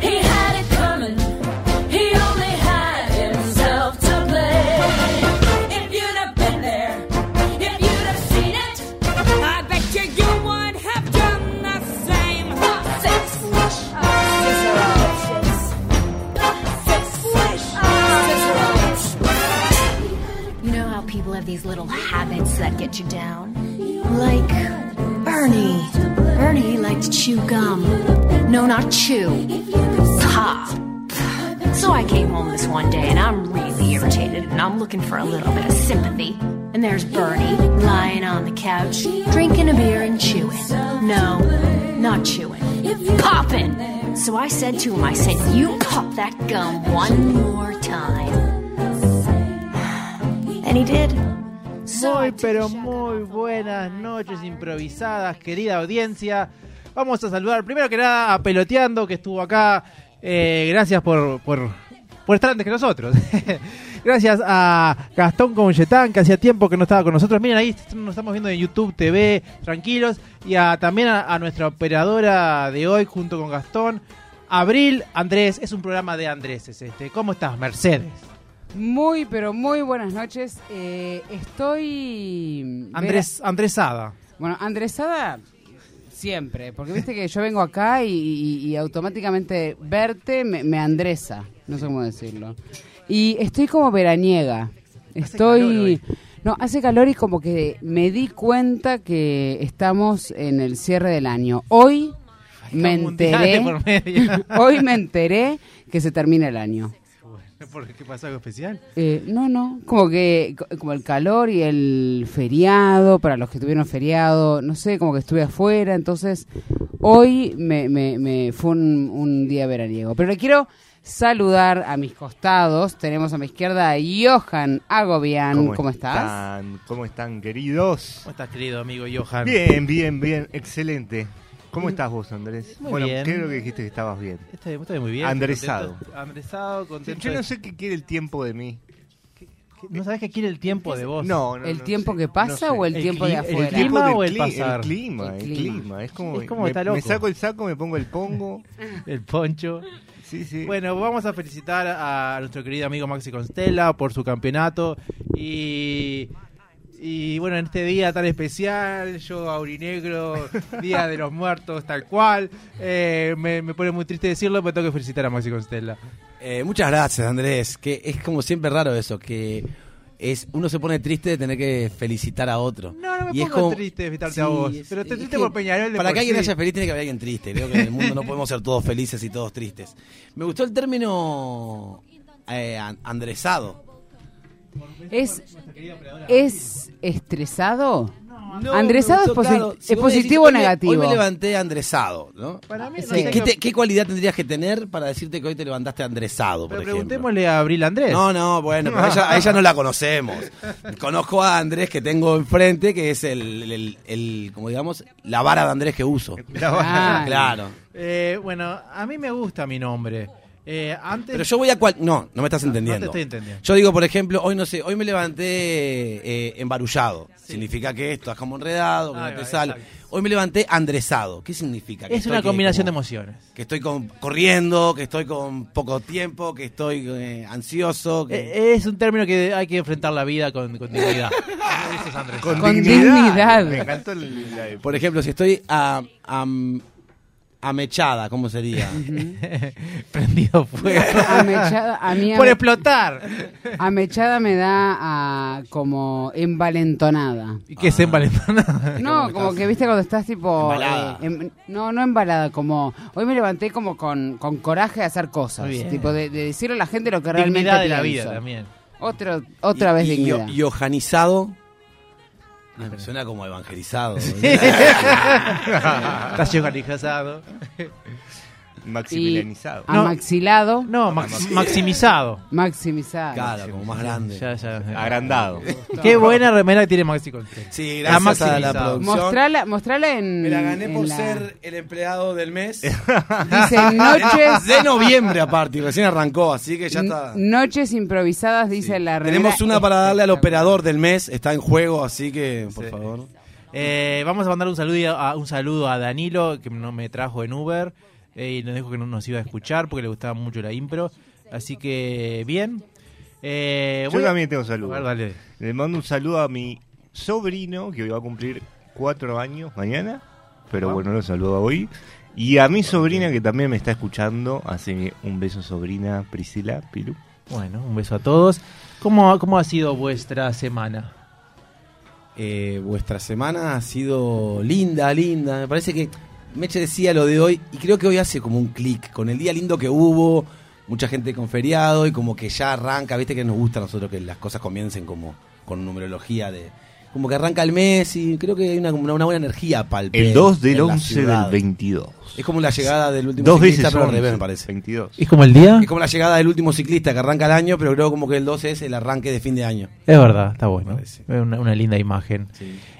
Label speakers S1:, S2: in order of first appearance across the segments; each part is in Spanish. S1: He had it coming. He only had himself to blame. If you'd have been there, if you'd have seen it, I bet you you would have done the same. Six flesh,
S2: You know how people have these little habits that get you down? Like Bernie. Bernie liked to chew gum. No, not chew. Pop. So I came home this one day and I'm really irritated and I'm looking for a little bit of sympathy. And there's Bernie lying on the couch, drinking a beer and chewing. No, not chewing. Popping! So I said to him, I said, You pop that gum one more time. And he did.
S3: Muy, pero muy buenas noches improvisadas, querida audiencia. Vamos a saludar primero que nada a Peloteando, que estuvo acá. Eh, gracias por, por, por estar antes que nosotros. gracias a Gastón Conchetán, que hacía tiempo que no estaba con nosotros. Miren, ahí nos estamos viendo en YouTube TV, tranquilos. Y a, también a, a nuestra operadora de hoy, junto con Gastón. Abril, Andrés, es un programa de Andrés. Este. ¿Cómo estás, Mercedes?
S4: Muy, pero muy buenas noches. Eh, estoy.
S3: Andrés, Andresada.
S4: Vera- Bueno, Andresada siempre, porque viste que yo vengo acá y, y- y automáticamente verte me, me andresa, no sé cómo decirlo. Y estoy como veraniega.
S3: calor
S4: Estoy.
S3: hoy.
S4: No, hace calor y como que me di cuenta que estamos en el cierre del año. Hoy me enteré.
S3: Por medio.
S4: Hoy me enteré que se termina el año.
S3: ¿Por qué pasó algo especial?
S4: Eh, no, no, como que co- como el calor y el feriado, para los que tuvieron feriado, no sé, como que estuve afuera, entonces hoy me, me- me fue un, un día veraniego. Pero le quiero saludar a mis costados, tenemos a mi izquierda a Johan Agobian, ¿cómo, estás?
S5: Están? ¿Cómo están, queridos?
S3: ¿Cómo estás, querido amigo Johan? Mm.
S5: Bien, bien, bien, excelente. ¿Cómo estás vos, Andrés?
S3: Muy
S5: bueno,
S3: bien.
S5: creo que dijiste que estabas bien.
S3: Está, bien, está muy bien.
S5: Andresado.
S3: Contento- Andresado, contento.
S5: Yo
S3: de-
S5: no sé qué quiere el tiempo de mí.
S3: ¿No sabés que quiere el tiempo de vos?
S5: No, no,
S4: ¿El
S5: no
S4: tiempo
S5: sé,
S4: que pasa
S5: no sé.
S4: o el,
S3: El
S4: tiempo
S3: cli-
S4: de
S3: el
S4: afuera?
S3: clima.
S5: tiempo
S3: o
S5: del
S3: el
S5: cli-
S3: pasar?
S5: El clima,
S4: El
S5: el,
S4: clima.
S5: clima. Es como,
S3: Es como
S5: me,
S3: está
S5: me
S3: loco.
S5: saco el saco, me pongo el pongo.
S3: El poncho.
S5: Sí, sí.
S3: Bueno, vamos a felicitar a nuestro querido amigo Maxi Constella por su campeonato. Y. Y bueno, en este día tan especial, yo aurinegro, Día de los Muertos, tal cual. eh, me, me pone muy triste decirlo, pero tengo que felicitar a Maxi Constella.
S6: Eh, muchas gracias, Andrés. Que es como siempre raro eso, que es uno se pone triste de tener que felicitar a otro.
S3: No, no me
S6: Y es
S3: pongo
S6: como-
S3: triste de felicitarte
S6: Sí,
S3: a vos.
S6: es-
S3: Pero te
S6: es
S3: triste
S6: que
S3: por Peñarol. de
S6: Para
S3: por
S6: que alguien
S3: sí.
S6: haya feliz tiene que haber alguien triste. Creo que en el mundo no podemos ser todos felices y todos tristes. Me gustó el término eh, an- andresado.
S4: ¿Es, ¿Es estresado? ¿Andresado
S6: me
S4: es,
S6: gustó,
S4: posi-
S6: claro. Si
S4: es
S6: vos me decís,
S4: positivo
S6: hoy
S4: o
S6: me-
S4: negativo?
S6: Hoy me levanté andresado, ¿no?
S3: Para mí, no
S6: ¿Qué,
S3: sé,
S6: qué
S3: no-
S6: te- qué cualidad tendrías que tener para decirte que hoy te levantaste andresado, por
S3: Pero
S6: ejemplo?
S3: preguntémosle a Abril Andrés.
S6: No, no, bueno, pero a ella, a ella no la conocemos. Conozco a Andrés que tengo enfrente, que es el, el- el- como digamos, la vara de Andrés que uso.
S4: Ah,
S6: Claro.
S3: Eh, bueno, a mí me gusta mi nombre. Eh, antes.
S6: Pero yo voy a cual... No, no me estás
S3: No, no te
S6: entendiendo.
S3: estoy entendiendo.
S6: Yo digo, por ejemplo, hoy no sé, hoy me levanté eh, embarullado. Significa que esto estás como enredado, que
S3: Ahí
S6: no
S3: va,
S6: te sale.
S3: Ah, exacto.
S6: Hoy me levanté andresado. ¿Qué significa? Que
S3: es
S6: estoy
S3: una
S6: que
S3: combinación de
S6: como-
S3: emociones.
S6: Que estoy con- corriendo, que estoy con poco tiempo, que estoy eh, ansioso. que-
S3: Eh, es un término que hay que enfrentar la vida con, con dignidad. Eso es Andrés.
S4: Con dignidad.
S5: Me encantó el- la-
S6: Por ejemplo, si estoy a, am- amechada, ¿cómo sería?
S3: Prendido fuego.
S4: Amechada- a mí ame-
S3: Por explotar.
S4: Amechada me da a, como envalentonada.
S3: Y que se envalentona.
S4: No, como que viste cuando estás tipo...
S6: Embalada.
S4: eh, em- no, no embalada, como... Hoy me levanté como con, con coraje de hacer cosas.
S3: Muy bien.
S4: Tipo de, de decirle a la gente lo que realmente
S3: Dignidad de la
S4: pienso.
S3: vida también.
S4: Otro, otra vez
S6: Y- y-
S4: dignidad.
S6: Y ojanizado. Ah, me suena como evangelizado.
S3: Estás organizado.
S5: Maximilianizado.
S3: No.
S4: Amaxilado.
S3: No, max- maximizado.
S4: Maximizado.
S6: Claro, como más grande.
S3: Ya, ya, ya.
S5: Agrandado.
S3: Qué buena remera que tiene Maxi Conte.
S6: Sí,
S3: La
S6: gracias a la
S3: maximizado.
S6: producción.
S4: Mostrala, mostrala en.
S6: Me la gané
S4: en
S6: por
S4: la-
S6: ser el empleado del mes.
S4: Dice noches.
S6: De noviembre aparte, y recién arrancó, así que ya está.
S4: Noches improvisadas, dice la remera.
S6: Tenemos una para darle al
S4: Espectacular.
S6: operador del mes, está en juego, así que por
S5: Sí.
S6: favor.
S3: Eh, vamos a mandar un saludo a, un saludo a Danilo, que no me trajo en Uber, eh, y nos dijo que no nos iba a escuchar porque le gustaba mucho la impro. Así que, bien. Eh,
S5: Yo
S3: voy a-
S5: también tengo
S3: A
S5: saludos.
S3: ver, dale.
S5: Le mando un saludo a mi sobrino, que hoy va a cumplir cuatro años mañana, pero bueno, lo saludo hoy. Y a mi sobrina, que también me está escuchando, así que un beso sobrina Priscila Pilu.
S3: Bueno, un beso a todos. ¿Cómo, ha- cómo ha sido vuestra semana?
S6: Eh, vuestra semana ha sido linda, linda. Me parece que Meche decía lo de hoy y creo que hoy hace como un clic con el día lindo que hubo, mucha gente con feriado y como que ya arranca, viste que nos gusta a nosotros que las cosas comiencen como con numerología de... Como que arranca el mes y creo que hay una, una buena energía para
S5: El 2 del
S6: 11
S5: 11 del 22.
S6: Es como la llegada del último
S5: Dos
S6: ciclista,
S5: veces
S6: pero al
S5: 11,
S6: revés, me parece.
S5: 22.
S3: como el día?
S6: Es como la llegada del último ciclista que arranca el año, pero creo como que el 12 es el arranque de fin de año.
S3: Es verdad, está bueno. Es
S6: Parece.
S3: una, una linda imagen.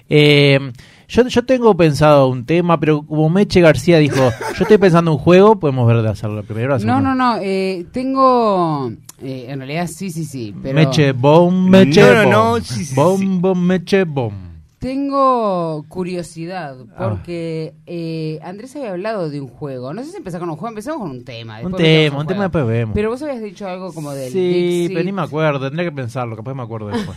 S3: Eh, yo, yo tengo pensado un tema, pero como Meche García dijo, yo estoy pensando un juego, podemos ver de hacerlo primero. la
S4: No,
S3: segunda.
S4: no, no. eh, tengo. eh, en realidad, sí, sí, sí. Pero
S3: Meche bom, meche
S5: No, no,
S3: bom.
S5: no, sí, sí,
S3: bom,
S5: sí.
S3: bom, meche bom.
S4: Tengo curiosidad. Porque eh, Andrés había hablado de un juego. No sé si empezamos con un juego. Empezamos con un tema.
S3: Un
S4: después metemos
S3: tema, un tema
S4: juego.
S3: después vemos.
S4: Pero vos habías dicho algo como del.
S3: sí,
S4: Dixit.
S3: pero ni me acuerdo, tendré que pensarlo, capaz me acuerdo después.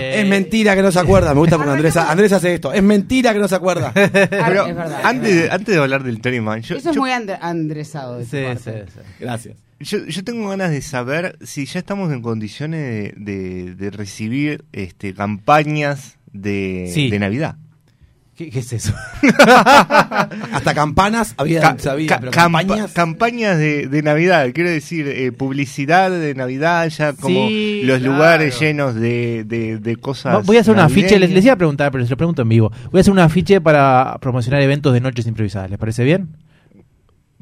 S3: Eh,
S6: es mentira que no se acuerda, me gusta cuando Andrés, Andrés hace esto. Es mentira que no se acuerda.
S4: Ah,
S5: Pero
S4: es verdad.
S5: antes, de, antes de hablar del Terry Man, yo,
S4: Eso es
S5: yo-
S4: muy andre- andresado. De tu
S3: Sí, sí,
S4: parte.
S3: sí.
S6: Gracias.
S5: yo- yo tengo ganas de saber si ya estamos en condiciones de, de- de recibir este, campañas de,
S3: Sí.
S5: de Navidad.
S3: ¿Qué, qué es eso?
S6: Hasta campanas había,
S5: Ca-
S6: sabía,
S5: ca-
S6: pero
S5: campa-
S6: campañas.
S5: campañas de, de Navidad, quiero decir, eh, publicidad de Navidad, ya como
S3: Sí,
S5: los
S3: claro.
S5: lugares llenos de, de- de cosas.
S3: Voy a hacer un afiche, les, les
S5: navideñas.
S3: iba a preguntar, pero se lo pregunto en vivo. Voy a hacer un afiche para promocionar eventos de noches improvisadas, ¿les parece bien?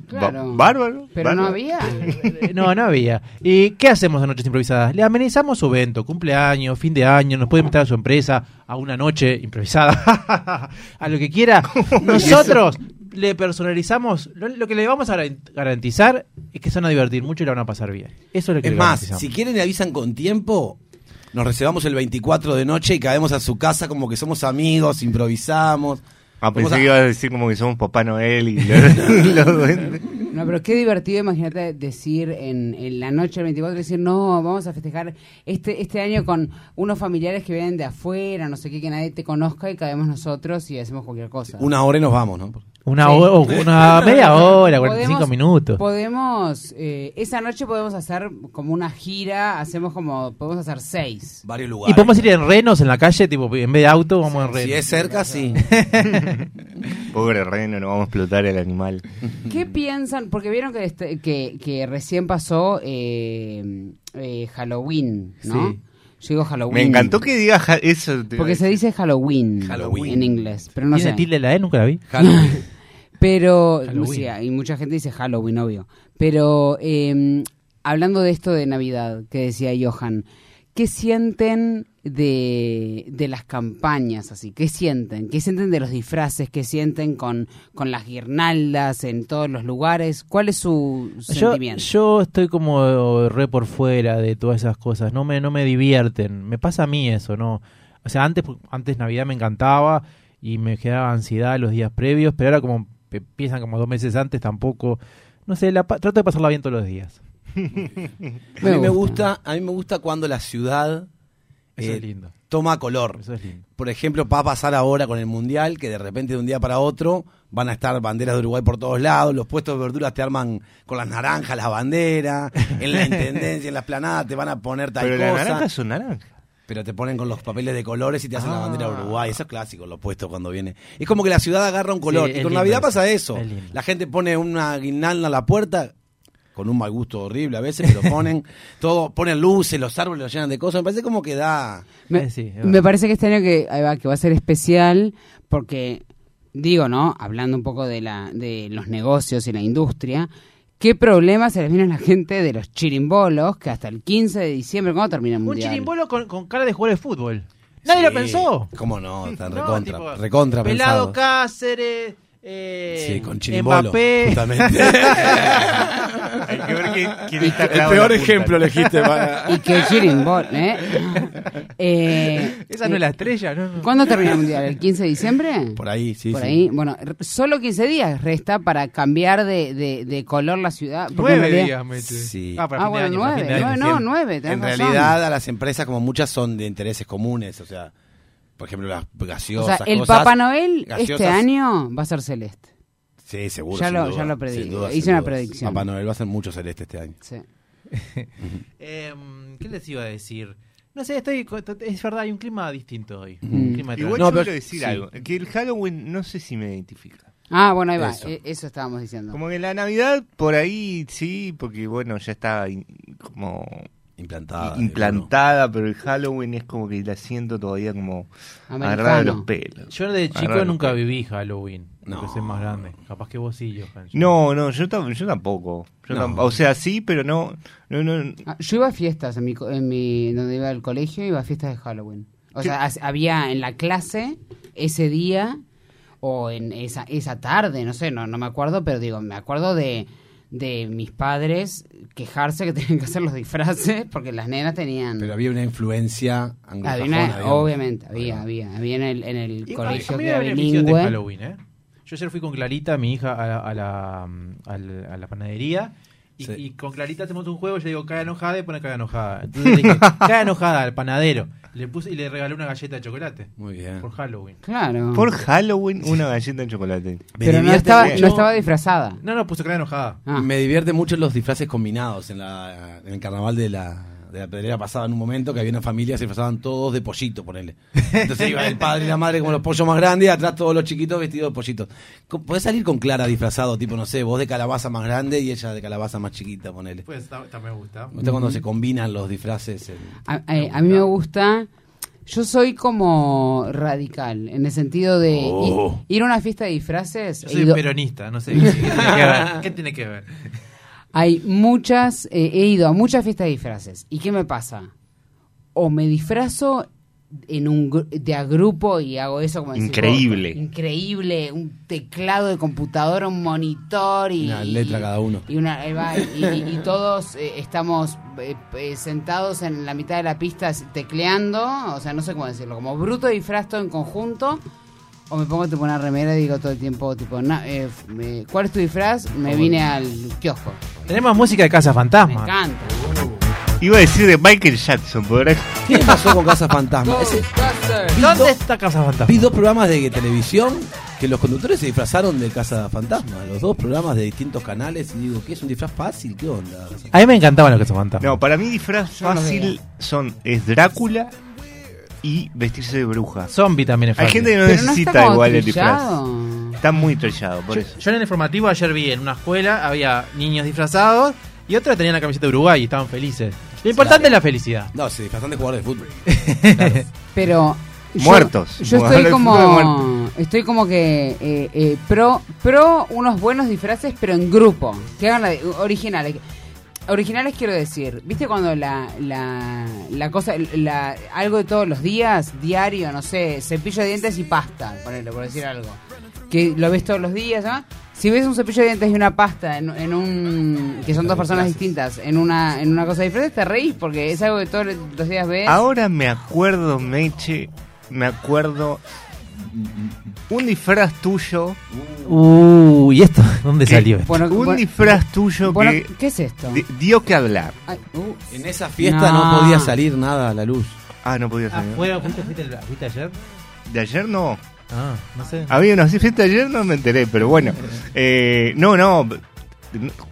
S4: Claro.
S5: Ba- bárbaro,
S4: Pero no
S5: bárbaro.
S4: había.
S3: Eh, No, no había. ¿Y qué hacemos en Noches Improvisadas? Le amenizamos su evento, cumpleaños, fin de año, nos puede invitar a su empresa a una noche improvisada, a lo que quiera. Nosotros le personalizamos, lo, lo que le vamos a garan- garantizar es que se van a divertir mucho y la van a pasar bien. Eso es lo que
S6: Es
S3: le
S6: más,
S3: garantizamos.
S6: si quieren le avisan con tiempo, nos reservamos el 24 de noche y caemos a su casa como que somos amigos, improvisamos.
S5: Ah, pensé
S6: Vamos a-
S5: que iba a decir como que somos Papá Noel y los, los duendes.
S4: No, pero qué divertido, imagínate decir en, en la noche del 24, decir, no, vamos a festejar este este año con unos familiares que vienen de afuera, no sé qué, que nadie te conozca y caemos nosotros y hacemos cualquier cosa.
S6: Una hora y nos vamos, ¿no?
S3: Una,
S4: sí.
S3: hora- o una media hora, 45
S4: Podemos-
S3: minutos.
S4: Podemos, eh, esa noche podemos hacer como una gira, hacemos como, podemos hacer seis.
S6: Varios
S3: Y
S6: lugares.
S3: podemos ir en renos en la calle, tipo, en vez de auto, vamos en renos.
S6: Si es cerca, ¿eh? sí.
S5: Pobre reno, no vamos a explotar el animal.
S4: ¿Qué piensan? Porque vieron que, este- que, que recién pasó eh, eh, Halloween, ¿no?
S3: Sí.
S4: Yo digo Halloween.
S5: Me encantó que digas ja- eso. te-
S4: Porque se dice Halloween,
S6: Halloween.
S4: en inglés, pero no
S3: ¿Tiene
S4: sé.
S3: tilde la E? Nunca la vi.
S6: Halloween.
S4: Pero,
S3: Halloween.
S4: sí, y mucha gente dice Halloween, obvio. Pero eh, hablando de esto de Navidad, que decía Johan, ¿qué sienten de, de las campañas así? ¿Qué sienten? ¿Qué sienten de los disfraces? ¿Qué sienten con, con las guirnaldas en todos los lugares? ¿Cuál es su, su
S3: Yo,
S4: sentimiento?
S3: yo estoy como re por fuera de todas esas cosas, no me, no me divierten, me pasa a mí eso, ¿no? O sea, antes, antes Navidad me encantaba y me generaba ansiedad los días previos, pero ahora como pe- empiezan como dos meses antes tampoco, no sé, la pa- trato de pasarla bien todos los días.
S6: A mí me
S4: gusta.
S6: gusta, a mí me gusta cuando la ciudad
S3: Eso
S6: eh,
S3: es lindo,
S6: toma color.
S3: eso es lindo.
S6: Por ejemplo, va a pasar ahora con el Mundial, que de repente de un día para otro van a estar banderas de Uruguay por todos lados, los puestos de verduras te arman con las naranjas, las banderas, en la Intendencia, en las planadas te van a poner tal
S5: Pero las
S6: cosa,
S5: naranjas son naranjas.
S6: pero te ponen con los papeles de colores y te hacen la
S5: Ah.
S6: bandera de Uruguay. Eso es clásico, los puestos cuando viene. Es como que la ciudad agarra un color.
S3: Sí,
S6: y
S3: es
S6: con
S3: lindo
S6: Navidad
S3: eso,
S6: pasa eso.
S3: es lindo.
S6: La gente pone una guirnalda a la puerta con un mal gusto horrible a veces, pero ponen todo, ponen luces, los árboles los llenan de cosas. Me parece como que da...
S4: Me,
S3: Eh, sí, es
S4: me
S3: verdad.
S4: parece que este año que, ahí va, que va a ser especial porque digo, ¿no? Hablando un poco de, la, de los negocios y la industria, ¿qué problemas se les viene a la gente de los chirimbolos que hasta el 15 de diciembre, ¿cuándo termina el
S3: Un
S4: mundial?
S3: chirimbolo con, con cara de jugador de fútbol. Nadie lo
S6: Sí,
S3: pensó.
S6: ¿Cómo no? Tan
S3: No,
S6: recontra,
S3: tipo,
S6: recontra
S3: Pelado
S6: pensado.
S3: Cáceres, eh,
S6: Sí, con Chirimbolo.
S3: Mbappé.
S6: Justamente.
S5: Hay que ver que- quién está
S6: El
S5: clavado en
S6: peor
S5: la punta.
S6: ejemplo elegiste para...
S4: Y que el chirimbolo, ¿eh? Eh,
S3: Esa no es la estrella, ¿no?
S4: ¿Cuándo termina el mundial? ¿El 15 de diciembre?
S6: Por ahí, sí,
S4: Por
S6: sí.
S4: ahí, bueno, r- solo 15 días resta para cambiar de, de- de color la ciudad. porque
S3: Nueve
S4: en realidad-
S3: días, mete.
S6: Sí.
S3: Ah, para fin
S4: Ah,
S3: de
S4: bueno,
S3: año, para fin de
S4: nueve.
S3: año.
S4: No, no, nueve, tenés
S6: En
S4: razón.
S6: realidad, a las empresas, como muchas, son de intereses comunes. O sea, por ejemplo, las
S4: O
S6: gaseosas.
S4: sea, el
S6: cosas-
S4: Papá Noel
S6: gaseosas-
S4: este año va a ser celeste.
S6: Sí, seguro.
S4: Ya
S6: sin
S4: lo-
S6: duda,
S4: ya lo predí-
S6: sin duda,
S4: hice
S6: sin
S4: una
S6: duda.
S4: predicción.
S6: Papá Noel va a ser mucho celeste este año.
S4: Sí.
S3: Em, ¿Qué les iba a decir? No sé, estoy, co- t- es verdad, hay un clima distinto hoy.
S4: Mm.
S3: Un clima de
S5: Igual
S3: tranquilo.
S6: No,
S5: yo
S6: pero-
S5: quiero decir
S6: sí.
S5: algo. Que el Halloween no sé si me identifica.
S4: Ah, bueno, ahí va. E-
S6: Eso.
S4: Eso,
S3: Eh,
S4: estábamos diciendo.
S5: Como que la Navidad, por ahí sí, porque bueno, ya está in- como
S6: Implantada.
S5: implantada, pero el Halloween es como que la siento todavía como agarrada de
S4: Americano.
S5: los pelos.
S3: Yo de chico
S5: Agarrada de los
S3: nunca
S5: pelos.
S3: viví Halloween.
S6: No.
S3: No. Que soy más grande. Capaz que vos sí, Johan.
S5: No, no, yo, tam- yo tampoco. Yo
S6: No.
S5: tam- o sea, sí, pero no. no, no
S4: Ah, yo iba a fiestas en mi, co- en mi donde iba al colegio, iba a fiestas de Halloween. O sea, as- había en la clase ese día o en esa esa tarde, no sé, no no me acuerdo, pero digo, me acuerdo de de mis padres quejarse que tenían que hacer los disfraces porque las nenas tenían
S6: Pero había una influencia anglosajona.
S4: había una-
S6: digamos.
S4: obviamente, había, había, había en el, en el
S3: Y
S4: colegio
S3: a mí
S4: que
S3: me
S4: era
S3: benefició de
S4: bilingüe.
S3: Halloween, ¿eh? Yo ayer fui con Clarita, mi hija, a, la- a la, mm, al- a la panadería. Y,
S6: Sí.
S3: y con Clarita hacemos un juego. Yo digo, caga enojada y pone caga enojada. Entonces le dije, caga enojada al panadero. Le puse y le regalé una galleta de chocolate.
S6: Muy bien.
S3: Por Halloween.
S4: Claro.
S5: por Halloween, una galleta en chocolate.
S6: Me
S4: pero no
S6: divierte
S4: estaba
S6: mucho-
S4: no estaba disfrazada.
S3: No, no, puse caga enojada.
S4: Ah.
S6: Me divierte mucho los disfraces combinados en, la, en el carnaval de la, de la pedrera pasaba en un momento que había una familia se disfrazaban todos de pollito, ponele. Entonces iba el padre y la madre como los pollos más grandes y atrás todos los chiquitos vestidos de pollitos. Co- Podés salir con Clara disfrazado, tipo, no sé, vos de calabaza más grande y ella de calabaza más chiquita, ponele.
S3: Pues esta, esta me gusta.
S6: Me gusta cuando se combinan los disfraces. en-
S4: A, eh, a- a mí me gusta. Yo soy como radical, en el sentido de i-
S6: Oh.
S4: ir, a una fiesta de disfraces. e
S3: Yo
S4: he
S3: soy
S4: ido-
S3: peronista, no sé. ¿Qué tiene que ver? ¿Qué tiene que ver?
S4: hay muchas, eh, he ido a muchas fiestas de disfraces. ¿Y qué me pasa? O me disfrazo en un gru- de a grupo y hago eso como decís vos,
S5: Increíble.
S4: increíble, un teclado de computadora, un monitor y
S6: Una letra cada uno.
S4: y una ahí va, y, y- y todos eh, estamos eh, eh, sentados en la mitad de la pista tecleando, o sea, no sé cómo decirlo, como bruto disfraz todo en conjunto. O me pongo tipo una remera y digo todo el tiempo, tipo, na- eh, f- me- ¿cuál es tu disfraz? Me vine al kiosco.
S3: Tenemos música de Casa
S4: Me
S3: Fantasma.
S4: encanta.
S5: Iba a decir de Michael Jackson, pero ahora-
S6: ¿Qué pasó con Casa Fantasma? Ese-
S3: ¿Dónde está Casa Fantasma?
S6: Vi dos programas de televisión que los conductores se disfrazaron de Casa Fantasma. Los dos programas de distintos canales. Y digo, ¿qué es un disfraz fácil? ¿Qué onda?
S3: A mí me encantaban los Casa Fantasma.
S5: No, para mí disfraz
S4: Yo no
S5: fácil son es Drácula y vestirse de bruja.
S3: Zombie también es
S5: Hay
S3: fácil.
S5: gente que no
S4: Pero no
S5: necesita
S4: está como
S5: igual el disfraz.
S4: trillado.
S5: Está muy trillado, por
S3: Yo,
S5: eso.
S3: yo en el informativo ayer vi en una escuela, había niños disfrazados y otros tenían la camiseta de Uruguay y estaban felices. Lo importante es la felicidad.
S6: No, se disfrazan de jugadores de fútbol.
S4: Pero. yo-
S5: Muertos.
S4: Yo,
S5: Jugadores de
S4: estoy
S5: fútbol
S4: como.
S5: muertos.
S4: Estoy como que. eh, eh, pro, pro unos buenos disfraces, pero en grupo. Que hagan la de- originales. Originales quiero decir. ¿Viste cuando la, la, la cosa. La, algo de todos los días, diario, no sé, cepillo de dientes y pasta, ponele, por decir algo. Que lo ves todos los días, ¿no? Si ves un cepillo de dientes y una pasta en, en un. que son dos personas distintas, en una, en una cosa diferente, te reís porque es algo que todos los días ves.
S5: Ahora me acuerdo, Meche, me acuerdo un disfraz tuyo,
S3: Uh, ¿y esto? ¿Dónde
S5: ¿Qué?
S3: salió esto?
S4: Bueno,
S5: un
S4: bueno-
S5: disfraz tuyo
S4: Bueno,
S5: que
S4: ¿qué es esto?
S5: di- dio que hablar.
S4: Ay, uh,
S6: En esa fiesta no.
S4: No.
S6: podía salir nada a la luz.
S5: Ah, no podía
S3: Ah,
S4: eh.
S5: salir.
S3: ¿fue- ¿Fuiste, fuiste el- fuiste ayer?
S5: De ayer no.
S3: Ah, no sé.
S5: Había una fiesta ayer, no me enteré, pero bueno. Eh, no, no.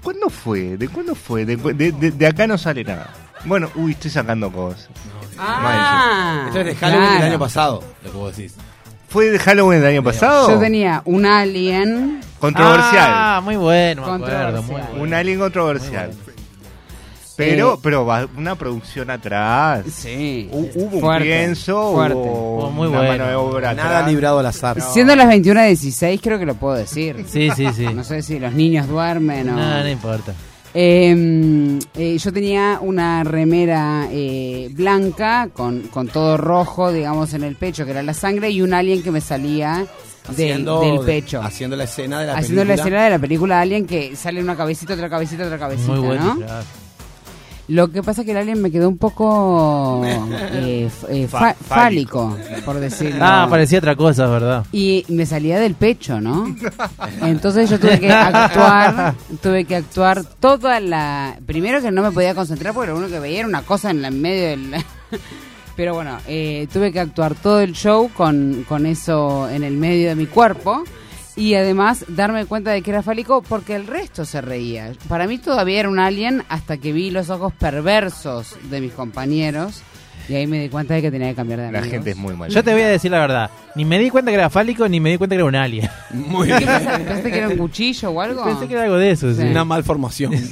S5: ¿Cuándo fue? ¿De cuándo fue? De, cu- de- de- de acá no sale nada. Bueno, uy, estoy sacando cosas.
S4: Ah,
S6: Esto es de Halloween
S4: claro.
S6: del año pasado, lo que vos decís.
S5: ¿Fue de Halloween del año pasado?
S6: Oh.
S4: Yo tenía un alien.
S5: Controversial.
S3: Ah, muy bueno, me acuerdo.
S4: Controversial.
S3: Muy bueno.
S5: un alien controversial. Pero, pero va una producción atrás.
S4: Sí.
S5: Hu- Hubo
S4: Fuerte,
S5: un pienso,
S4: fuerte.
S5: hubo
S3: Fue muy
S5: una
S3: bueno.
S5: mano de obra
S6: Nada
S5: atrás.
S6: librado al azar.
S4: Siendo las 21.16 creo que lo puedo decir.
S3: Sí, sí, sí.
S4: No sé si los niños duermen o...
S3: No, no importa.
S4: Eh, eh, yo tenía una remera eh, blanca con, con todo rojo, digamos, en el pecho, que era la sangre, y un alien que me salía del,
S6: Haciendo-
S4: del pecho.
S6: Haciendo la escena de la
S4: haciendo la
S6: película.
S4: escena de la película Alien que sale una cabecita, otra cabecita, otra cabecita,
S3: Muy bueno.
S4: ¿no? Lo que pasa es que el Alien me quedó un poco eh, f- eh,
S5: Fa-
S4: fa- fálico, por decirlo.
S3: Ah, parecía otra cosa, es verdad.
S4: Y me salía del pecho, ¿no? Entonces yo tuve que actuar, tuve que actuar toda la... Primero que no me podía concentrar porque lo único que veía era una cosa en la en medio del... Pero bueno, eh, tuve que actuar todo el show con, con eso en el medio de mi cuerpo y además darme cuenta de que era fálico porque el resto se reía. Para mí todavía era un alien hasta que vi los ojos perversos de mis compañeros y ahí me di cuenta de que tenía que cambiar de
S5: La
S4: amigos.
S5: gente es muy mala.
S3: Yo te voy a decir la verdad. Ni me di cuenta que era fálico, ni me di cuenta que era un alien.
S6: Muy
S4: ¿Qué pensaste? ¿Pensaste que era un cuchillo o algo?
S3: Pensé que era algo de eso, sí.
S4: Sí.
S6: Una malformación.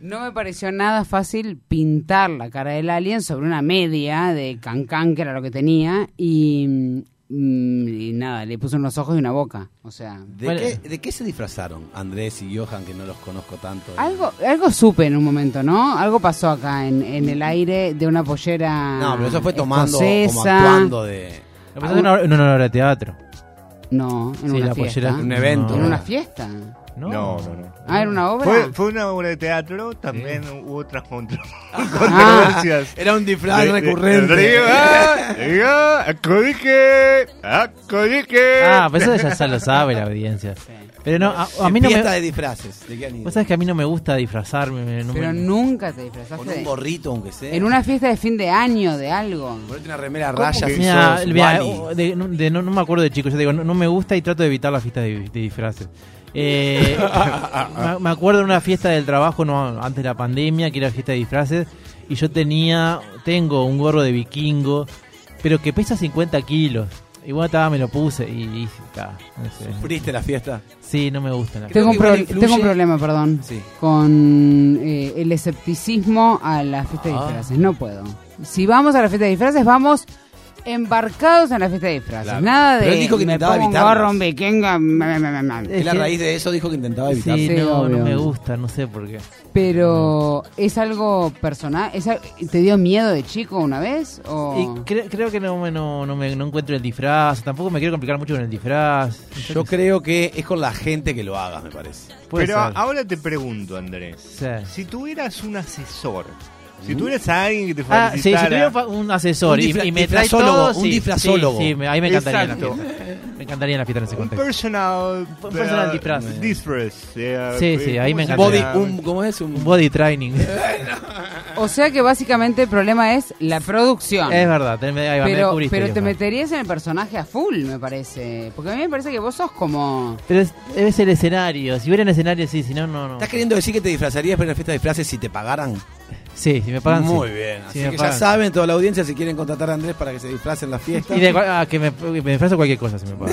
S4: No me pareció nada fácil pintar la cara del alien sobre una media de cancán, que era lo que tenía, y, mm, y nada, le puse unos ojos y una boca. O sea,
S6: ¿De,
S3: Bueno.
S6: qué, de qué se disfrazaron Andrés y Johan, que no los conozco tanto?
S4: algo, algo supe en un momento, ¿no? Algo pasó acá en, en el aire de una pollera.
S6: No, pero eso fue tomando, como
S4: escocesa.
S6: actuando de
S3: Lo pasé en una- en una obra de teatro.
S4: No, en
S3: Sí,
S4: una
S3: la
S4: fiesta.
S3: pollera.
S6: un evento.
S4: En una fiesta.
S3: No,
S5: No, no, no.
S4: Ah, era una obra.
S5: Fue, fue una obra de teatro, también hubo otras contra-
S4: Ah.
S5: controversias.
S6: Era un disfraz
S5: De- de- ¡Arriba! ¡Arriba! ¡Acodique! ¡Acodique!
S3: Ah, pero eso ya, ya lo sabe la audiencia. Pero no, a, a mí no
S6: Fiesta de
S3: me.
S6: disfraces. ¿De qué han ido?
S3: Vos sabés que a mí no me gusta disfrazarme. me- no me-
S4: Pero nunca te disfrazaste.
S6: Con un
S4: de-
S6: gorrito, aunque sea.
S4: En una fiesta de fin de año, de algo.
S6: Ponete una remera a rayas y
S3: Mira,
S6: sos
S3: mira,
S6: Wally.
S3: oh, de- no- de- no, no me acuerdo de chico. Yo digo, no, no me gusta y trato de evitar las fiestas de, de disfraces. Eh, me, me acuerdo de una fiesta del trabajo no, antes de la pandemia, que era fiesta de disfraces. Y yo tenía, tengo un gorro de vikingo, pero que pesa 50 kilos. Y bueno, estaba, me lo puse y, y está. no sé.
S6: ¿Sufriste la fiesta?
S3: Sí, no me gusta. La
S6: Creo
S4: Tengo un,
S6: que igual
S4: pro-
S6: influye-
S4: tengo un problema, perdón,
S6: Sí.
S4: con eh, el escepticismo a la fiesta de
S6: Ah.
S4: disfraces. No puedo. Si vamos a la fiesta de disfraces, vamos embarcados en la fiesta de disfraces.
S6: Claro.
S4: Nada de
S6: Pero él dijo que
S4: me
S6: intentaba
S4: pongo un
S6: evitarlas.
S4: gorro, un vikingo, ma, ma, ma, ma.
S6: Él a raíz de eso dijo que intentaba evitarlo.
S3: Sí,
S4: Sí,
S3: no, no
S4: obvio.
S3: me gusta, no sé por qué.
S6: Mm.
S4: Pero es algo personal. ¿Es al- ¿Te dio miedo de chico una vez?
S3: Y
S4: O...
S3: cre- creo que no, me- no, no me, no encuentro el disfraz, tampoco me quiero complicar mucho con el disfraz.
S6: Yo creo que es con la gente que lo haga, me parece.
S3: Puede
S5: Pero
S3: ser.
S5: ahora te pregunto, Andrés.
S3: Sí. ¿Mm?
S5: Si tuvieras un asesor, si tuvieras a alguien que te
S3: Ah, sí, si
S5: felicitara...
S3: tuviera fa- un asesor
S6: Un
S3: y-
S6: disfra-
S3: y, me trae
S6: disfrazólogo,
S3: todo,
S6: un
S3: sí,
S6: disfrazólogo.
S3: Sí, sí, me- ahí me encantaría la
S5: Exacto.
S3: fiesta. Me encantaría la fiesta en ese
S5: un
S3: contexto.
S5: personal...
S3: Un personal
S5: eh,
S3: disfraz.
S5: disfraz, eh,
S3: Sí, sí, ahí
S5: ¿cómo
S3: me
S5: se
S3: encantaría.
S6: Body,
S5: llama?
S6: un, ¿Cómo es? Un,
S3: Un body training.
S4: O sea que básicamente el problema es la producción.
S3: es verdad, te, me- ahí va, me
S4: Pero,
S3: descubriste,
S4: pero te
S3: Dios mío.
S4: meterías en el personaje a full, me parece. Porque a mí me parece que vos sos como...
S3: Pero es, es el escenario. Si hubiera el escenario, sí, si no, no. no.
S6: ¿Estás queriendo decir que te disfrazarías para una fiesta de disfraces si te pagaran?
S3: Sí, si me pagan. sí.
S6: Muy bien.
S3: Si
S6: Así
S3: me
S6: que ya
S3: pagan.
S6: saben, toda la audiencia, si quieren contratar a Andrés para que se disfracen en la fiesta.
S3: Y de, igual- ah, que me, que me disfrazo cualquier cosa si me pagan.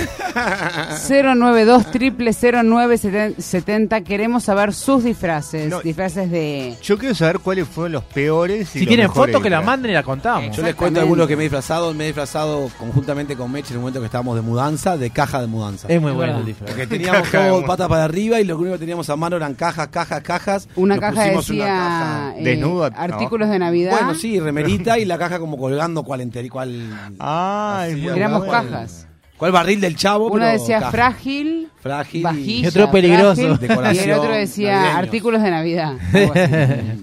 S4: 092 triple 0970 queremos saber sus disfraces,
S5: No.
S4: disfraces de
S5: Yo quiero saber cuáles fueron los peores
S3: Si
S5: y los
S3: tienen
S5: mejores
S3: fotos, que la
S5: disfraces.
S3: manden y la contamos.
S6: Yo les cuento algunos que me he disfrazado. Me he disfrazado conjuntamente con Meche en un momento que estábamos de mudanza, de caja de mudanza.
S3: Es muy
S4: Es
S3: bueno
S4: verdad.
S3: el disfraz.
S6: Porque teníamos
S5: Caja de
S6: todo
S5: mudanza.
S6: pata para arriba y lo único que teníamos a mano eran cajas, cajas, cajas.
S4: una
S6: Nos
S4: caja
S6: pusimos una
S4: decía
S6: caja.
S4: eh,
S5: Desnuda, ¿no?
S4: artículos de Navidad.
S6: Bueno, sí, remerita y la caja como colgando cual enteri- cual,
S5: Ah, es muy
S4: Éramos
S5: bueno.
S4: cajas.
S6: cual barril del chavo.
S4: Uno
S6: pero
S4: decía
S6: caja.
S4: frágil,
S6: Frágil y-
S4: vajilla,
S3: Y otro peligroso.
S4: frágil, y el
S6: Decoración,
S4: otro decía
S6: navideños.
S4: artículos de Navidad. algo así.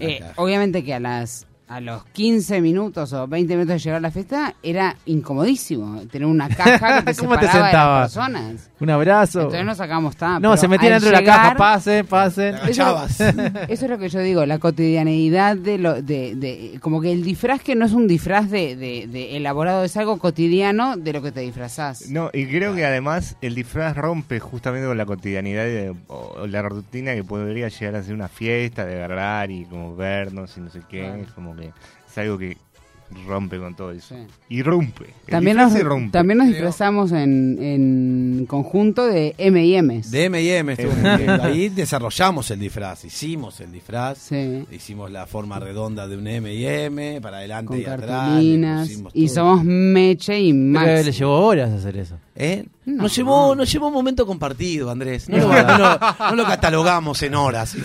S4: Eh,
S6: caja.
S4: obviamente que a las a los 15 minutos o 20 minutos de llegar a la fiesta era incomodísimo tener una caja que te
S3: ¿Cómo
S4: separaba
S3: te sentabas?
S4: de las personas.
S3: Un abrazo.
S4: Entonces no sacamos tan
S3: No, se metían dentro de la caja. Pasen, pasen.
S6: Te agachabas.
S4: Eso es lo que yo digo, la cotidianeidad de lo de, de- como que el disfraz que no es un disfraz de, de- de elaborado, es algo cotidiano de lo que te disfrazás.
S5: No, y creo
S3: Ah.
S5: que además el disfraz rompe justamente con la cotidianidad de- o, o la rutina que podría llegar a ser una fiesta, de agarrar y como vernos y no sé qué. Es como que es algo que rompe con todo eso.
S4: Sí.
S5: Y rompe. El
S4: También
S5: disfraz
S4: nos,
S5: se rompe.
S4: también nos
S6: Creo.
S4: disfrazamos en, en conjunto de M&M's.
S6: De M&M estuvo muy
S5: Eh.
S6: lindo. Ahí desarrollamos el disfraz, hicimos el disfraz.
S4: Sí.
S6: Hicimos la forma redonda de un M&M, para adelante
S4: Con
S6: y atrás.
S4: cartulinas.
S6: le pusimos
S4: Y
S6: todo.
S4: somos Meche y Max.
S3: Pero le llevó horas hacer eso.
S6: ¿Eh?
S4: No.
S6: Nos, llevó, nos llevó un momento compartido, Andrés. No lo, no lo- no lo catalogamos en horas.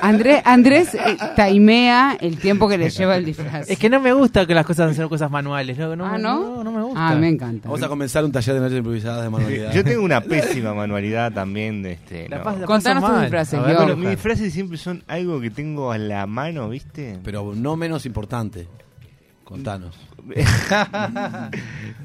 S4: Andrés, Andrés eh, taimea el tiempo que le lleva el disfraz.
S3: Es que no me gusta que las cosas sean cosas manuales. No, no,
S4: ah, ¿no?
S3: no, no me gusta.
S4: Ah, me encanta.
S6: Vamos a comenzar un taller de noches improvisadas de manualidad.
S5: Yo tengo una pésima manualidad también. Este,
S3: La
S5: no.
S3: pas- la
S4: Contanos
S3: paso
S4: tus
S3: mal.
S4: disfraces,
S3: A ver,
S4: Guión.
S5: Bueno,
S3: pero
S5: mis
S3: mi-
S5: disfraces siempre son algo que tengo a la mano, ¿viste?
S6: Pero no menos importante. Contanos.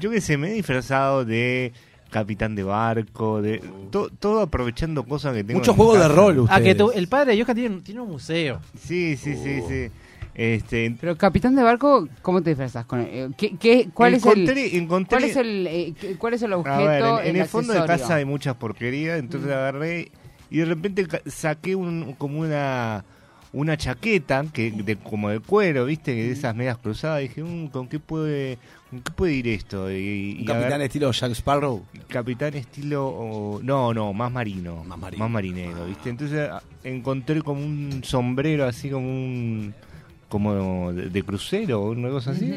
S5: Yo que sé, me he disfrazado de capitán de barco, de to- todo aprovechando cosas que tengo.
S6: Muchos
S5: en
S6: juegos de
S5: casa.
S6: rol
S3: Ah,
S6: ustedes.
S3: que tu- el padre de Yoska tiene, tiene un museo. Oh.
S5: Sí, sí, sí, sí. Este,
S4: Pero capitán de barco, ¿cómo te disfrazas con él? Eh, ¿Qué, qué, cuál, es el,
S5: encontré- encontré-
S4: cuál es el eh, qué- cuál es el objeto?
S5: A ver, en, en el,
S4: el
S5: fondo de
S4: accesorio? Mm.
S5: casa hay muchas porquerías, entonces agarré y de repente ca- saqué un, como una una chaqueta que de, como de cuero, viste, de esas medias cruzadas. Dije, "Mm, ¿con qué puede con qué puede ir esto? Y,
S6: Un
S5: y
S6: capitán
S5: agarré-
S6: estilo Jack Sparrow.
S5: capitán estilo o- no no más marino
S6: Más marino.
S5: marinero viste entonces a- encontré como un sombrero así como un como de, de crucero o una cosa así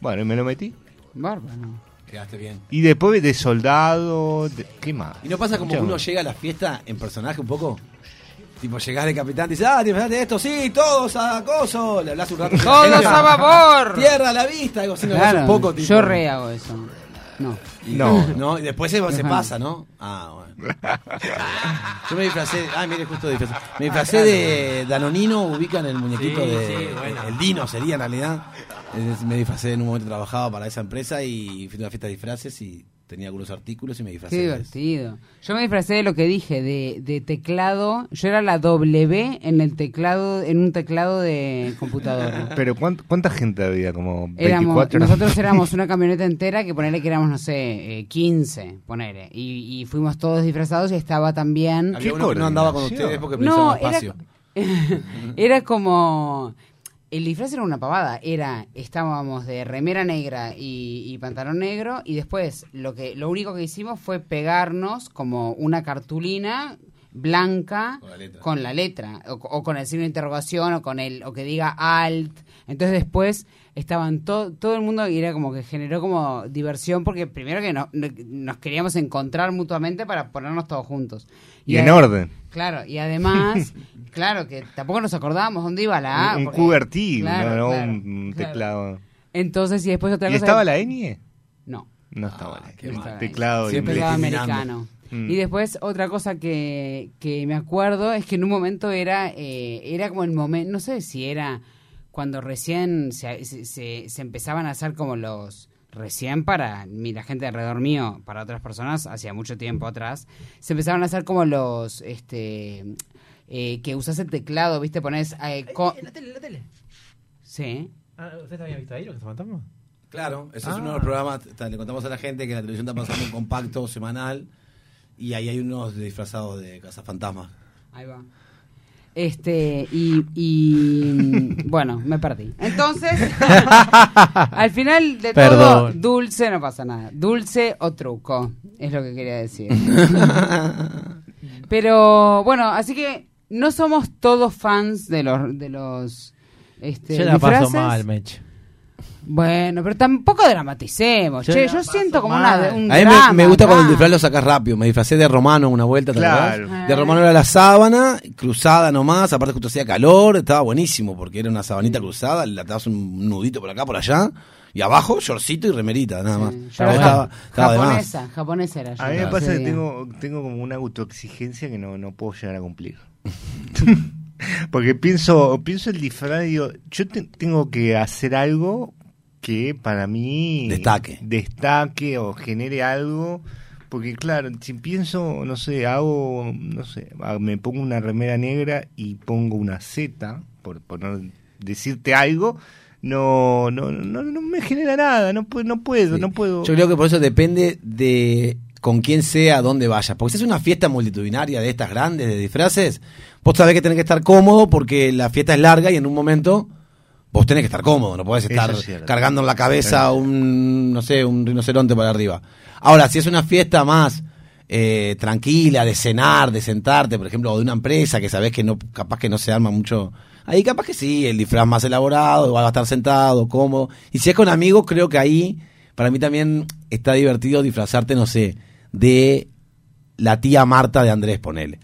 S5: bueno y me lo metí
S4: Bárbaro.
S6: Quedaste bien.
S5: y después de soldado de- qué más
S6: ¿Y no pasa como que
S5: Muchas
S6: uno
S5: más.
S6: llega a la fiesta en personaje un poco? Tipo, llegás de capitán y dices, ah, te disfrazaste de esto, sí, todos a acoso. Le hablas un rato.
S4: ¡Todos a vapor!
S6: Tierra a la vista, algo así, le hablas
S4: Claro,
S6: un poco. Tipo,
S4: yo rehago eso. No.
S6: Y-
S5: No.
S6: no. Y después se, se
S4: Ajá.
S6: pasa, ¿no? Ah, bueno. Yo me disfracé, ah, mire, justo disfrazé. Me disfracé de Danonino, ubican el muñequito
S3: Sí,
S6: de.
S3: sí, bueno.
S6: El Dino sería en realidad. Es- Me disfracé en un momento, trabajaba para esa empresa y fui a una fiesta de disfraces y tenía algunos artículos y me disfracé.
S4: Qué
S6: de eso.
S4: divertido. Yo me disfracé de lo que dije, de, de teclado. Yo era la W en el teclado, en un teclado de computadora.
S5: pero ¿cuánt- cuánta gente había como 24
S4: Éramos, nosotros éramos una camioneta entera que ponele que éramos, no sé, eh, 15, ponele. Y, y fuimos todos disfrazados y estaba también...
S5: Qué
S6: Había uno que no andaba con
S5: coordinación.
S6: ustedes porque
S4: No,
S6: pensaba
S4: era,
S6: espacio.
S4: era como... El disfraz era una pavada, era, estábamos de remera negra y, y pantalón negro y después lo que lo único que hicimos fue pegarnos como una cartulina blanca
S6: Con la letra.
S4: con la letra, o, o con el signo de interrogación o con el o que diga alt. Entonces después estaban to- todo el mundo y era como que generó como diversión porque primero que no- no- nos queríamos encontrar mutuamente para ponernos todos juntos.
S5: y en
S4: ade-
S5: orden
S4: Claro, y además, claro, que tampoco nos acordábamos dónde iba la A.
S5: un, un
S4: Ah, porque-
S5: QWERTY
S4: Claro,
S5: no, no
S4: claro,
S5: un
S4: claro.
S5: teclado
S4: Entonces, y después otra
S5: y
S4: cosa.
S5: estaba la ñ
S4: No.
S5: no estaba la
S6: Ah, qué
S5: Ñ.
S4: mal.
S5: teclado y-
S6: Siempre
S4: Pero
S6: la- discriminando.
S4: americano.
S5: Mm.
S4: Y después otra cosa que, que me acuerdo es que en un momento era eh, era como el momento, no sé si era cuando recién se, se- se- se empezaban a hacer como los recién para mi- la gente alrededor mío, para otras personas hacía mucho tiempo atrás, se empezaban a hacer como los este eh, que usas el teclado, ¿viste? Pones eh, co-
S3: la tele, la tele.
S4: sí.
S3: Ah, ¿Ustedes habían visto ahí lo que se fantasma?
S6: Claro, ese es
S3: Ah.
S6: uno de los programas. t- Le contamos a la gente que la televisión está pasando un compacto semanal y ahí hay unos disfrazados de cazafantasmas.
S4: Ahí va. Este, y, y, mm, bueno, me perdí. Entonces, al final de todo,
S3: Perdón.
S4: dulce no pasa nada. Dulce o truco, es lo que quería decir. Pero bueno, así que no somos todos fans de los. De los este,
S3: Yo la paso
S4: disfraces.
S3: mal, Mech.
S4: Bueno, pero tampoco dramaticemos.
S3: Yo la
S4: che, yo
S3: paso
S4: siento como
S3: mal.
S4: una, un
S6: A mí
S4: drama
S6: me, me gusta cuando el
S4: acá.
S6: disfraz lo sacas rápido. Me disfracé de romano una vuelta. ¿te
S5: Claro.
S6: acordás?
S4: Ah.
S6: De romano era la sábana, cruzada nomás. Aparte, justo hacía calor. Estaba buenísimo porque era una sabanita cruzada. Le atabas un nudito por acá, por allá. Y abajo, shortcito y remerita, nada más.
S4: Sí, yo
S6: Pero
S4: era
S6: estaba- estaba de más.
S4: japonesa, japonesa era yo.
S5: a mí me
S4: ese
S5: pasa que
S4: día.
S5: tengo, tengo como una autoexigencia que no, no puedo llegar a cumplir. Porque pienso, pienso el disfraz y digo, yo te- tengo que hacer algo que para mí
S6: Destaque.
S5: destaque o genere algo. Porque claro, si pienso, no sé, hago, no sé, ah, me pongo una remera negra y pongo una Z, por, por no decirte algo, no, no, no, no me genera nada, no, puedo, no puedo,
S6: Sí.
S5: no puedo.
S6: Yo creo que por eso depende de con quién sea, a dónde vayas. Porque si es una fiesta multitudinaria de estas grandes, de disfraces, vos sabés que tenés que estar cómodo porque la fiesta es larga y en un momento vos tenés que estar cómodo, no podés
S5: Eso
S6: estar
S5: es cierto.
S6: cargando en la cabeza
S5: Eso es
S6: un, no sé, un rinoceronte para arriba. Ahora, si es una fiesta más eh, tranquila, de cenar, de sentarte, por ejemplo, o de una empresa que sabés que no, capaz que no se arma mucho, ahí capaz que sí, el disfraz más elaborado, va a estar sentado, cómodo. Y si es con amigos, creo que ahí, para mí también está divertido disfrazarte, no sé, de la tía Marta de Andrés, ponele.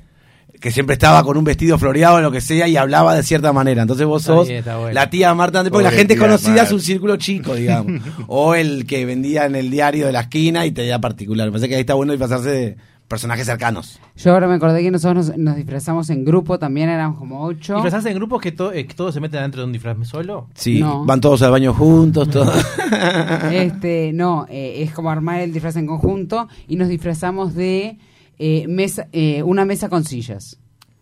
S6: Que siempre estaba con un vestido floreado o lo que sea y hablaba de cierta manera. Entonces vos
S3: Está
S6: sos
S3: bien, está bueno.
S6: la tía Marta Andrés, porque la
S5: Pobre
S6: gente
S5: tía
S6: conocida es un
S5: Marta.
S6: círculo chico, digamos. o el que vendía en el diario de la esquina y te da particular. Me parece que ahí está bueno disfrazarse de personajes cercanos.
S4: Yo ahora me acordé que nosotros nos, nos disfrazamos en grupo, también éramos como ocho.
S3: ¿Disfrazás en grupos que, to- eh, que todos se meten adentro de un disfraz solo?
S6: Sí,
S4: No.
S6: van todos al baño juntos, todo.
S4: Este, no, eh, es como armar el disfraz en conjunto y nos disfrazamos de eh, mesa, eh, una mesa con sillas.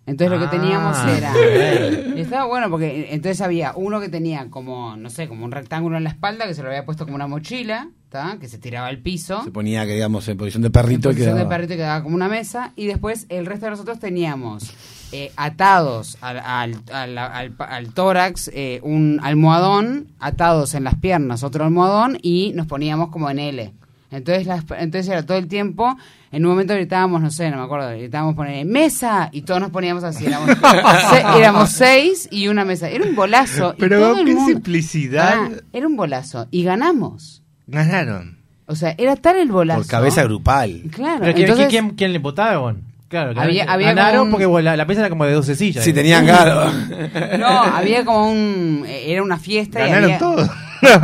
S4: Entonces lo
S3: Ah,
S4: que teníamos era...
S3: bien.
S4: Estaba bueno porque eh, entonces había uno que tenía como, no sé, como un rectángulo en la espalda que se lo había puesto como una mochila, ¿tá? que se tiraba al piso.
S6: Se ponía, que digamos, en posición de perrito.
S4: en
S6: y
S4: posición de
S6: quedaba.
S4: perrito y quedaba como una mesa y después el resto de nosotros teníamos eh, atados al, al, al- al- al tórax eh, un almohadón atados en las piernas otro almohadón y nos poníamos como en L entonces las- entonces era todo el tiempo en un momento gritábamos no sé no me acuerdo gritábamos poner mesa y todos nos poníamos así éramos, se- éramos seis y una mesa era un bolazo y
S5: Pero
S4: todo
S5: con
S4: el
S5: qué
S4: mundo-
S5: simplicidad.
S4: Ah, era un bolazo y ganamos
S5: Ganaron.
S4: o sea era tal el bolazo
S6: Por cabeza grupal.
S4: Claro,
S3: Pero que-
S4: entonces-
S3: ¿quién, ¿Quién le votaron? Claro, que
S4: Había- había
S3: ganaron
S4: como un-
S3: porque bueno, la, la pieza era como de 12 sillas.
S6: Sí, tenían claro.
S4: No, había como un. eh, Era una fiesta. y
S5: Ganaron
S4: había,
S5: todos.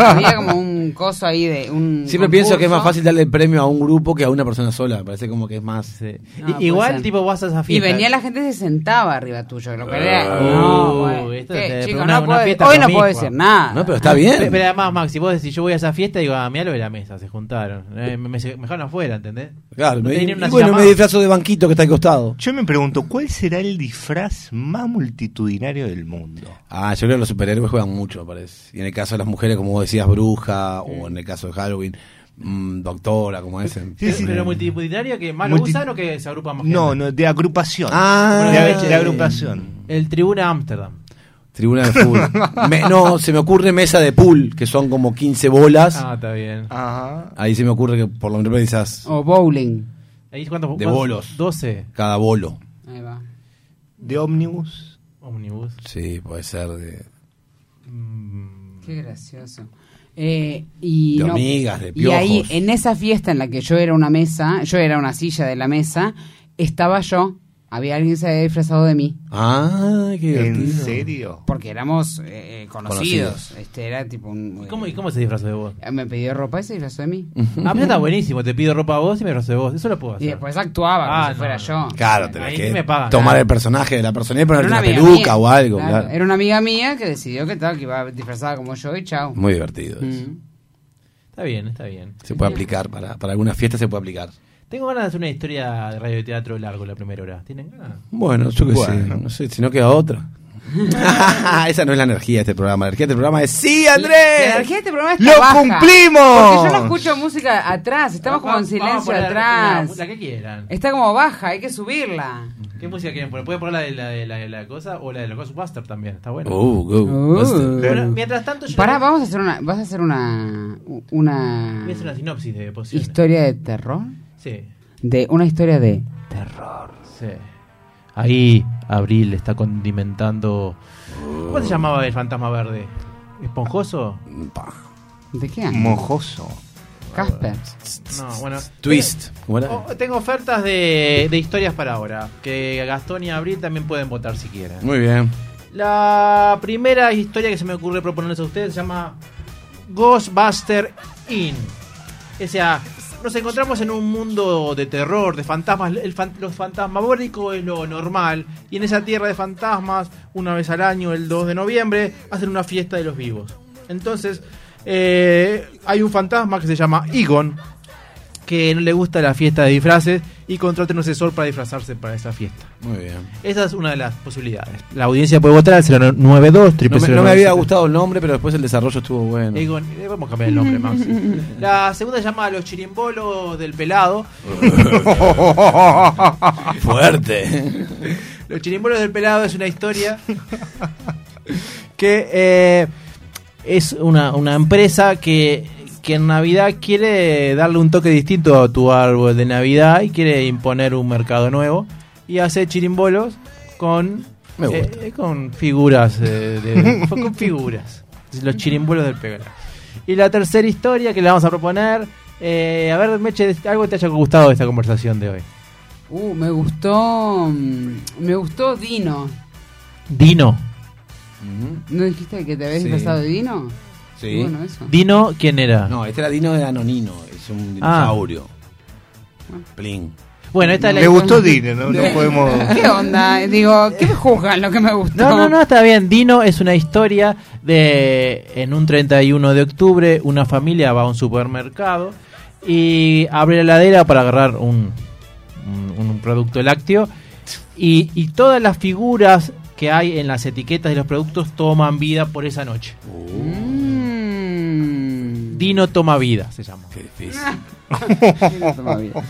S4: había como un coso ahí de. Un
S6: Siempre pienso que es más
S4: concurso.
S6: fácil darle el premio a un grupo que a una persona sola. Me parece como que es más. eh,
S3: Sí.
S4: No,
S3: I-
S4: puede
S3: igual,
S4: ser.
S3: tipo, vas a esa
S4: Y
S3: fiesta.
S4: venía la gente y se sentaba arriba tuyo, lo que
S6: Ah.
S4: era.
S3: Uh,
S4: no, bueno.
S3: esto
S4: ¿Qué,
S3: es
S4: Eh, chicos,
S3: una-
S4: no
S3: una
S4: puedo-
S3: fiesta
S4: hoy no
S3: promiscua.
S4: puedo decir nada.
S6: No, pero está bien.
S3: Pe- Pero además, Max, si vos decís, yo voy a esa fiesta, digo, ah, mirá lo de la mesa, se juntaron. Eh, me, me- me dejaron afuera, ¿entendés?
S6: Claro,
S3: No
S6: me-
S3: tenían una
S6: y bueno,
S3: silla
S6: me
S3: más.
S6: disfrazo de banquito que está al costado.
S5: Yo me pregunto, ¿cuál será el disfraz más multitudinario del mundo?
S6: Ah, yo creo que los superhéroes juegan mucho, me parece. Y en el caso de las mujeres, como vos decías, bruja, o en el caso de Halloween, mm, doctora, como dicen.
S5: Sí, sí.
S3: Pero multitudinario que más
S5: Multi-
S3: lo usan o que se agrupan más
S5: No,
S3: gente?
S5: no, de agrupación.
S6: Ah.
S5: de, de agrupación.
S3: El Tribuna Ámsterdam.
S6: Tribuna de fútbol. Me- no, se me ocurre mesa de pool, que son como 15 bolas.
S3: Ah, está bien.
S5: Ajá.
S6: Ahí se me ocurre que por lo menos quizás
S4: O bowling.
S3: Ahí, ¿cuántos,
S6: De
S3: cuántos?
S6: bolos.
S3: 12
S6: cada bolo.
S4: Ahí va.
S5: De ómnibus.
S3: ómnibus.
S6: Sí, puede ser de,
S3: Mm,
S4: Qué gracioso. Eh, y
S6: de
S4: no-
S6: hormigas, de
S4: Y
S6: piojos.
S4: ahí, en esa fiesta en la que yo era una mesa, yo era una silla de la mesa, estaba yo, había alguien que se había disfrazado de mí.
S6: Ah, qué
S5: ¿En
S6: divertido.
S5: serio?
S4: Porque éramos eh, conocidos. Este era tipo un.
S3: ¿Y cómo, y cómo se disfrazó de vos?
S4: eh, Me pidió ropa y se disfrazó de mí.
S3: Ah, pero está buenísimo. Te pido ropa a vos y me disfrazo de vos. Eso lo puedo hacer.
S4: Y después actuaba como
S3: Ah,
S4: si
S3: no,
S4: fuera
S3: no.
S4: yo.
S6: Claro, tenés
S3: Ahí
S6: que
S3: me pagan.
S6: tomar el personaje de la persona y ponerle una,
S4: amiga
S6: peluca
S4: mía.
S6: o algo.
S4: Claro,
S6: claro.
S4: Era una amiga mía que decidió que estaba que iba disfrazada como yo y chao.
S6: Muy divertido. eso.
S4: Mm.
S3: Está bien, está bien.
S6: Se puede aplicar, para, para alguna fiesta se puede aplicar.
S3: Tengo ganas de hacer una historia de radio teatro largo la primera hora. ¿Tienen ganas?
S6: Bueno, yo qué
S5: Bueno.
S6: sé, no sé, si no queda otra. Esa no es la energía de este programa. La energía de este programa es ¡Sí, Andrés!
S4: La energía de este programa está
S5: ¡Lo
S4: baja,
S5: cumplimos!
S4: Porque yo no escucho música atrás, estamos como en
S3: Vamos a
S4: silencio
S3: poner
S4: atrás.
S3: una- La, que quieran.
S4: Está como baja, hay que subirla.
S3: ¿Qué música quieren poner? Pueden poner la de la, de la, de la cosa o la de los Ghostbusters también. Está bueno.
S6: Uh, go,
S4: Uh.
S6: Buster.
S3: Bueno, mientras tanto, yo
S4: Pará,
S3: les-
S4: vamos a hacer una. ¿Vas a hacer una. una.
S3: voy a hacer una sinopsis de pociones.
S4: historia de terror?
S3: Sí,
S4: De una historia de.
S3: sí. Ahí Abril está condimentando. ¿Cómo se llamaba el fantasma verde? ¿Esponjoso?
S6: Pa.
S4: ¿De qué año?
S5: Mojoso.
S4: Casper.
S3: No, bueno.
S6: Twist. ¿Cómo era?
S3: Oh, tengo ofertas de, de historias para ahora. Que Gastón y Abril también pueden votar si quieren.
S6: Muy bien.
S3: La primera historia que se me ocurre proponerles a ustedes se llama Ghostbuster Inn. O sea, nos encontramos en un mundo de terror, de fantasmas. El fan- los fantasmagóricos es lo normal. Y en esa tierra de fantasmas, una vez al año, el 2 de noviembre, hacen una fiesta de los vivos. Entonces, eh, hay un fantasma que se llama Egon, que no le gusta la fiesta de disfraces y contrata un asesor para disfrazarse para esa fiesta.
S6: Muy bien.
S3: Esa es una de las posibilidades. La audiencia puede votar al 092
S6: No me, no me había gustado el nombre, pero después el desarrollo estuvo bueno.
S3: vamos a cambiar el nombre, Max. La segunda se llama Los chirimbolos del pelado.
S6: Fuerte.
S3: Los chirimbolos del pelado es una historia que eh, es una, una empresa que, que en Navidad quiere darle un toque distinto a tu árbol de Navidad y quiere imponer un mercado nuevo y hace chirimbolos con,
S6: Me gusta.
S3: eh, eh, con figuras. eh, de- con figuras. Los chirimbolos del Pegasus. Y la tercera historia que le vamos a proponer. eh, a ver, Meche, algo que te haya gustado de esta conversación de hoy.
S4: Uh, me gustó. mm, Me gustó Dino.
S3: Dino.
S4: ¿No dijiste que te habías
S6: Sí.
S4: disfrazado de Dino?
S6: Sí.
S4: Bueno, eso.
S3: Dino, ¿quién era?
S6: No, este era Dino de Anonino, es un
S3: Ah.
S6: dinosaurio.
S4: Ah.
S6: Plin.
S3: Bueno, esta es la
S5: Me gustó Dino, ¿no? No podemos.
S4: ¿Qué onda? Digo, ¿qué me juzgan lo que me gustó?
S3: No, no, no, está bien. Dino es una historia de en un 31 de octubre una familia va a un supermercado y abre la heladera para agarrar un, un, un producto lácteo y, y todas las figuras que hay en las etiquetas de los productos toman vida por esa noche.
S4: Mm.
S3: Dino toma vida, se llama.
S6: Qué difícil.
S4: Dino toma vida.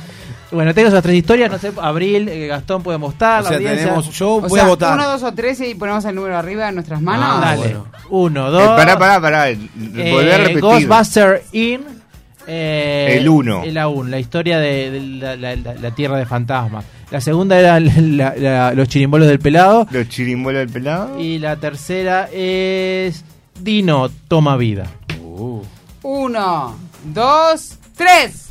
S3: Bueno, tengo esas tres historias, no sé, Abril, eh, Gastón puede mostrar.
S6: O sea, tenemos, yo
S4: O
S6: voy
S4: sea,
S6: a votar.
S4: uno, dos o tres y ponemos el número arriba de nuestras manos.
S6: Ah,
S3: Dale.
S6: bueno.
S3: Uno,
S5: Eh,
S3: dos.
S5: pará, pará, pará. eh,
S3: Eh,
S5: Volver a repetir.
S3: Ghostbuster Inn. eh,
S5: El uno.
S3: El aún, la historia de, de la, la- la- la tierra de fantasmas. La segunda era la- la- los chirimbolos del pelado.
S5: Los chirimbolos del pelado.
S3: Y la tercera es Dino toma vida.
S5: Uh.
S4: Uno, dos, tres.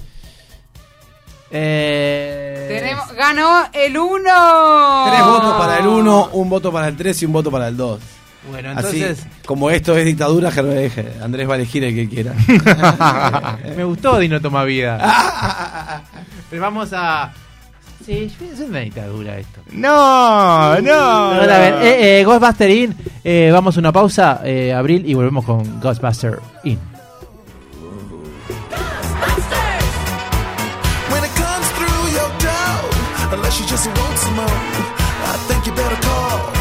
S3: Eh,
S4: Tenemos, ganó el uno.
S6: Tres votos para el uno, un voto para el tres y un voto para el dos.
S3: Bueno,
S6: Así,
S3: entonces
S6: como esto es dictadura, Gerber- Andrés va a elegir el que quiera.
S3: me gustó Dino toma vida. Pero vamos a... Sí, es una dictadura esto.
S5: No, no.
S3: Pero, a ver, eh, eh, Ghostbuster Inn, eh, vamos a una pausa, eh, Abril, y volvemos con Ghostbuster Inn.
S7: when it comes through your door. Unless you just want some more, I think you better call.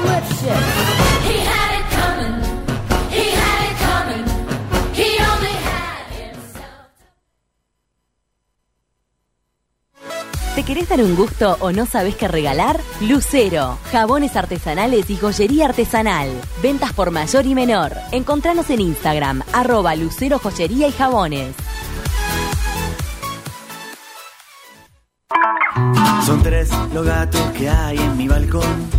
S1: He had it coming. He had it coming. He only had himself.
S8: ¿Te querés dar un gusto o no sabes qué regalar? Lucero, jabones artesanales y joyería artesanal. Ventas por mayor y menor. Encontranos en Instagram, arroba Lucero Joyería y Jabones.
S9: Son tres los gatos que hay en mi balcón.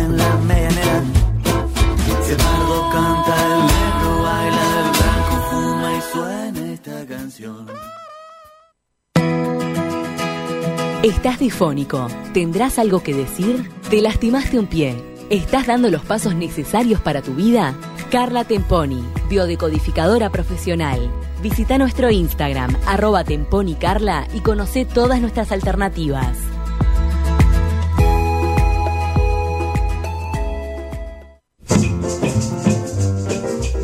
S9: en la medianera. Si el pardo canta, el negro baila, el blanco fuma y suena esta canción.
S8: Estás difónico. ¿Tendrás algo que decir? ¿Te lastimaste un pie? ¿Estás dando los pasos necesarios para tu vida? Carla Temponi, biodecodificadora profesional. Visita nuestro Instagram, arroba Temponi Carla, y conoce todas nuestras alternativas.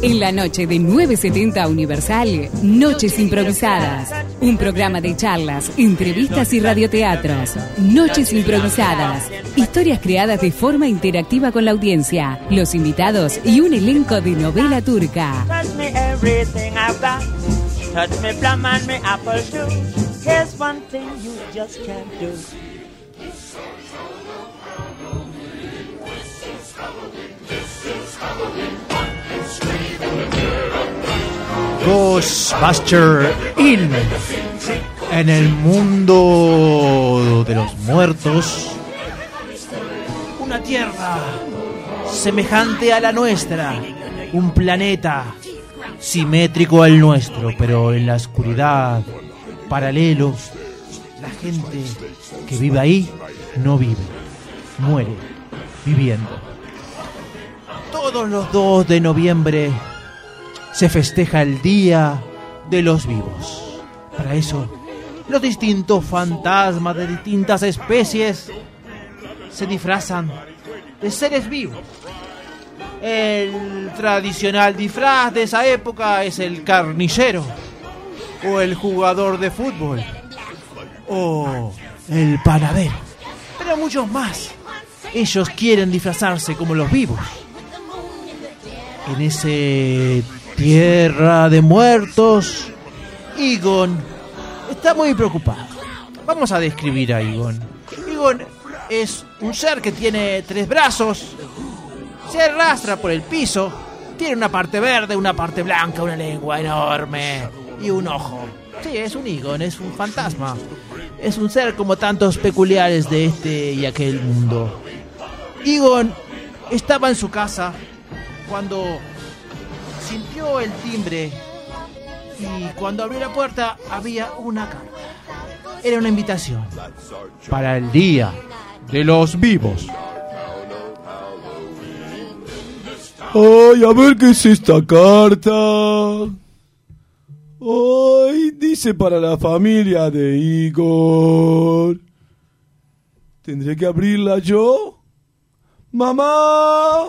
S10: En la noche de 970 Universal, Noches Improvisadas. Un programa de charlas, entrevistas y radioteatros. Noches Improvisadas. Historias creadas de forma interactiva con la audiencia, los invitados y un elenco de novela turca.
S11: Touch me everything I've got. Touch me plum and me apple too. Here's one thing you just can't do.
S3: Ghostbuster Inn. En el mundo de los muertos. Una tierra semejante a la nuestra. Un planeta simétrico al nuestro, pero en la oscuridad, paralelo. La gente que vive ahí no vive, muere viviendo. Todos los 2 de noviembre se festeja el Día de los Vivos. Para eso, los distintos fantasmas de distintas especies se disfrazan de seres vivos El tradicional disfraz de esa época es el carnicero o el jugador de fútbol o el panadero. Pero muchos más. Ellos quieren disfrazarse como los vivos. En ese tierra de muertos, Egon está muy preocupado. Vamos a describir a Egon. Egon es un ser que tiene tres brazos, se arrastra por el piso, tiene una parte verde, una parte blanca, una lengua enorme y un ojo. Sí, es un Egon, es un fantasma. Es un ser como tantos peculiares de este y aquel mundo. Egon estaba en su casa cuando sintió el timbre y cuando abrió la puerta había una carta. Era una invitación.
S12: Para el día de los vivos.
S13: Ay, a ver qué es esta carta. Ay, dice para la familia de Igor. ¿Tendré que abrirla yo? ¡Mamá!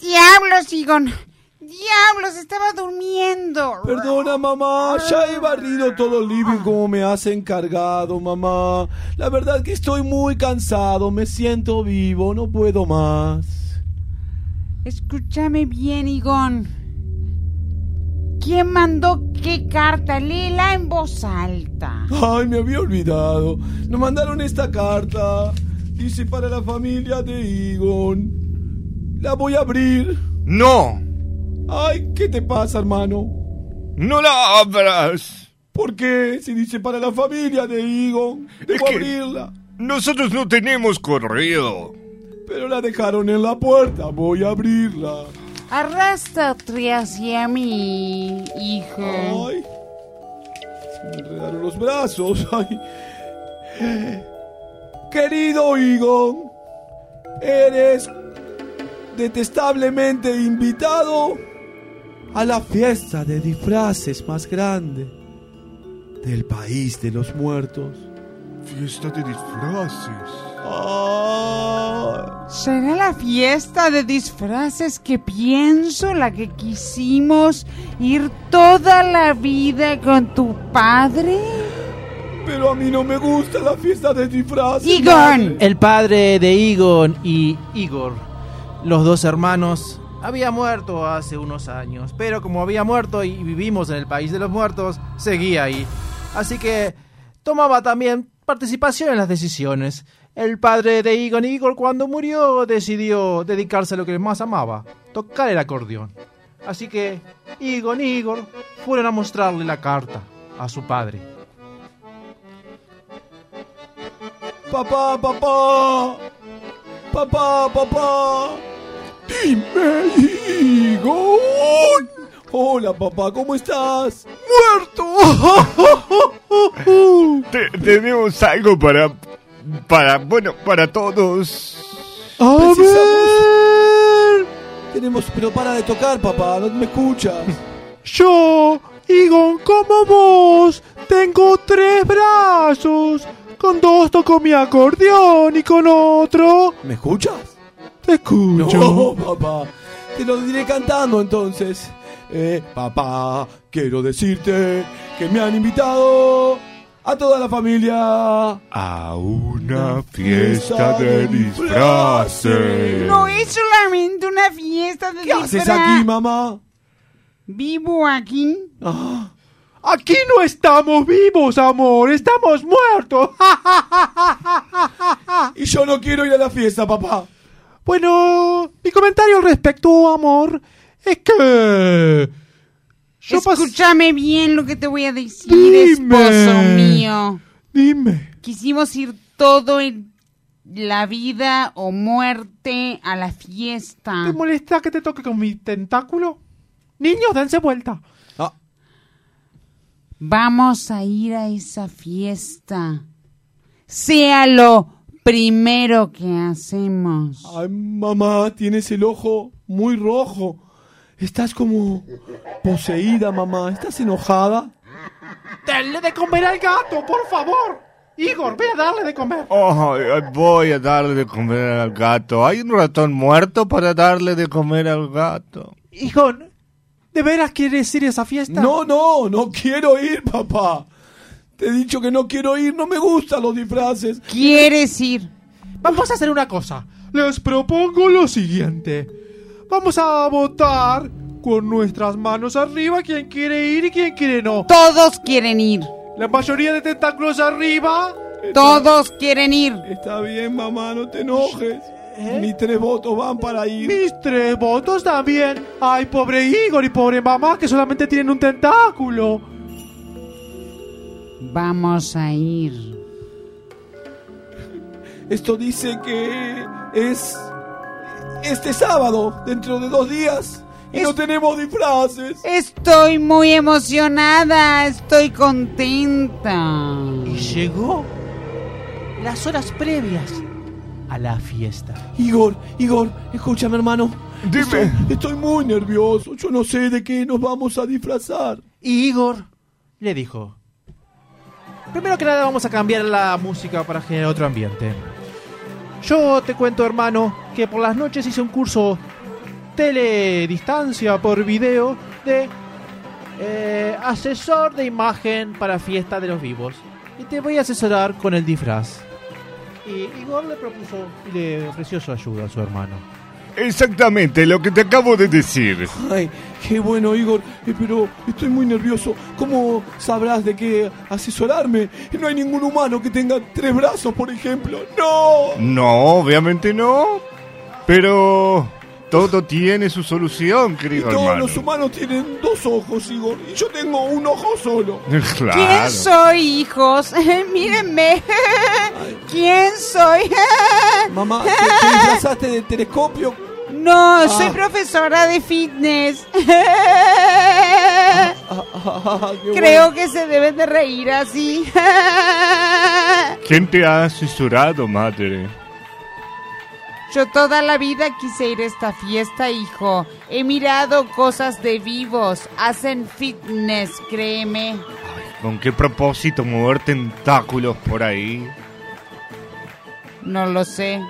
S4: Diablos, Igon. Diablos, estaba durmiendo.
S13: Perdona, mamá, ya he barrido todo el living como me has encargado, mamá. La verdad que estoy muy cansado, me siento vivo, no puedo más.
S4: Escúchame bien, Igón. ¿Quién mandó qué carta? Léela en voz alta.
S13: Ay, me había olvidado. Nos mandaron esta carta. Dice para la familia de Igon. La voy a abrir.
S5: ¡No!
S13: Ay, ¿qué te pasa, hermano?
S5: ¡No la abras!
S13: ¿Por qué? Si dice para la familia de Igon. Debo abrirla.
S5: Nosotros no tenemos correo.
S13: Pero la dejaron en la puerta. Voy a abrirla.
S4: Arrástrate hacia mí, hijo.
S13: Ay. Se me enredaron los brazos. Ay. Querido Igon, eres detestablemente invitado a la fiesta de disfraces más grande del país de los muertos.
S14: Fiesta de disfraces.
S4: ¿Será la fiesta de disfraces que pienso la que quisimos ir toda la vida con tu padre?
S13: Pero a mí no me gusta la fiesta de disfraces. madre.
S3: El padre de Igon y Igor, los dos hermanos, había muerto hace unos años. Pero como había muerto y vivimos en el país de los muertos, seguía ahí. Así que tomaba también participación en las decisiones. El padre de Igon y Igor, cuando murió, decidió dedicarse a lo que más amaba: tocar el acordeón. Así que Igon y Igor fueron a mostrarle la carta a su padre.
S13: Papá, papá. Papá, papá. Dime, Igor. Hola, papá, ¿cómo estás? ¡Muerto!
S3: Uh,
S5: Te- tenemos algo para. para. bueno, para todos.
S13: Precisamos. Tenemos, pero para de tocar, papá, no me escuchas.
S12: Yo, Igon, como vos, tengo tres brazos. Con dos toco mi acordeón y con otro
S13: ¿Me escuchas?
S12: te escucho.
S13: No, papá. Te lo diré cantando entonces. Eh, papá, quiero decirte que me han invitado a toda la familia.
S5: A una fiesta de disfraces.
S4: No es solamente una fiesta de
S13: ¿Qué haces
S4: disfra-
S13: aquí, mamá?
S4: ¿Vivo aquí?
S13: Ah,
S12: Aquí no estamos vivos, amor, estamos muertos.
S13: y yo no quiero ir a la fiesta, papá.
S12: bueno, mi comentario al respecto, amor, es que... Yo pas-
S4: Escúchame bien lo que te voy a decir,
S12: Dime.
S4: esposo mío.
S12: Dime.
S4: Quisimos ir todo el la vida o muerte a la fiesta.
S12: ¿Te molesta que te toque con mi tentáculo? Niños, dense vuelta.
S4: Vamos a ir a esa fiesta. Sea lo primero que hacemos.
S13: Ay, mamá, tienes el ojo muy rojo. Estás como poseída, mamá. ¿Estás enojada?
S12: Denle de comer al gato, por favor.
S3: Igor, ve a darle de comer.
S5: Oh, voy a darle de comer al gato. Hay un ratón muerto para darle de comer al gato.
S3: Hijo, ¿de veras quieres ir a esa fiesta?
S13: No, no, no quiero ir, papá. Te he dicho que no quiero ir, no me gustan los disfraces.
S4: ¿Quieres ir?
S3: Vamos a hacer una cosa. Les propongo lo siguiente. Vamos a votar con nuestras manos arriba quién quiere ir y quién quiere no.
S4: Todos quieren ir.
S3: La mayoría de tentáculos arriba.
S4: Todos quieren ir.
S13: Está bien, mamá, no te enojes. Mis tres votos van para ir.
S3: ¿Eh? Mis tres votos también. Ay, pobre Igor y pobre mamá que solamente tienen un tentáculo.
S4: Vamos a ir.
S13: Esto dice que es este sábado, dentro de dos días. Y no tenemos disfraces.
S4: Estoy muy emocionada, estoy contenta.
S3: Y llegó las horas previas a la fiesta.
S13: Igor, Igor, escúchame, hermano. Dime. Estoy, estoy muy nervioso. Yo no sé de qué nos vamos a disfrazar.
S3: Y Igor le dijo: Primero que nada, vamos a cambiar la música para generar otro ambiente. Yo te cuento, hermano, que por las noches hice un curso teledistancia por video de eh, asesor de imagen para fiesta de los vivos. Y te voy a asesorar con el disfraz. Y Igor le propuso y le ofreció su ayuda a su hermano.
S5: Exactamente lo que te acabo de decir.
S13: Ay, qué bueno, Igor. Eh, pero estoy muy nervioso. ¿Cómo sabrás de qué asesorarme? No hay ningún humano que tenga tres brazos, por ejemplo. ¡No!
S5: No, obviamente no. Pero todo tiene su solución,
S13: Y
S5: querido
S13: todos
S5: hermano.
S13: los humanos tienen dos ojos, Igor. Y yo tengo un ojo solo.
S5: Claro.
S4: ¿Quién soy, hijos? Mírenme. ¿Quién soy?
S13: Mamá, ¿te, te disfrazaste de telescopio?
S4: No,
S13: Ah.
S4: soy profesora de fitness.
S3: Ah,
S4: Creo que se deben de reír así.
S5: ¿Quién te ha asesorado, madre?
S4: Yo toda la vida quise ir a esta fiesta, hijo. He mirado cosas de vivos. Hacen fitness, créeme.
S5: ¿Con qué propósito mover tentáculos por ahí?
S4: No lo sé,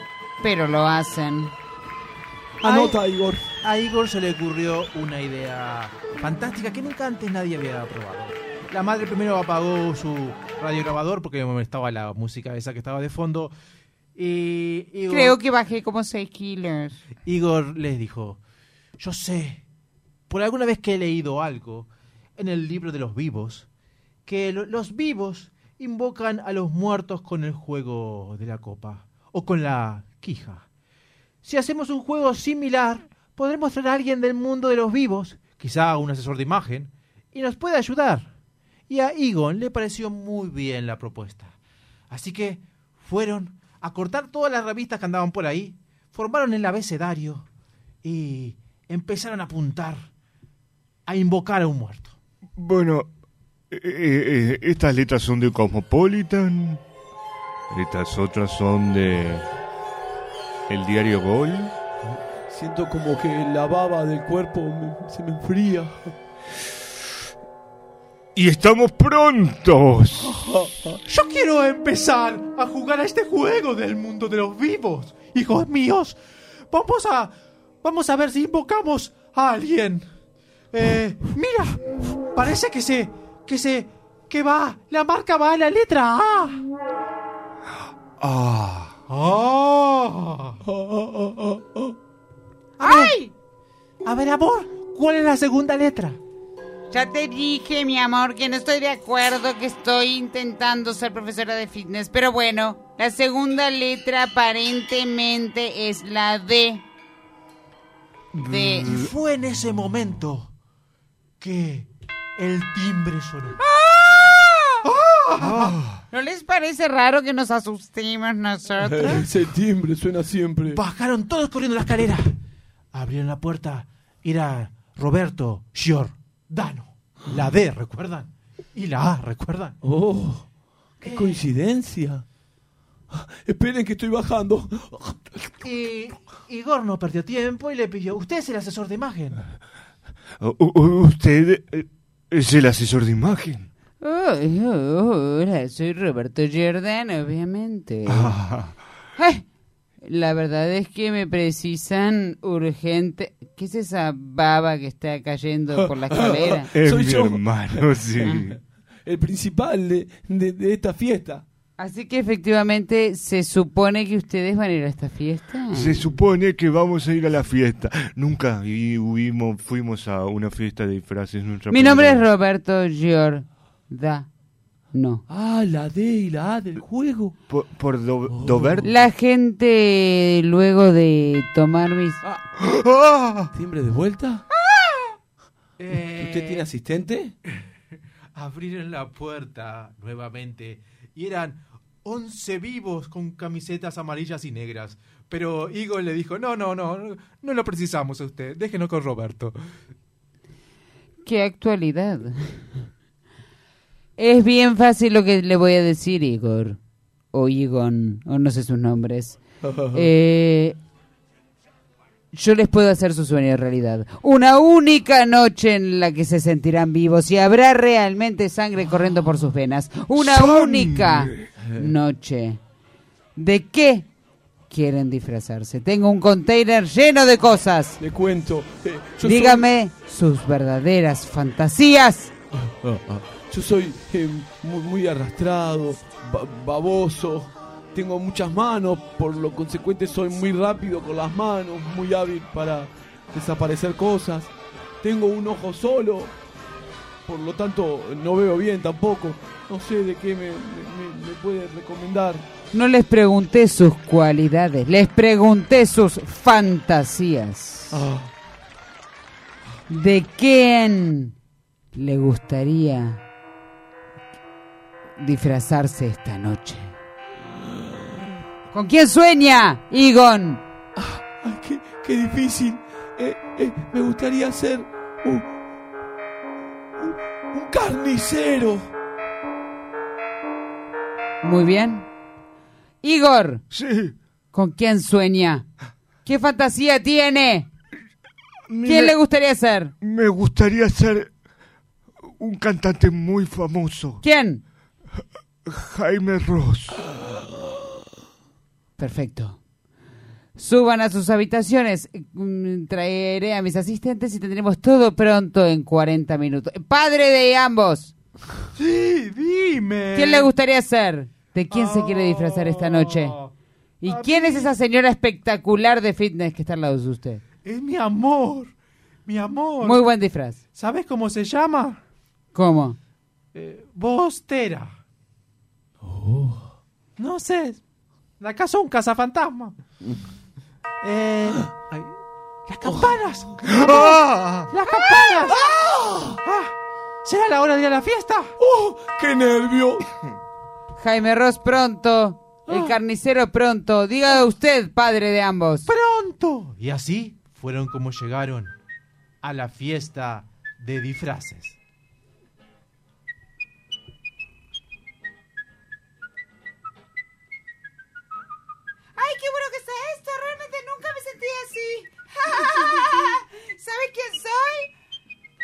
S4: pero lo hacen.
S13: Anota, Igor.
S3: A Igor se le ocurrió una idea fantástica que nunca antes nadie había probado. La madre primero apagó su radiograbador porque estaba la música esa que estaba de fondo. Y Igor,
S4: Creo que bajé como 6 kilos.
S3: Igor les dijo, yo sé, por alguna vez que he leído algo en el libro de los vivos, que lo- los vivos invocan a los muertos con el juego de la copa o con la quija. Si hacemos un juego similar, podremos traer a alguien del mundo de los vivos, quizá un asesor de imagen, y nos puede ayudar. Y a Egon le pareció muy bien la propuesta. Así que fueron a cortar todas las revistas que andaban por ahí, formaron el abecedario y empezaron a apuntar, a invocar a un muerto.
S5: Bueno, eh, eh, eh, estas letras son de Cosmopolitan. Estas otras son de. El diario Gol.
S13: Siento como que la baba del cuerpo me- se me enfría.
S5: ¡Y estamos prontos!
S3: Yo quiero empezar a jugar a este juego del mundo de los vivos, hijos míos. Vamos a, vamos a ver si invocamos a alguien. Eh, mira, parece que se, que se, que va, la marca va a la letra A.
S5: Ah,
S3: Ah.
S4: ¡Ay!
S3: A ver, amor, ¿cuál es la segunda letra?
S4: Ya te dije, mi amor, que no estoy de acuerdo, que estoy intentando ser profesora de fitness. Pero bueno, la segunda letra aparentemente es la D.
S3: Y
S4: De...
S3: fue en ese momento que el timbre sonó.
S4: ¿No les parece raro que nos asustemos nosotros?
S13: Ese timbre suena siempre.
S3: Bajaron todos corriendo la escalera. Abrieron la puerta. Era Roberto Giordano. La D, ¿recuerdan? Y la A, ¿recuerdan?
S13: Oh, qué coincidencia. Ah, Esperen que estoy bajando.
S3: Y Igor no perdió tiempo y le pidió, usted es el asesor de imagen.
S5: u- u- usted eh, es el asesor de imagen.
S4: Ay, hola, soy Roberto Jordan, obviamente.
S5: Ah,
S4: Ay, la verdad es que me precisan urgente. ¿Qué es esa baba que está cayendo por la escalera?
S5: Es mi hermano, sí.
S13: El principal de, de- de esta fiesta.
S4: Así que efectivamente se supone que ustedes van a ir a esta fiesta.
S5: Se supone que vamos a ir a la fiesta. Nunca vi- hubimos- fuimos a una fiesta de disfraces. nuestra
S4: Mi
S5: primera
S4: nombre es Roberto Giorda. No.
S13: Ah, la D y la A del juego.
S5: Por, por do- Dober-
S4: La gente luego de tomar mis...
S13: Ah.
S3: Ah.
S13: ¿Timbre de vuelta?
S3: Eh.
S13: ¿Usted tiene asistente?
S3: Abrieron la puerta nuevamente y eran 11 vivos con camisetas amarillas y negras. Pero Igor le dijo, no, no, no, no, no lo precisamos a usted, déjenos con Roberto.
S4: ¡Qué actualidad! Es bien fácil lo que le voy a decir, Igor. O Igon, o no sé sus nombres. Eh, yo les puedo hacer su sueño realidad. Una única noche en la que se sentirán vivos y habrá realmente sangre corriendo por sus venas. Una única noche. ¿De qué quieren disfrazarse? Tengo un container lleno de cosas.
S13: Le cuento. eh, yo
S4: Dígame sus verdaderas fantasías.
S13: soy- yo soy eh, muy, muy arrastrado, ba- baboso. Tengo muchas manos, por lo consecuente soy muy rápido con las manos, muy hábil para desaparecer cosas. Tengo un ojo solo, por lo tanto no veo bien tampoco. No sé de qué me- me- me- me puede recomendar.
S4: No les pregunté sus cualidades, les pregunté sus fantasías.
S13: Ah.
S4: ¿De quién le gustaría disfrazarse esta noche? ¿Con quién sueña, Igon?
S13: Ah, Ay, qué, qué difícil. Eh, eh, me gustaría ser un, un- un carnicero.
S4: Muy bien. Igor.
S5: Sí.
S4: ¿Con quién sueña? ¿Qué fantasía tiene?
S5: Mire,
S4: ¿Quién le gustaría ser?
S5: Me gustaría ser un cantante muy famoso.
S4: ¿Quién?
S5: Jaime Ross.
S4: Perfecto. Suban a sus habitaciones. Mm, Traeré a mis asistentes y tendremos todo pronto en 40 minutos. Padre de ambos,
S3: Sí, dime.
S4: ¿quién le gustaría ser? ¿De quién se quiere disfrazar esta noche? ¿Y quién es esa señora espectacular de fitness que está al lado de usted?
S3: Es mi amor, mi amor.
S4: Muy buen disfraz.
S3: ¿Sabes cómo se llama?
S4: ¿Cómo?
S3: Eh, Bostera. Oh. No sé. La casa un cazafantasma. Eh, ay, las campanas.
S1: ¡Ah!
S3: Las campanas. Ah, ¿Será la hora de ir a la fiesta?
S13: ¡Oh! ¡Qué nervio!
S4: Jaime Ross pronto.
S3: Ah.
S4: El carnicero pronto. Diga usted, padre de ambos.
S3: ¡Pronto! Y así fueron como llegaron a la fiesta de disfraces.
S1: ¡Ay, qué bueno que está esto! Realmente nunca me sentí así. ¿Sabe quién soy?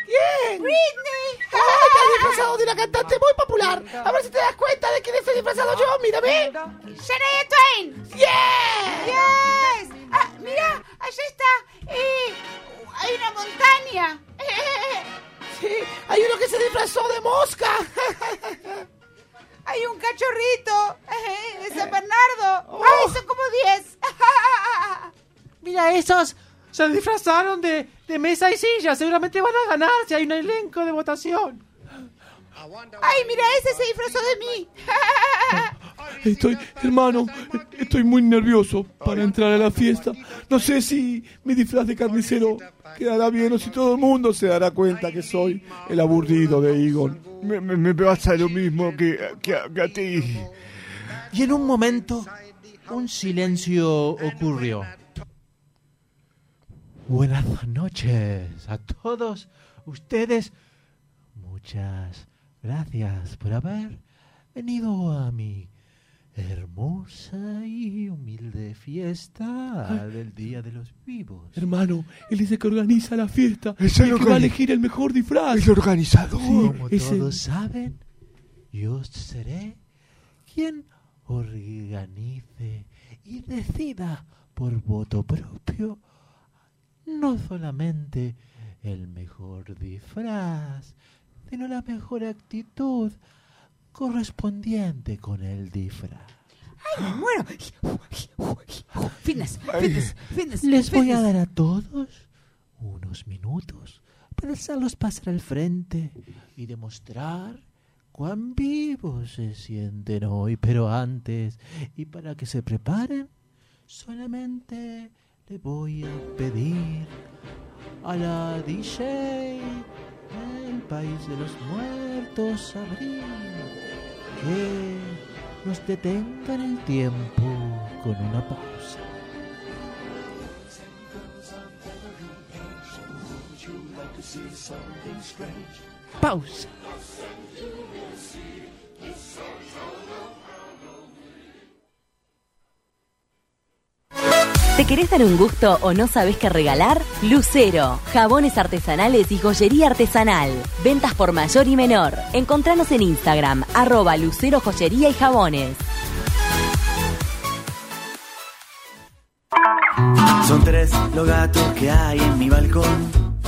S15: ¿Quién?
S1: ¡Britney!
S6: Ah,
S15: ¡Ay, me he disfrazado de una cantante muy popular! A ver si te das cuenta de quién estoy disfrazado yo, mírame.
S1: ¡Shania Twain!
S15: Yeah.
S1: ¡Yes! Ah, mira, allá está. eh, hay una montaña.
S15: Sí, hay uno que se disfrazó de mosca.
S1: Hay un cachorrito eh, de San Bernardo.
S4: Oh.
S1: ¡Ay, son como 10!
S3: Mira, esos se disfrazaron de, de mesa y silla. Seguramente van a ganar si hay un elenco de votación.
S1: ¡Ay, mira, ese se disfrazó de mí!
S13: Estoy, hermano, estoy muy nervioso para entrar a la fiesta. No sé si mi disfraz de carnicero quedará bien o si todo el mundo se dará cuenta que soy el aburrido de Igor.
S5: Me, me, me pasa lo mismo que, que a- que a ti.
S3: Y en un momento, un silencio ocurrió. Buenas noches a todos ustedes. Muchas gracias por haber venido a mi hermosa y humilde fiesta del Día de los Vivos.
S13: Hermano, él dice que organiza la fiesta.
S3: Es
S13: Es
S3: el
S13: el que va a
S3: organi-
S13: elegir el mejor disfraz.
S5: El organizador.
S3: Como todos saben,
S12: Yo seré quien organice y decida por voto propio no solamente el mejor disfraz, sino la mejor actitud correspondiente con el disfraz. ¡Ay, bueno!
S3: Fitness,
S12: fitness,
S3: fitness.
S12: Les voy a dar a todos unos minutos para hacerlos pasar al frente y demostrar cuán vivos se sienten hoy, pero antes, y para que se preparen, solamente le voy a pedir a la DJ del país de los muertos abrir que nos detengan el tiempo con una pausa. Pausa.
S8: ¿Te querés dar un gusto o no sabes qué regalar? Lucero, jabones artesanales y joyería artesanal. Ventas por mayor y menor. Encontranos en Instagram, arroba Lucero Joyería y Jabones.
S9: Son tres los gatos que hay en mi balcón.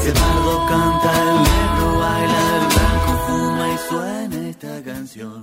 S9: Si el pardo canta, el negro baila, el blanco fuma y suena esta canción.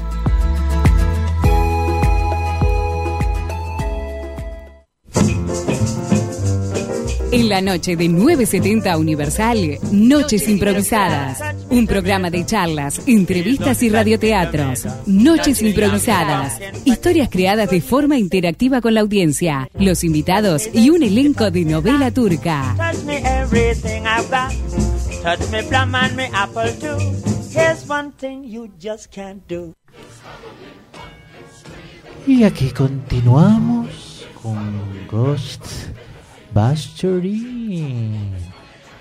S10: En la noche de 970 Universal, Noches Improvisadas. Un programa de charlas, entrevistas y radioteatros. Noches Improvisadas. Historias creadas de forma interactiva con la audiencia, los invitados y un elenco de novela turca.
S11: Touch me everything I've got. Touch me plum and me apple too. Here's one thing you just can't do.
S12: Y aquí continuamos con Ghost Bastardine.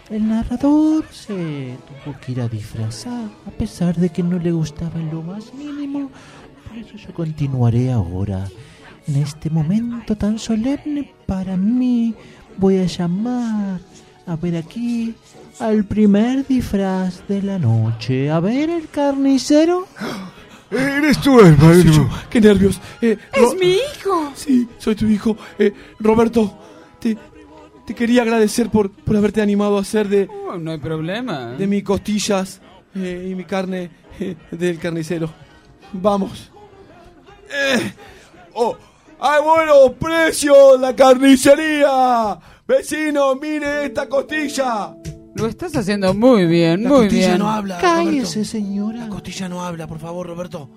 S12: El narrador se tuvo que ir a disfrazar, a pesar de que no le gustaba en lo más mínimo. Por eso yo continuaré ahora. En este momento tan solemne para mí, voy a llamar a ver aquí al primer disfraz de la noche. A ver, el carnicero.
S13: Eres tú, hermano. Qué nervios. Eh, Ro-
S3: mi hijo.
S13: Sí, soy tu hijo. Eh, Roberto, te, te quería agradecer por, por haberte animado a hacer de,
S4: Oh, no hay problema.
S13: de mis costillas eh, y mi carne eh, del carnicero. Vamos. Eh, oh, ¡Hay buenos precios en la carnicería! ¡Vecino, mire esta costilla!
S4: Lo estás haciendo muy bien, muy bien.
S13: Cállese,
S12: señora.
S13: La costilla no habla, por favor, Roberto.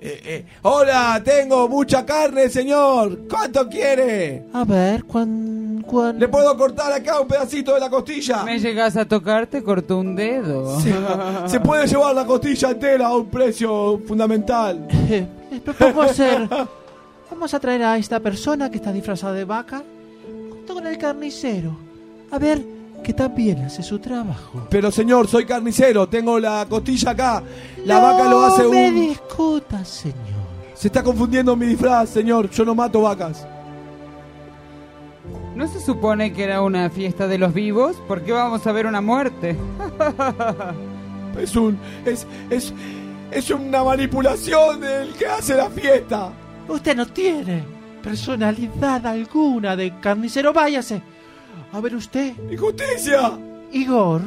S6: Eh, eh, Hola, tengo mucha carne, señor. ¿Cuánto quiere?
S12: A ver, ¿cuán, cuán...
S6: Le puedo cortar acá un pedacito de la costilla.
S4: Me llegas a tocar, te cortó un dedo.
S6: Se, se puede llevar la costilla entera a un precio fundamental.
S12: Les propongo hacer. Vamos a traer a esta persona que está disfrazada de vaca junto con el carnicero. A ver que también hace su trabajo.
S6: Pero señor, soy carnicero, tengo la costilla acá. La
S12: No
S6: vaca lo hace
S12: me
S6: un...
S12: discuta, señor.
S6: Se está confundiendo mi disfraz, señor. Yo no mato vacas.
S4: ¿No se supone que era una fiesta de los vivos? ¿Por qué vamos a ver una muerte?
S6: Es un... Es, es, es una manipulación del que hace la fiesta.
S12: Usted no tiene personalidad alguna de carnicero. Váyase. A ver usted.
S6: ¡Injusticia!
S12: Igor,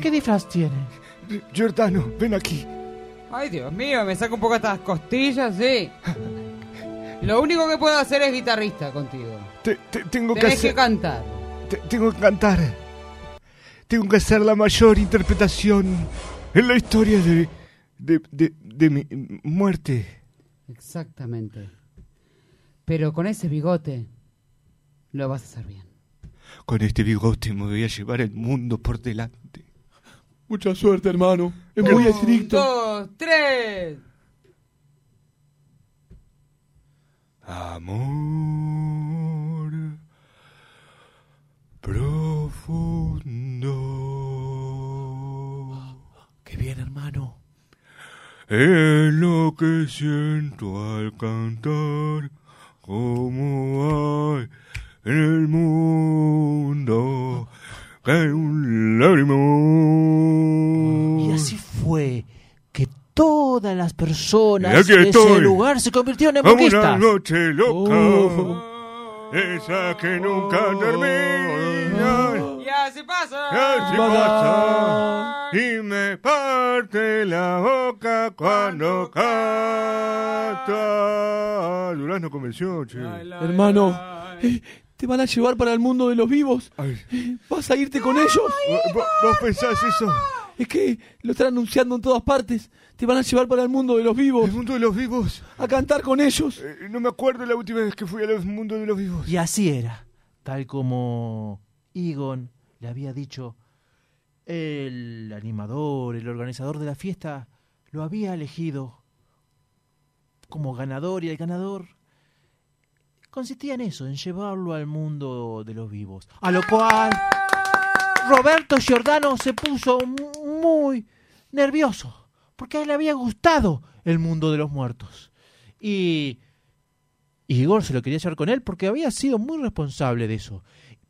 S12: ¿qué disfraz tiene?
S5: Giordano, ven aquí.
S4: Ay, Dios mío, me saco un poco estas costillas, sí. Lo único que puedo hacer es guitarrista contigo.
S5: Te- te- tengo que
S4: Tenés que
S5: hacer.
S4: cantar.
S5: te- tengo que cantar. Tengo que hacer la mayor interpretación en la historia de, de, de-
S13: de mi muerte.
S16: Exactamente. Pero con ese bigote lo vas a hacer bien.
S13: Con este bigote me voy a llevar el mundo por delante.
S17: Mucha suerte, hermano. Es muy estricto.
S16: dos, tres.
S13: Amor profundo.
S17: Qué bien, hermano.
S13: Es lo que siento al cantar como hay en el mundo cae un lágrimo.
S3: Y así fue que todas las personas
S13: Aquí
S3: de ese
S13: estoy.
S3: lugar se convirtieron en
S13: A una
S3: budistas.
S13: noche loca,
S3: Oh.
S13: esa que nunca termina.
S5: Ya se pasa.
S13: Ya se ¡Eh, pasa y me parte la boca cuando canta. Durazno convenció, che.
S17: Hermano, eh, te van a llevar para el mundo de los vivos. Eh, ¿Vas a irte con ellos?
S13: ¿No pensás eso?
S17: Es que lo están anunciando en todas partes. Te van a llevar para el mundo de los vivos. ¿El
S13: mundo de los vivos?
S17: A cantar con ellos.
S13: Eh, No me acuerdo la última vez que fui al mundo de los vivos.
S3: Y así era, tal como Egon le había dicho, el animador, el organizador de la fiesta, lo había elegido como ganador y el ganador consistía en eso, en llevarlo al mundo de los vivos. A lo cual Roberto Giordano se puso muy nervioso, porque a él le había gustado el mundo de los muertos. Y y Igor se lo quería llevar con él porque había sido muy responsable de eso.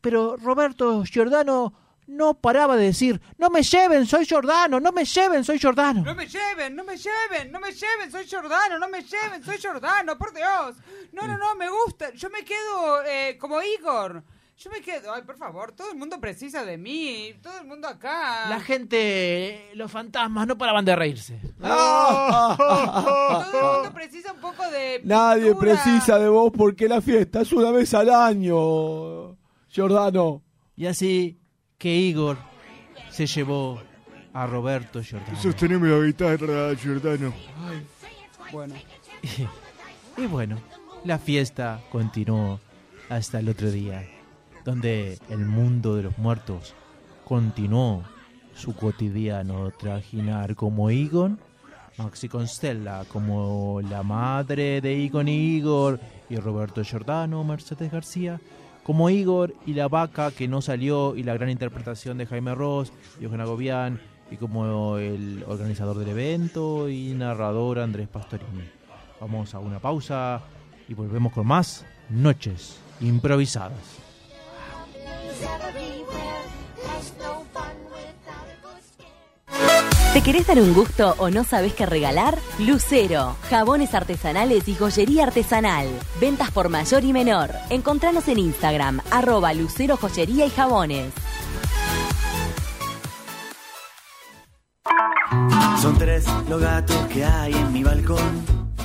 S3: Pero Roberto Giordano no paraba de decir, no me lleven, soy Giordano, no me lleven, soy Giordano.
S4: No me lleven, no me lleven, no me lleven, soy Jordano, no me lleven, soy Jordano, por Dios. No, no, no, me gusta. Yo me quedo eh, como Igor. Yo me quedo, ay, por favor, todo el mundo precisa de mí, todo el mundo acá.
S3: La gente, los fantasmas no paraban de reírse.
S13: Ah,
S4: Todo el mundo precisa un poco de...
S17: Nadie precisa de vos porque la fiesta es una vez al año. Giordano.
S3: Y así que Igor se llevó a Roberto Giordano.
S13: Sosteneme la guitarra, Giordano.
S16: Bueno.
S3: Y bueno, la fiesta continuó hasta el otro día, donde el mundo de los muertos continuó su cotidiano trajinar como Egon, Maxi Constella como la madre de Egon y Igor, y Roberto Giordano, Mercedes García, como Igor y la vaca que no salió, y la gran interpretación de Jaime Ross y Eugenio Gobián, y como el organizador del evento y narrador Andrés Pastorini. Vamos a una pausa y volvemos con más Noches Improvisadas.
S8: ¿Te querés dar un gusto o no sabes qué regalar? Lucero, jabones artesanales y joyería artesanal. Ventas por mayor y menor. Encontranos en Instagram, arroba Lucero Joyería y Jabones.
S9: Son tres los gatos que hay en mi balcón.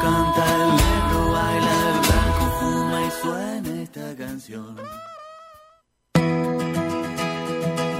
S9: canta, el negro baila, el blanco fuma y suena esta canción.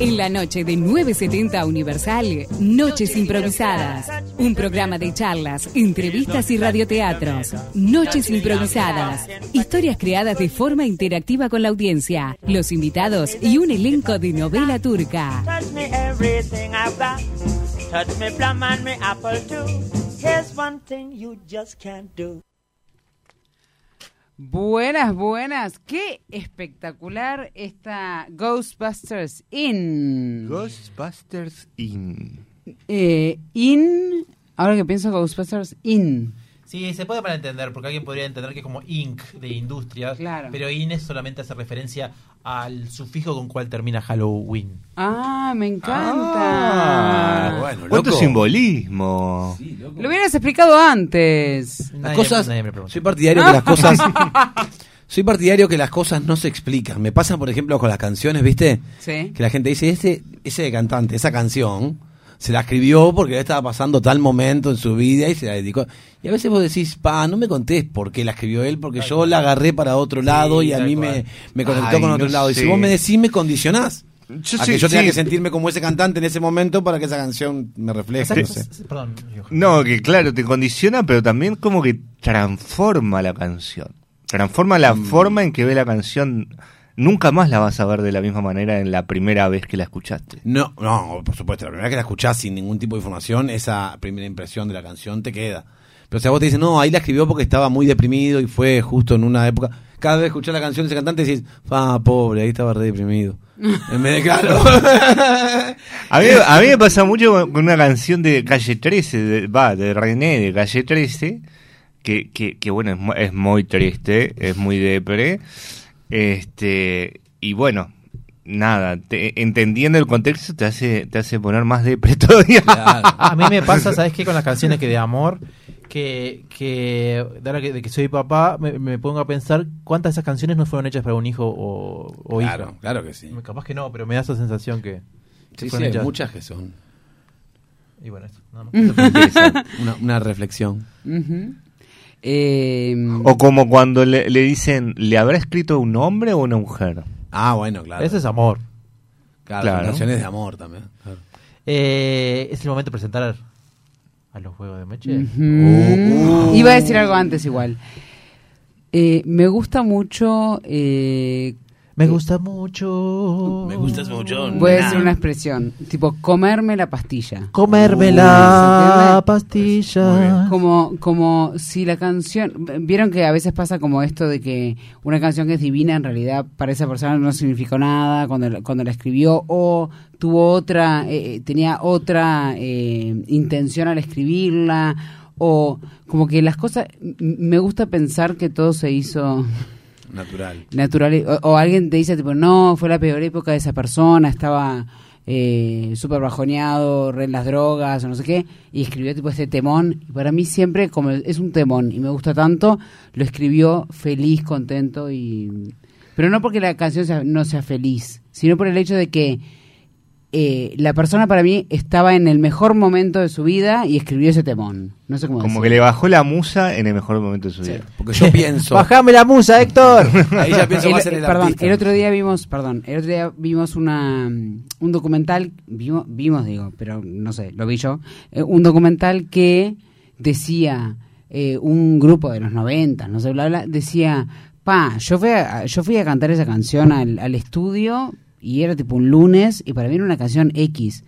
S10: En la noche de 970 Universal, Noches Improvisadas. Un programa de charlas, entrevistas y radioteatros. Noches Improvisadas. Historias creadas de forma interactiva con la audiencia, los invitados y un elenco de novela turca.
S11: Touch me everything I've got. Touch me plum and me apple too. Here's one thing you just can't do.
S4: Buenas, buenas. Qué espectacular esta Ghostbusters In.
S5: Ghostbusters In.
S4: Eh, in, ahora que pienso Ghostbusters In.
S3: Sí, se puede para entender, porque alguien podría entender que es como Inc. de industria, pero IN es solamente hace referencia al sufijo con cual termina Halloween.
S4: Ah, me encanta.
S5: Ah, bueno, ¿Cuánto simbolismo?
S4: Lo hubieras explicado antes.
S6: Las cosas, soy partidario que las cosas, soy partidario que las cosas no se explican. Me pasa, por ejemplo, con las canciones, ¿viste?
S4: Sí.
S6: Que la gente dice, ese, ese cantante, esa canción, se la escribió porque le estaba pasando tal momento en su vida y se la dedicó. Y a veces vos decís, pa, no me contés por qué la escribió él, porque yo la agarré para otro lado y a
S5: tal
S6: mí
S5: cual.
S6: me, me conectó
S5: Ay,
S6: con otro
S5: no
S6: lado. Y
S5: sé.
S6: si vos me decís, me condicionás. a
S5: sí,
S6: que yo tenga
S5: sí.
S6: que sentirme como ese cantante en ese momento para que esa canción me refleje. no sé.
S3: Perdón.
S5: No, que claro, te condiciona, pero también como que transforma la canción. Transforma la forma en que ve la canción. Nunca más la vas a ver de la misma manera en la primera vez que la escuchaste.
S6: No, no, por supuesto, la primera vez que la escuchás sin ningún tipo de información, esa primera impresión de la canción te queda. Pero o sea, vos te dicen, no, ahí la escribió porque estaba muy deprimido y fue justo en una época. Cada vez que escuchás la canción de ese cantante decís, ah, pobre, ahí estaba re deprimido. En vez de, claro.
S5: A mí, a mí me pasa mucho con con una canción de Calle 13, de- va, de René, de Calle 13, que, que, que, bueno, es, mu- es muy triste, es muy depre. Este, y bueno, nada, te- entendiendo el contexto te hace, te hace poner más depre todavía.
S3: A mí me pasa, ¿sabes qué? Con las canciones que de amor, que, que de ahora que, de que soy papá, me, me pongo a pensar cuántas de esas canciones no fueron hechas para un hijo o, o
S6: Claro,
S3: hija.
S6: claro que sí.
S3: Capaz que no, pero me da esa sensación que. que
S6: Sí, sí,
S3: fueron
S6: hay
S3: hechas.
S6: muchas que son.
S3: Y bueno, esto, nada más.
S6: una, una reflexión.
S4: Ujú. Eh,
S5: O como cuando le, le dicen, ¿le habrá escrito un hombre o una mujer?
S6: Ah, bueno, claro.
S3: Ese es amor.
S6: Claro,
S5: Claro.
S6: son canciones de amor también. claro.
S3: Eh, es el momento de presentar a los juegos de Meche.
S4: Mm, Iba a decir algo antes igual. Eh, me gusta mucho... eh,
S3: Me gusta mucho.
S6: Me gustas mucho.
S4: Voy a decir una expresión, tipo comerme la pastilla.
S3: Comerme
S4: ¿Se
S3: la
S4: entiende?
S3: pastilla.
S4: Como, como si la canción, vieron que a veces pasa como esto de que una canción que es divina en realidad para esa persona no significó nada cuando, la- cuando la escribió o tuvo otra, eh, eh, tenía otra eh, intención al escribirla o como que las cosas, m- me gusta pensar que todo se hizo Eh,
S6: Natural.
S4: natural o, o alguien te dice tipo no fue la peor época de esa persona estaba eh, súper bajoneado re en las drogas o no sé qué y escribió tipo este temón y para mí siempre como es un temón y me gusta tanto lo escribió feliz contento y pero no porque la canción sea- no sea feliz sino por el hecho de que eh, la persona para mí estaba en el mejor momento de su vida y escribió ese temón no sé cómo
S5: Como
S4: decirlo.
S5: que le bajó la musa en el mejor momento de su vida.
S6: Porque yo pienso.
S3: Bajame la musa, Héctor.
S6: Ahí ya pienso
S4: El-
S6: más en el
S4: perdón,
S6: artista.
S4: el otro día vimos, perdón, el otro día vimos una mm, un documental, vimos, vimos digo, pero no sé, lo vi yo, eh, un documental que decía eh, un grupo de los 90, no sé, bla bla, decía, "Pa, yo fui a, yo fui a cantar esa canción al, al estudio y era tipo un lunes y para mí era una canción X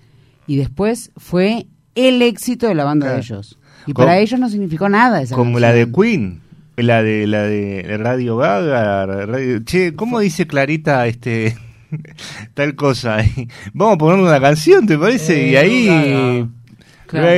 S4: y después fue el éxito de la banda de
S5: Claro.
S4: ellos. Y
S5: Como-
S4: para ellos no significó nada esa
S5: Como
S4: canción.
S5: la de Queen, la de la de Radio Gaga, Radio- Che, ¿cómo dice Clarita este tal cosa? Vamos a ponerle una canción, ¿te parece? y ahí
S4: Eh, Claro,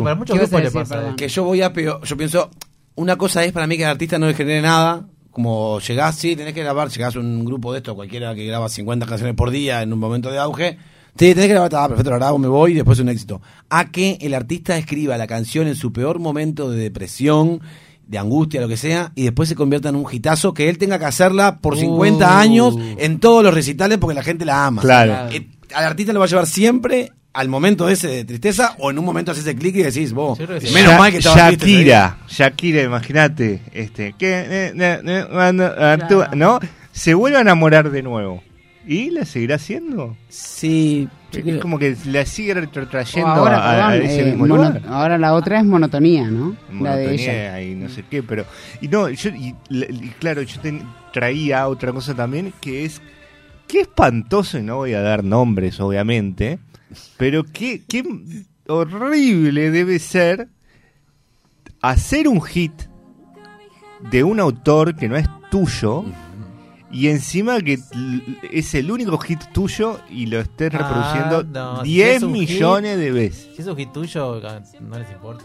S5: Radio.
S3: muchos grupos le pasa,
S6: Que yo voy a peor. Yo pienso, una cosa es para mí que el artista no le genere nada. Como llegás, sí, tenés que grabar, llegás a un grupo de estos, cualquiera que graba 50 canciones por día en un momento de auge. Sí, tenés que grabar, ah, perfecto, lo grabo, me voy y después es un éxito. A que el artista escriba la canción en su peor momento de depresión, de angustia, lo que sea, y después se convierta en un hitazo, que él tenga que hacerla por 50 años en todos los recitales porque la gente la ama.
S5: Claro.
S6: Eh, al artista lo va a llevar siempre al momento ese de tristeza o en un momento haces ese clic y decís, vos, menos
S5: Sha-
S6: mal que estaba triste,
S5: Shakira, Shakira, imagínate, este, que eh, eh, eh, cuando actúa, no, se vuelve a enamorar de nuevo. ¿Y la seguirá haciendo?
S6: Sí,
S5: es como que la sigue
S4: O
S5: retrotrayendo
S4: ahora,
S5: a- a,
S4: perdón,
S5: ese
S4: eh,
S5: mismo
S4: mono-
S5: lugar.
S4: ahora la otra es monotonía, ¿no? la de
S5: monotonía
S4: ella. Mm.
S5: y no sé qué, pero... Y no, yo, y, la- y claro, yo ten- traía otra cosa también, que es... Qué espantoso, y no voy a dar nombres, obviamente, pero qué, qué horrible debe ser hacer un hit de un autor que no es tuyo y encima que l- es el único hit tuyo y lo estés reproduciendo
S12: Ah, no, si
S5: 10
S12: es un hit-
S5: millones de veces.
S12: Si es un hit tuyo, ah, no les importa.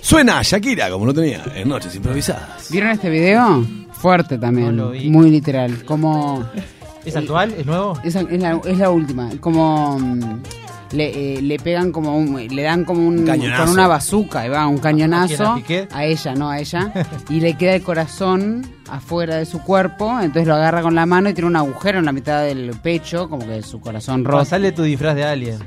S6: Suena Shakira, como lo tenía, en Noches Improvisadas.
S4: ¿Vieron este video? Fuerte también,
S6: No lo vi.
S4: muy literal. Como
S12: ¿Es actual? ¿Es nuevo?
S4: es, es la, es la última, como mm, le, eh, le pegan como un, le dan como un
S6: Cañonazo.
S4: con una bazuca, ahí va, un
S6: ¿A
S4: cañonazo
S6: quién,
S4: a ella, no a ella, y le queda el corazón afuera de su cuerpo, entonces lo agarra con la mano y tiene un agujero en la mitad del pecho, como que su corazón roto.
S12: Sale tu disfraz de alien.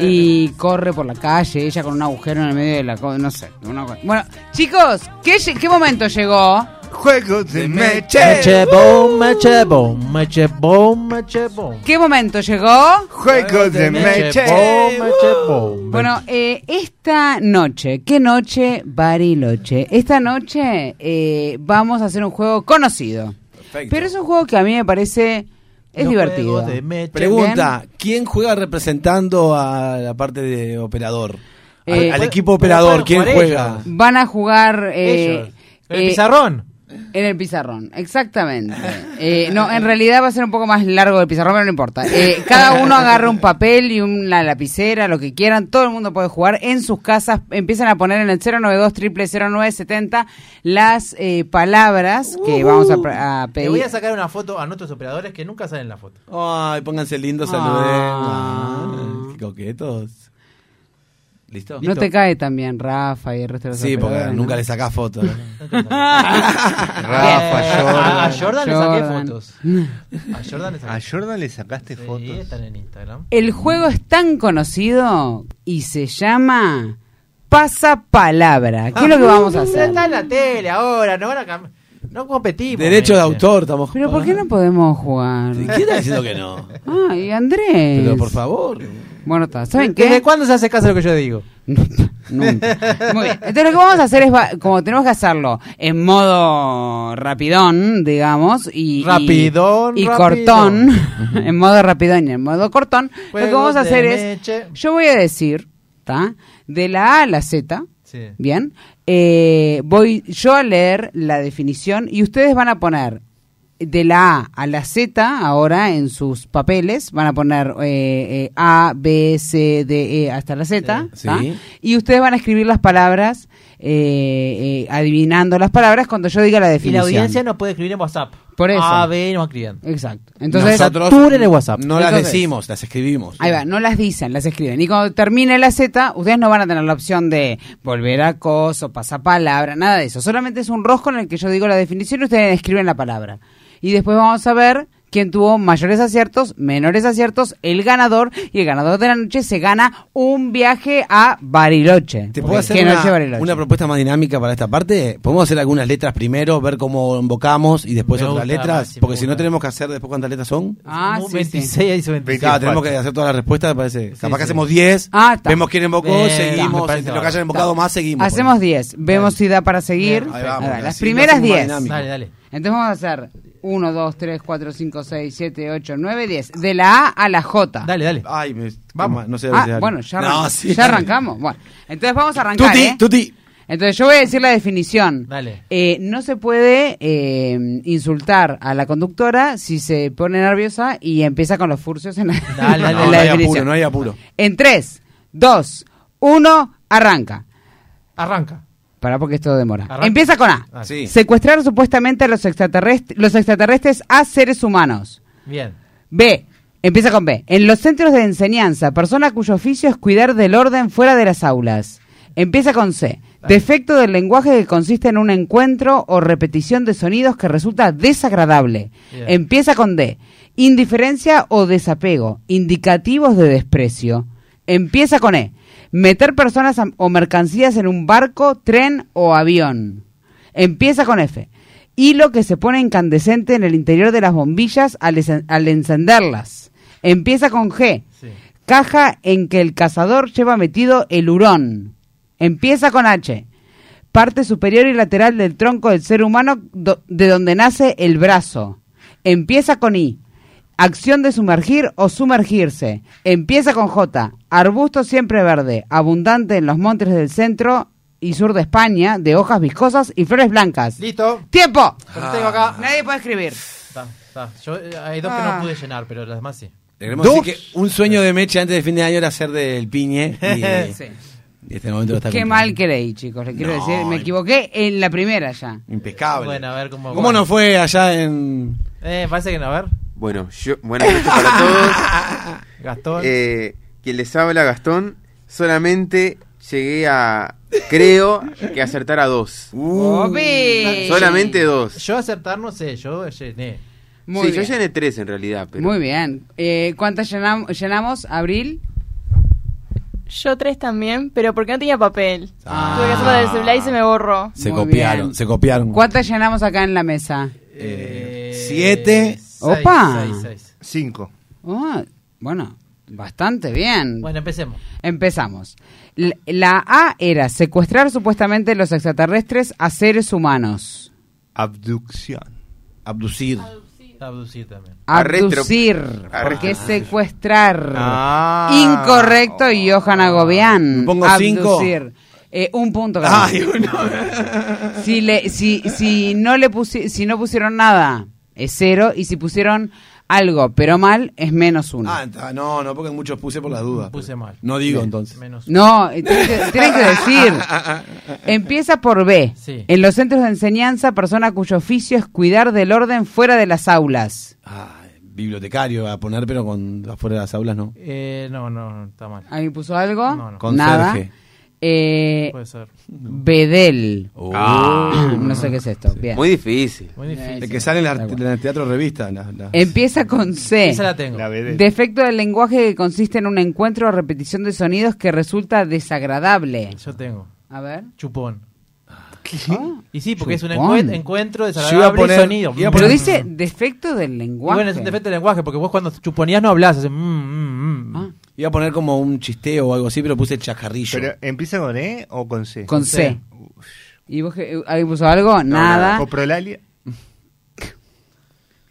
S4: y corre por la calle, ella con un agujero en el medio de la co- no sé. una co- Bueno, chicos, ¿qué, lle- qué momento llegó?
S5: Juegos de
S12: Machebón, machebón, machebón, machebón.
S4: ¿Qué momento llegó?
S5: Juegos
S12: de meche. Machebón, machebón.
S4: Bueno, eh, esta noche, ¿qué noche? Bariloche. Esta noche eh, vamos a hacer un juego conocido. Pero es un juego que a mí me parece... Es
S6: Los
S4: divertido.
S6: juegos de Pregunta, ¿quién juega representando a la parte de operador? Al,
S4: Eh,
S6: al equipo operador, ¿quién juega?
S4: Van a jugar. eh,
S6: Ellos. ¿En el
S4: eh,
S6: pizarrón?
S4: En el pizarrón, exactamente. Eh, no, en realidad va a ser un poco más largo el pizarrón, pero no importa. Eh, cada uno agarra un papel y una lapicera, lo que quieran. Todo el mundo puede jugar en sus casas. Empiezan a poner en el 092 0970 las eh, palabras que vamos a, pr- a
S12: Uh. Le
S4: pedir.
S12: Uh-huh. voy a sacar una foto a nuestros operadores que nunca salen la foto.
S6: Ay, pónganse lindos, saluden. Ah, qué coquetos. ¿Listo?
S4: No te cae también Rafa y el resto de los
S6: Sí, porque
S4: operadores,
S6: nunca
S4: ¿no?
S6: le sacás fotos. ¿no?
S5: Rafa,
S12: Eh,
S5: Jordan.
S12: a Jordan le saqué Jordan. fotos. A Jordan le saqué
S5: A Jordan le sacaste fotos.
S12: están en Instagram.
S4: El juego es tan conocido y se llama Pasapalabra. ¿Qué es lo que vamos a hacer?
S12: Está en la tele ahora, no van a cam- No competimos.
S6: Derecho de autor, estamos
S4: Pero ¿por qué no podemos jugar?
S6: ¿Quién está diciendo que no?
S4: Ay, Andrés.
S6: Pero por favor.
S4: Bueno, está. ¿Saben qué?
S12: ¿Desde cuándo se hace caso a lo que yo digo?
S4: Nunca. Muy bien. Entonces lo que vamos a hacer es, va- como tenemos que hacerlo en modo rapidón, digamos, y... y-
S12: Rapidón,
S4: Y,
S12: rapidón.
S4: cortón, en modo rapidón y en modo cortón, lo que
S12: Juegos
S4: vamos a
S12: de
S4: hacer es,
S12: meche.
S4: yo voy a decir, ¿está? De la A a la Z,
S12: Sí.
S4: Bien. Eh, voy yo a leer la definición y ustedes van a poner de la A a la Z ahora en sus papeles. Van a poner eh, eh, A, B, C, D, E hasta la Z.
S6: Sí.
S4: ¿tá?
S6: Sí.
S4: Y ustedes van a escribir las palabras, eh, eh, adivinando las palabras cuando yo diga la
S12: Y la
S4: definición.
S12: audiencia nos puede escribir en WhatsApp.
S4: Por eso.
S12: A, B, nos escriben.
S4: Exacto. Entonces,
S12: saturen el WhatsApp.
S6: No las
S4: Entonces-
S6: decimos, las escribimos.
S4: Ahí va, no las dicen, las escriben. Y cuando termine la Z, ustedes no van a tener la opción de volver a coso, pasapalabra, nada de eso. Solamente es un rosco en el que yo digo la definición y ustedes escriben la palabra. Y después vamos a ver quién tuvo mayores aciertos, menores aciertos, el ganador. Y el ganador de la noche se gana un viaje a Bariloche.
S6: ¿Te puedo hacer
S4: ¿Qué
S6: una,
S4: noche Bariloche?
S6: una propuesta más dinámica para esta parte? ¿Podemos hacer algunas letras primero, ver cómo invocamos y después
S12: Me
S6: otras
S12: gusta,
S6: letras?
S12: Maxi, me
S6: Porque si no
S12: gusta.
S6: tenemos que hacer después cuántas letras son.
S4: Ah,
S12: Muy
S4: sí, sí.
S12: 26 y 27.
S6: Claro, tenemos que hacer todas las respuestas, me parece. Capaz que
S12: sí.
S6: hacemos 10,
S4: Ah, está. Ah,
S6: vemos quién invocó,
S4: Bien, me
S6: seguimos,
S4: parece
S6: entre lo que
S4: bárbaro.
S6: hayan invocado más, seguimos.
S4: Hacemos 10. Vemos si da para seguir.
S6: Ahí vamos,
S4: Ahí va, Las
S6: así lo
S4: primeras
S6: hacemos más
S4: 10.
S6: dinámico. Dale,
S12: dale.
S4: Entonces vamos a hacer 1, 2, 3, 4, 5, 6, 7, 8, 9, 10. De la A a la J.
S12: Dale, dale.
S6: Ay, me- vamos, no sé.
S4: Ah,
S6: dale.
S4: bueno, ya,
S6: No,
S4: arran-
S6: sí.
S4: ya arrancamos. Bueno, entonces vamos a arrancar.
S6: Tuti,
S4: ¿eh? Entonces yo voy a decir la definición.
S12: Dale.
S4: Eh, no se puede eh, insultar a la conductora si se pone nerviosa y empieza con los furcios en la,
S6: Dale, dale,
S4: en
S6: no,
S4: la
S6: no hay
S4: definición.
S6: apuro, no hay apuro.
S4: En 3, 2, 1, arranca.
S12: Arranca.
S4: Pará porque esto demora.
S12: Arranca.
S4: Empieza con A.
S12: Ah, sí.
S4: Secuestrar supuestamente a los extraterrestres, los extraterrestres a seres humanos.
S12: Bien.
S4: B. Empieza con B. En los centros de enseñanza, persona cuyo oficio es cuidar del orden fuera de las aulas. Empieza con C. Defecto del lenguaje que consiste en un encuentro o repetición de sonidos que resulta desagradable.
S12: Bien.
S4: Empieza con D. Indiferencia o desapego. Indicativos de desprecio. Empieza con E. Meter personas am- o mercancías en un barco, tren o avión. Empieza con F. Hilo que se pone incandescente en el interior de las bombillas al, esen- al encenderlas. Empieza con G. Caja en que el cazador lleva metido el hurón. Empieza con H. Parte superior y lateral del tronco del ser humano do- de donde nace el brazo. Empieza con I. Acción de sumergir o sumergirse. Empieza con J. Arbusto siempre verde, abundante en los montes del centro y sur de España de hojas viscosas y flores blancas.
S3: Listo.
S4: ¡Tiempo!
S3: Lo tengo acá.
S18: Nadie puede escribir.
S3: Está, está. Yo, eh, hay dos que no
S18: Ah.
S3: pude llenar, pero las demás sí.
S6: Le queremos decir que un sueño de Meche antes de fin de año era ser del piñe. Y, eh,
S4: Sí.
S6: y este momento lo está
S4: Qué
S6: cumpliendo.
S4: mal creí, chicos. Le quiero
S6: No,
S4: decir, me equivoqué en la primera ya.
S6: Impecable.
S3: Bueno, a ver cómo.
S6: ¿Cómo no fue allá en...?
S3: Eh, parece que no, a ver.
S19: Bueno, yo, buenas noches para todos.
S3: Gastón.
S19: Eh, quien les habla, Gastón, solamente llegué a, creo, que acertar a dos.
S4: Opi.
S19: Solamente dos.
S3: Uh. Yo acertar no sé, yo llené.
S4: Muy
S19: sí,
S4: bien.
S19: yo llené tres en realidad, pero...
S4: Muy bien. Eh, ¿Cuántas llenam- llenamos? ¿Abril?
S20: Yo tres también, pero porque no tenía papel.
S4: Ah.
S20: Tuve que hacerlo del celular y se me borró.
S6: Se
S4: Muy
S6: copiaron, se copiaron.
S4: ¿Cuántas llenamos acá en la mesa?
S5: Eh,
S6: Siete.
S4: ¡Opa!
S5: Cinco.
S4: Ah, bueno, bastante bien.
S3: Bueno, empecemos.
S4: Empezamos. L- La A era secuestrar supuestamente los extraterrestres a seres humanos.
S5: Abducción.
S6: Abducir.
S3: Abducir también.
S4: Abducir. Porque es secuestrar.
S3: Ah.
S4: Incorrecto, Johanna Gobián.
S6: Pongo cinco.
S4: Abducir. Eh, un punto. cada uno. si, le, si, si, no le pusi- si no pusieron nada, es cero. Y si pusieron algo, pero mal, es menos uno.
S6: Ah, enta- no, no, porque muchos puse por las dudas.
S3: Puse mal.
S6: No digo
S4: Bien.
S6: entonces.
S4: No, eh, tienen que, tienen que decir. Em- Empieza por B.
S6: Sí.
S4: En los centros de enseñanza, persona cuyo oficio es cuidar del orden fuera de las aulas.
S6: Ah, Bibliotecario a poner, pero con afuera de las aulas no.
S3: Eh, no, no, no, está mal.
S4: ¿Ahí puso algo?
S3: No, no.
S4: Nada.
S6: Conserje.
S4: Eh,
S3: Puede ser.
S4: Bedel.
S6: Ah.
S4: no sé qué es esto. Bien.
S19: Muy difícil.
S3: Muy difícil.
S6: El que sale en, la- en el teatro revista. la- la-
S4: Empieza con C.
S6: Esa la tengo. La vedette.
S4: Defecto del lenguaje que consiste en un encuentro o repetición de sonidos que resulta desagradable.
S3: Yo tengo.
S4: A ver. Ah,
S3: Chupón. Y sí, porque es un
S4: Chupón.
S3: encuen- encuentro desagradable y sonido.
S4: Pero dice defecto del lenguaje.
S3: Bueno, es un defecto de lenguaje, porque vos cuando chuponías no hablás. haces, mm, mm, mm.
S4: Ah,
S6: Iba a poner como un chisteo o algo así, pero puse chacarrillo.
S5: Pero, ¿Empieza con E o con C?
S4: Con C. ¿Y vos qué- ahí puso algo?
S5: No,
S4: nada.
S5: nada. ¿Coprolalia?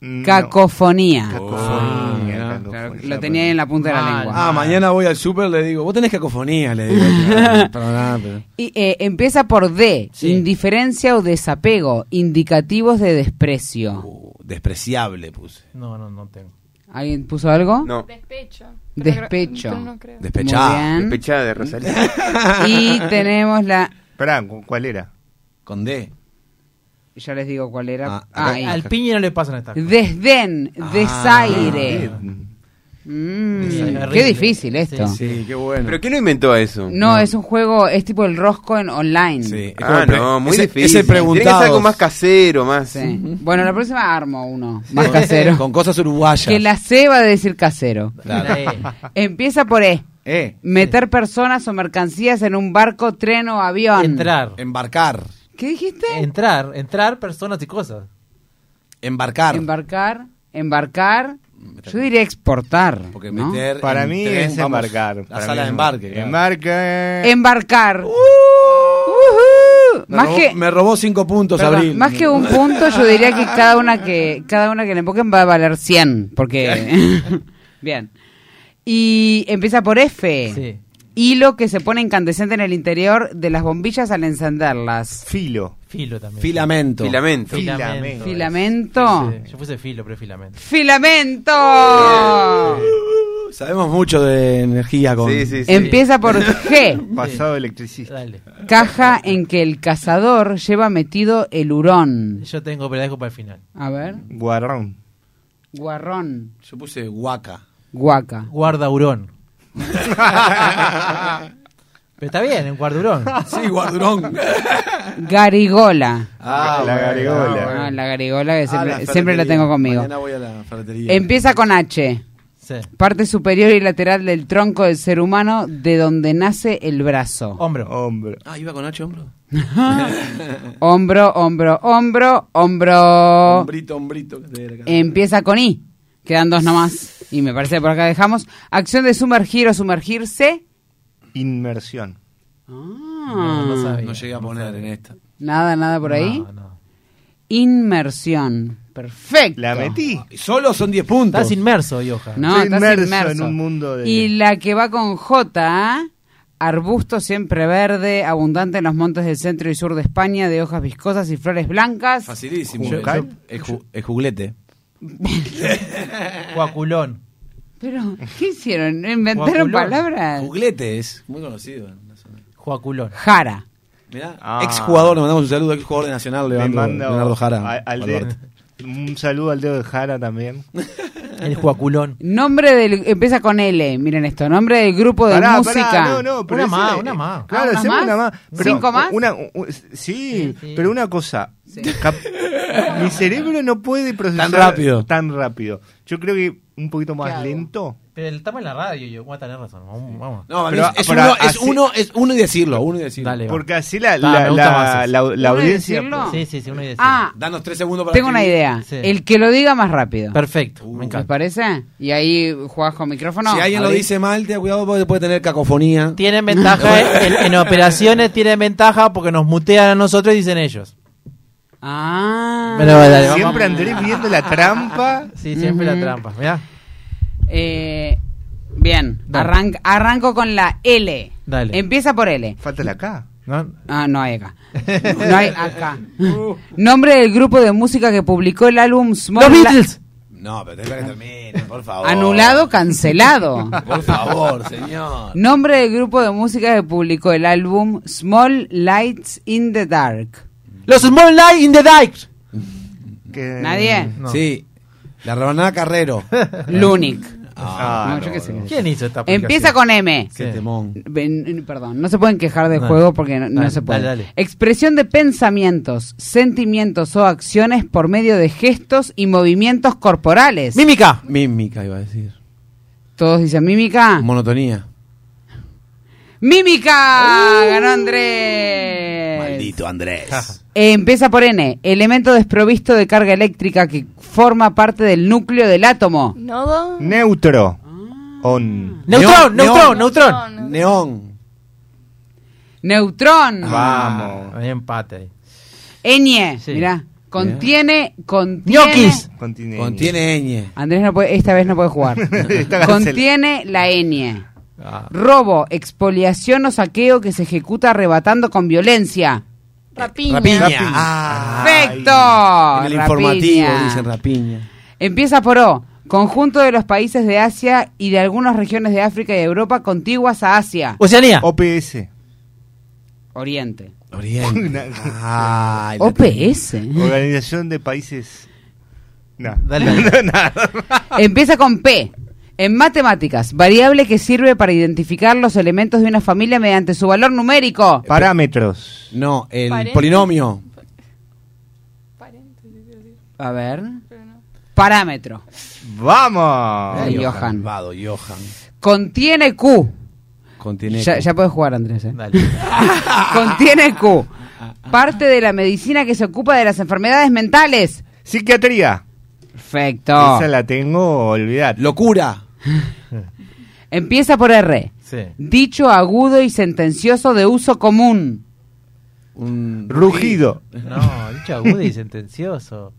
S5: No.
S4: Cacofonía.
S5: Cacofonía,
S4: Ah,
S5: cacofonía.
S4: claro, lo tenía ahí en la punta de la
S6: Ah,
S4: lengua.
S6: Ah, mañana voy al súper, le digo, vos tenés cacofonía, le digo. Perdón, pero...
S4: Y, eh, empieza por D. Indiferencia o desapego. Indicativos de desprecio.
S5: Uh.
S6: Despreciable puse.
S3: No, no, no tengo.
S4: ¿Alguien puso algo?
S19: No.
S20: Despecho.
S4: Despecho.
S20: Pero no creo.
S6: Despechada.
S4: Muy bien.
S19: Despechada de Rosalía.
S4: Y tenemos la.
S5: Esperá, ¿cu- ¿cuál era?
S6: Con D.
S4: Ya les digo cuál era.
S5: Ah,
S4: Ah,
S5: acá-
S4: ahí.
S3: Al piñe no le pasan estas cosas. Ah,
S4: Desdén, desaire. Mm,
S3: Desaire.
S4: qué difícil esto.
S6: Sí, qué bueno.
S19: ¿Pero quién lo inventó eso?
S4: No, es un juego, es tipo el rosco en online.
S19: Ah, no, muy
S6: ese-
S19: difícil.
S6: ese
S19: Tiene que ser algo
S6: preguntados.
S19: más casero, más...
S4: Sí. Bueno, la próxima armo uno, más casero.
S6: Con cosas uruguayas.
S4: que la C va a decir casero.
S3: E.
S6: Claro.
S4: Empieza por E.
S6: Eh.
S4: Meter personas o mercancías en un barco, tren o avión.
S3: Entrar.
S6: Embarcar.
S4: ¿Qué dijiste?
S3: Entrar, entrar personas y cosas.
S6: Embarcar.
S4: Embarcar, embarcar. Yo diría exportar.
S6: Porque
S4: ¿no?
S6: meter
S5: Para
S6: en
S5: mí
S6: tren,
S5: es
S6: vamos,
S5: embarcar.
S6: La
S5: Para
S6: sala
S5: mí
S6: de
S5: es- Uh.
S6: embarque.
S5: Embarca.
S6: claro.
S4: Embarcar. Ujú.
S6: Me,
S4: Más
S6: robó,
S4: que
S6: me robó cinco puntos,
S4: Perdón,
S6: Abril.
S4: Más que un punto, yo diría que cada una que cada una que le emboquen va a valer 100, porque bien. Y empieza por F. Hilo que se pone incandescente en el interior de las bombillas al encenderlas.
S5: Filo.
S3: Filo también.
S6: Filamento.
S19: Filamento.
S3: Filamento.
S4: Filamento.
S3: Yo puse filo, pero es filamento.
S4: Filamento.
S6: Sabemos mucho de energía con.
S5: Sí, sí,
S4: Empieza por G.
S5: Pasado electricista.
S3: Dale.
S4: Caja en que el cazador lleva metido el hurón.
S3: Yo tengo, pero la dejo para el final.
S4: A ver,
S5: Guarrón.
S4: guarrón,
S6: Yo puse guaca.
S4: guaca.
S3: Guardaurón.
S6: Ah,
S3: pero está bien, en guardurón.
S6: Sí, guardurón.
S4: Garigola.
S6: Ah,
S5: La
S6: bueno,
S5: garigola.
S6: bueno.
S4: Ah, la garigola que
S6: Ah,
S4: siempre,
S6: la
S4: siempre la
S6: ferretería.
S4: tengo conmigo.
S6: Mañana voy a la ferretería.
S15: Eh,
S4: Empieza con H.
S3: Sí.
S4: Parte superior y lateral del tronco del ser humano de donde nace el brazo.
S3: Hombro.
S5: Hombro.
S6: Ah, iba con H hombro.
S4: Hombro, hombro, hombro, hombro.
S6: Hombrito, hombrito. que te diera acá.
S4: Empieza con I. Quedan dos nomás. Y me parece que por acá dejamos. Acción de sumergir o sumergirse.
S5: Inmersión.
S4: Ah.
S6: no llegué a poner en esta.
S4: Nada, nada por ahí. Inmersión. Perfecto.
S5: La metí.
S6: Solo son 10 puntos.
S3: Estás inmerso, Yoja.
S4: No,
S5: Estoy
S4: estás
S5: inmerso
S4: inmerso.
S5: en un mundo de-
S4: Y la que va con J, Arbusto siempre verde, abundante en los montes del centro y sur de España, de hojas viscosas y flores blancas.
S6: Facilísimo.
S4: Juncal.
S6: Yo- El, ju- el juglete.
S12: Guaculón.
S4: Pero, ¿qué hicieron? ¿Inventaron
S12: Guaculón.
S4: palabras?
S6: Juglete es muy conocido.
S12: Juaculón.
S4: Jara.
S6: Mirá,
S5: Ah.
S6: ex jugador, le mandamos un saludo, ex jugador de Nacional,
S5: Le
S6: Leandro,
S5: mando
S6: Leonardo Jara.
S5: a- al
S6: Baluarte.
S5: de- un saludo al dedo de Jara también.
S12: El Juaculón.
S4: Nombre del. Empieza con L, miren esto. Nombre del grupo de
S5: Pará, pará,
S4: música.
S5: no, no, pero es el- eh, Claro,
S4: Ah, ¿una
S5: hacemos
S4: más?
S5: una más. Pero
S4: ¿Cinco más?
S5: Una, u- sí, pero una cosa. cap- Mi cerebro no puede procesar
S6: Tan rápido.
S5: tan rápido. Yo creo que un poquito más
S12: hago?
S5: lento.
S12: Pero estamos en la radio, yo voy a tener razón. Vamos. vamos.
S6: No,
S5: Pero-
S6: es, es
S5: pero
S6: uno, es,
S5: así-
S6: uno, es uno y decirlo, uno y decirlo.
S5: Porque así la, la, la- la- la audiencia.
S12: Sí, sí, sí, uno y decirlo.
S4: Ah,
S6: Danos tres segundos para
S4: tengo una
S6: escribir.
S4: idea. El que lo diga más rápido.
S12: Perfecto,
S4: me encanta. ¿Les parece? Y ahí jugás con micrófono.
S6: si alguien lo
S4: Abrí.
S6: dice mal, ten cuidado porque puede tener cacofonía.
S12: Tienen ventaja, eh, en, en operaciones tienen ventaja porque nos mutean a nosotros y dicen ellos.
S4: Ah.
S12: Pero dale, vamos.
S5: Siempre andré viendo la trampa.
S12: Sí, siempre la
S4: Ujú.
S12: trampa, mirá.
S4: Eh, bien,
S12: Dale.
S4: arran- arranco con la L.
S12: Dale.
S4: Empieza por L.
S5: Falta la K.
S12: No, Uh.
S4: Ah, no hay acá. No hay acá. Nombre del grupo de música que publicó el álbum Small
S6: Los
S4: Li-
S6: Beatles. No, pero tenés que terminar, por favor.
S4: Anulado, cancelado.
S6: Por favor, señor.
S4: Nombre del grupo de música que publicó el álbum Small Lights in the Dark.
S12: Los Small Lights in the Dark.
S5: Que-
S4: Nadie.
S6: Sí. La rebanada Carrero.
S4: Lunic.
S6: Ah,
S4: No, yo qué sé.
S12: ¿Quién hizo esta aplicación?
S4: Empieza con M.
S6: Qué temón.
S4: Ven- n- Perdón, no se pueden quejar del
S12: Dale.
S4: juego porque no, no
S12: Dale,
S4: se puede.
S12: dale, dale.
S4: Expresión de pensamientos, sentimientos o acciones por medio de gestos y movimientos corporales.
S12: Mímica.
S6: Ah, Mímica, iba a decir.
S4: Todos dicen mímica.
S6: Monotonía.
S4: ¡Mímica!
S12: Uh.
S4: Ganó Andrés.
S6: Maldito Andrés.
S4: Eh, empieza por N. Elemento desprovisto de carga eléctrica que forma parte del núcleo del átomo.
S20: ¿Nodo?
S5: Neutro.
S4: Ah.
S5: On.
S12: Neutrón, neutrón, neutrón.
S6: Neón.
S4: Neutrón.
S3: Ah.
S5: Vamos.
S12: Ah, Hay empate ahí.
S4: Ñ.
S12: Sí.
S4: Mirá. Contiene. contiene
S5: Contiene.
S6: Contiene ñ.
S4: Andrés no puede, esta vez no puede jugar.
S5: Está cancelado.
S4: Contiene la ñ. Robo, expoliación o saqueo que se ejecuta arrebatando con violencia.
S20: Rapiña.
S6: Rapiña. Ah,
S4: Perfecto.
S6: en el
S4: Rapiña.
S6: informativo dicen rapiña.
S4: Empieza por O. Conjunto de los países de Asia y de algunas regiones de África y de Europa contiguas a Asia.
S12: Oceanía.
S5: OPS.
S4: Oriente.
S6: Oriente. Ay, la-
S4: OPS.
S5: Organización de Países. No.
S12: Dale.
S4: Empieza con P. En matemáticas, variable que sirve para identificar los elementos de una familia mediante su valor
S5: Eh,
S4: numérico.
S5: Parámetros.
S6: No, el
S20: Paréntesis.
S6: polinomio.
S20: Paréntesis, quiero decir,
S4: A ver.
S20: pero no.
S4: Parámetro.
S5: ¡Vamos!
S4: Ay, Eh, Johan.
S6: Vado, Johan.
S4: Contiene Q.
S6: Contiene.
S4: Ya, ya puedes jugar, Andrés. ¿eh?
S12: Dale.
S4: Contiene Q. Parte de la medicina que se ocupa de las enfermedades mentales.
S5: Psiquiatría.
S4: Perfecto.
S5: Esa la tengo olvidada.
S6: Locura.
S4: Empieza por R.
S12: Sí.
S4: Dicho agudo y sentencioso de uso común.
S6: Un
S5: Rugido.
S12: No, dicho agudo y sentencioso.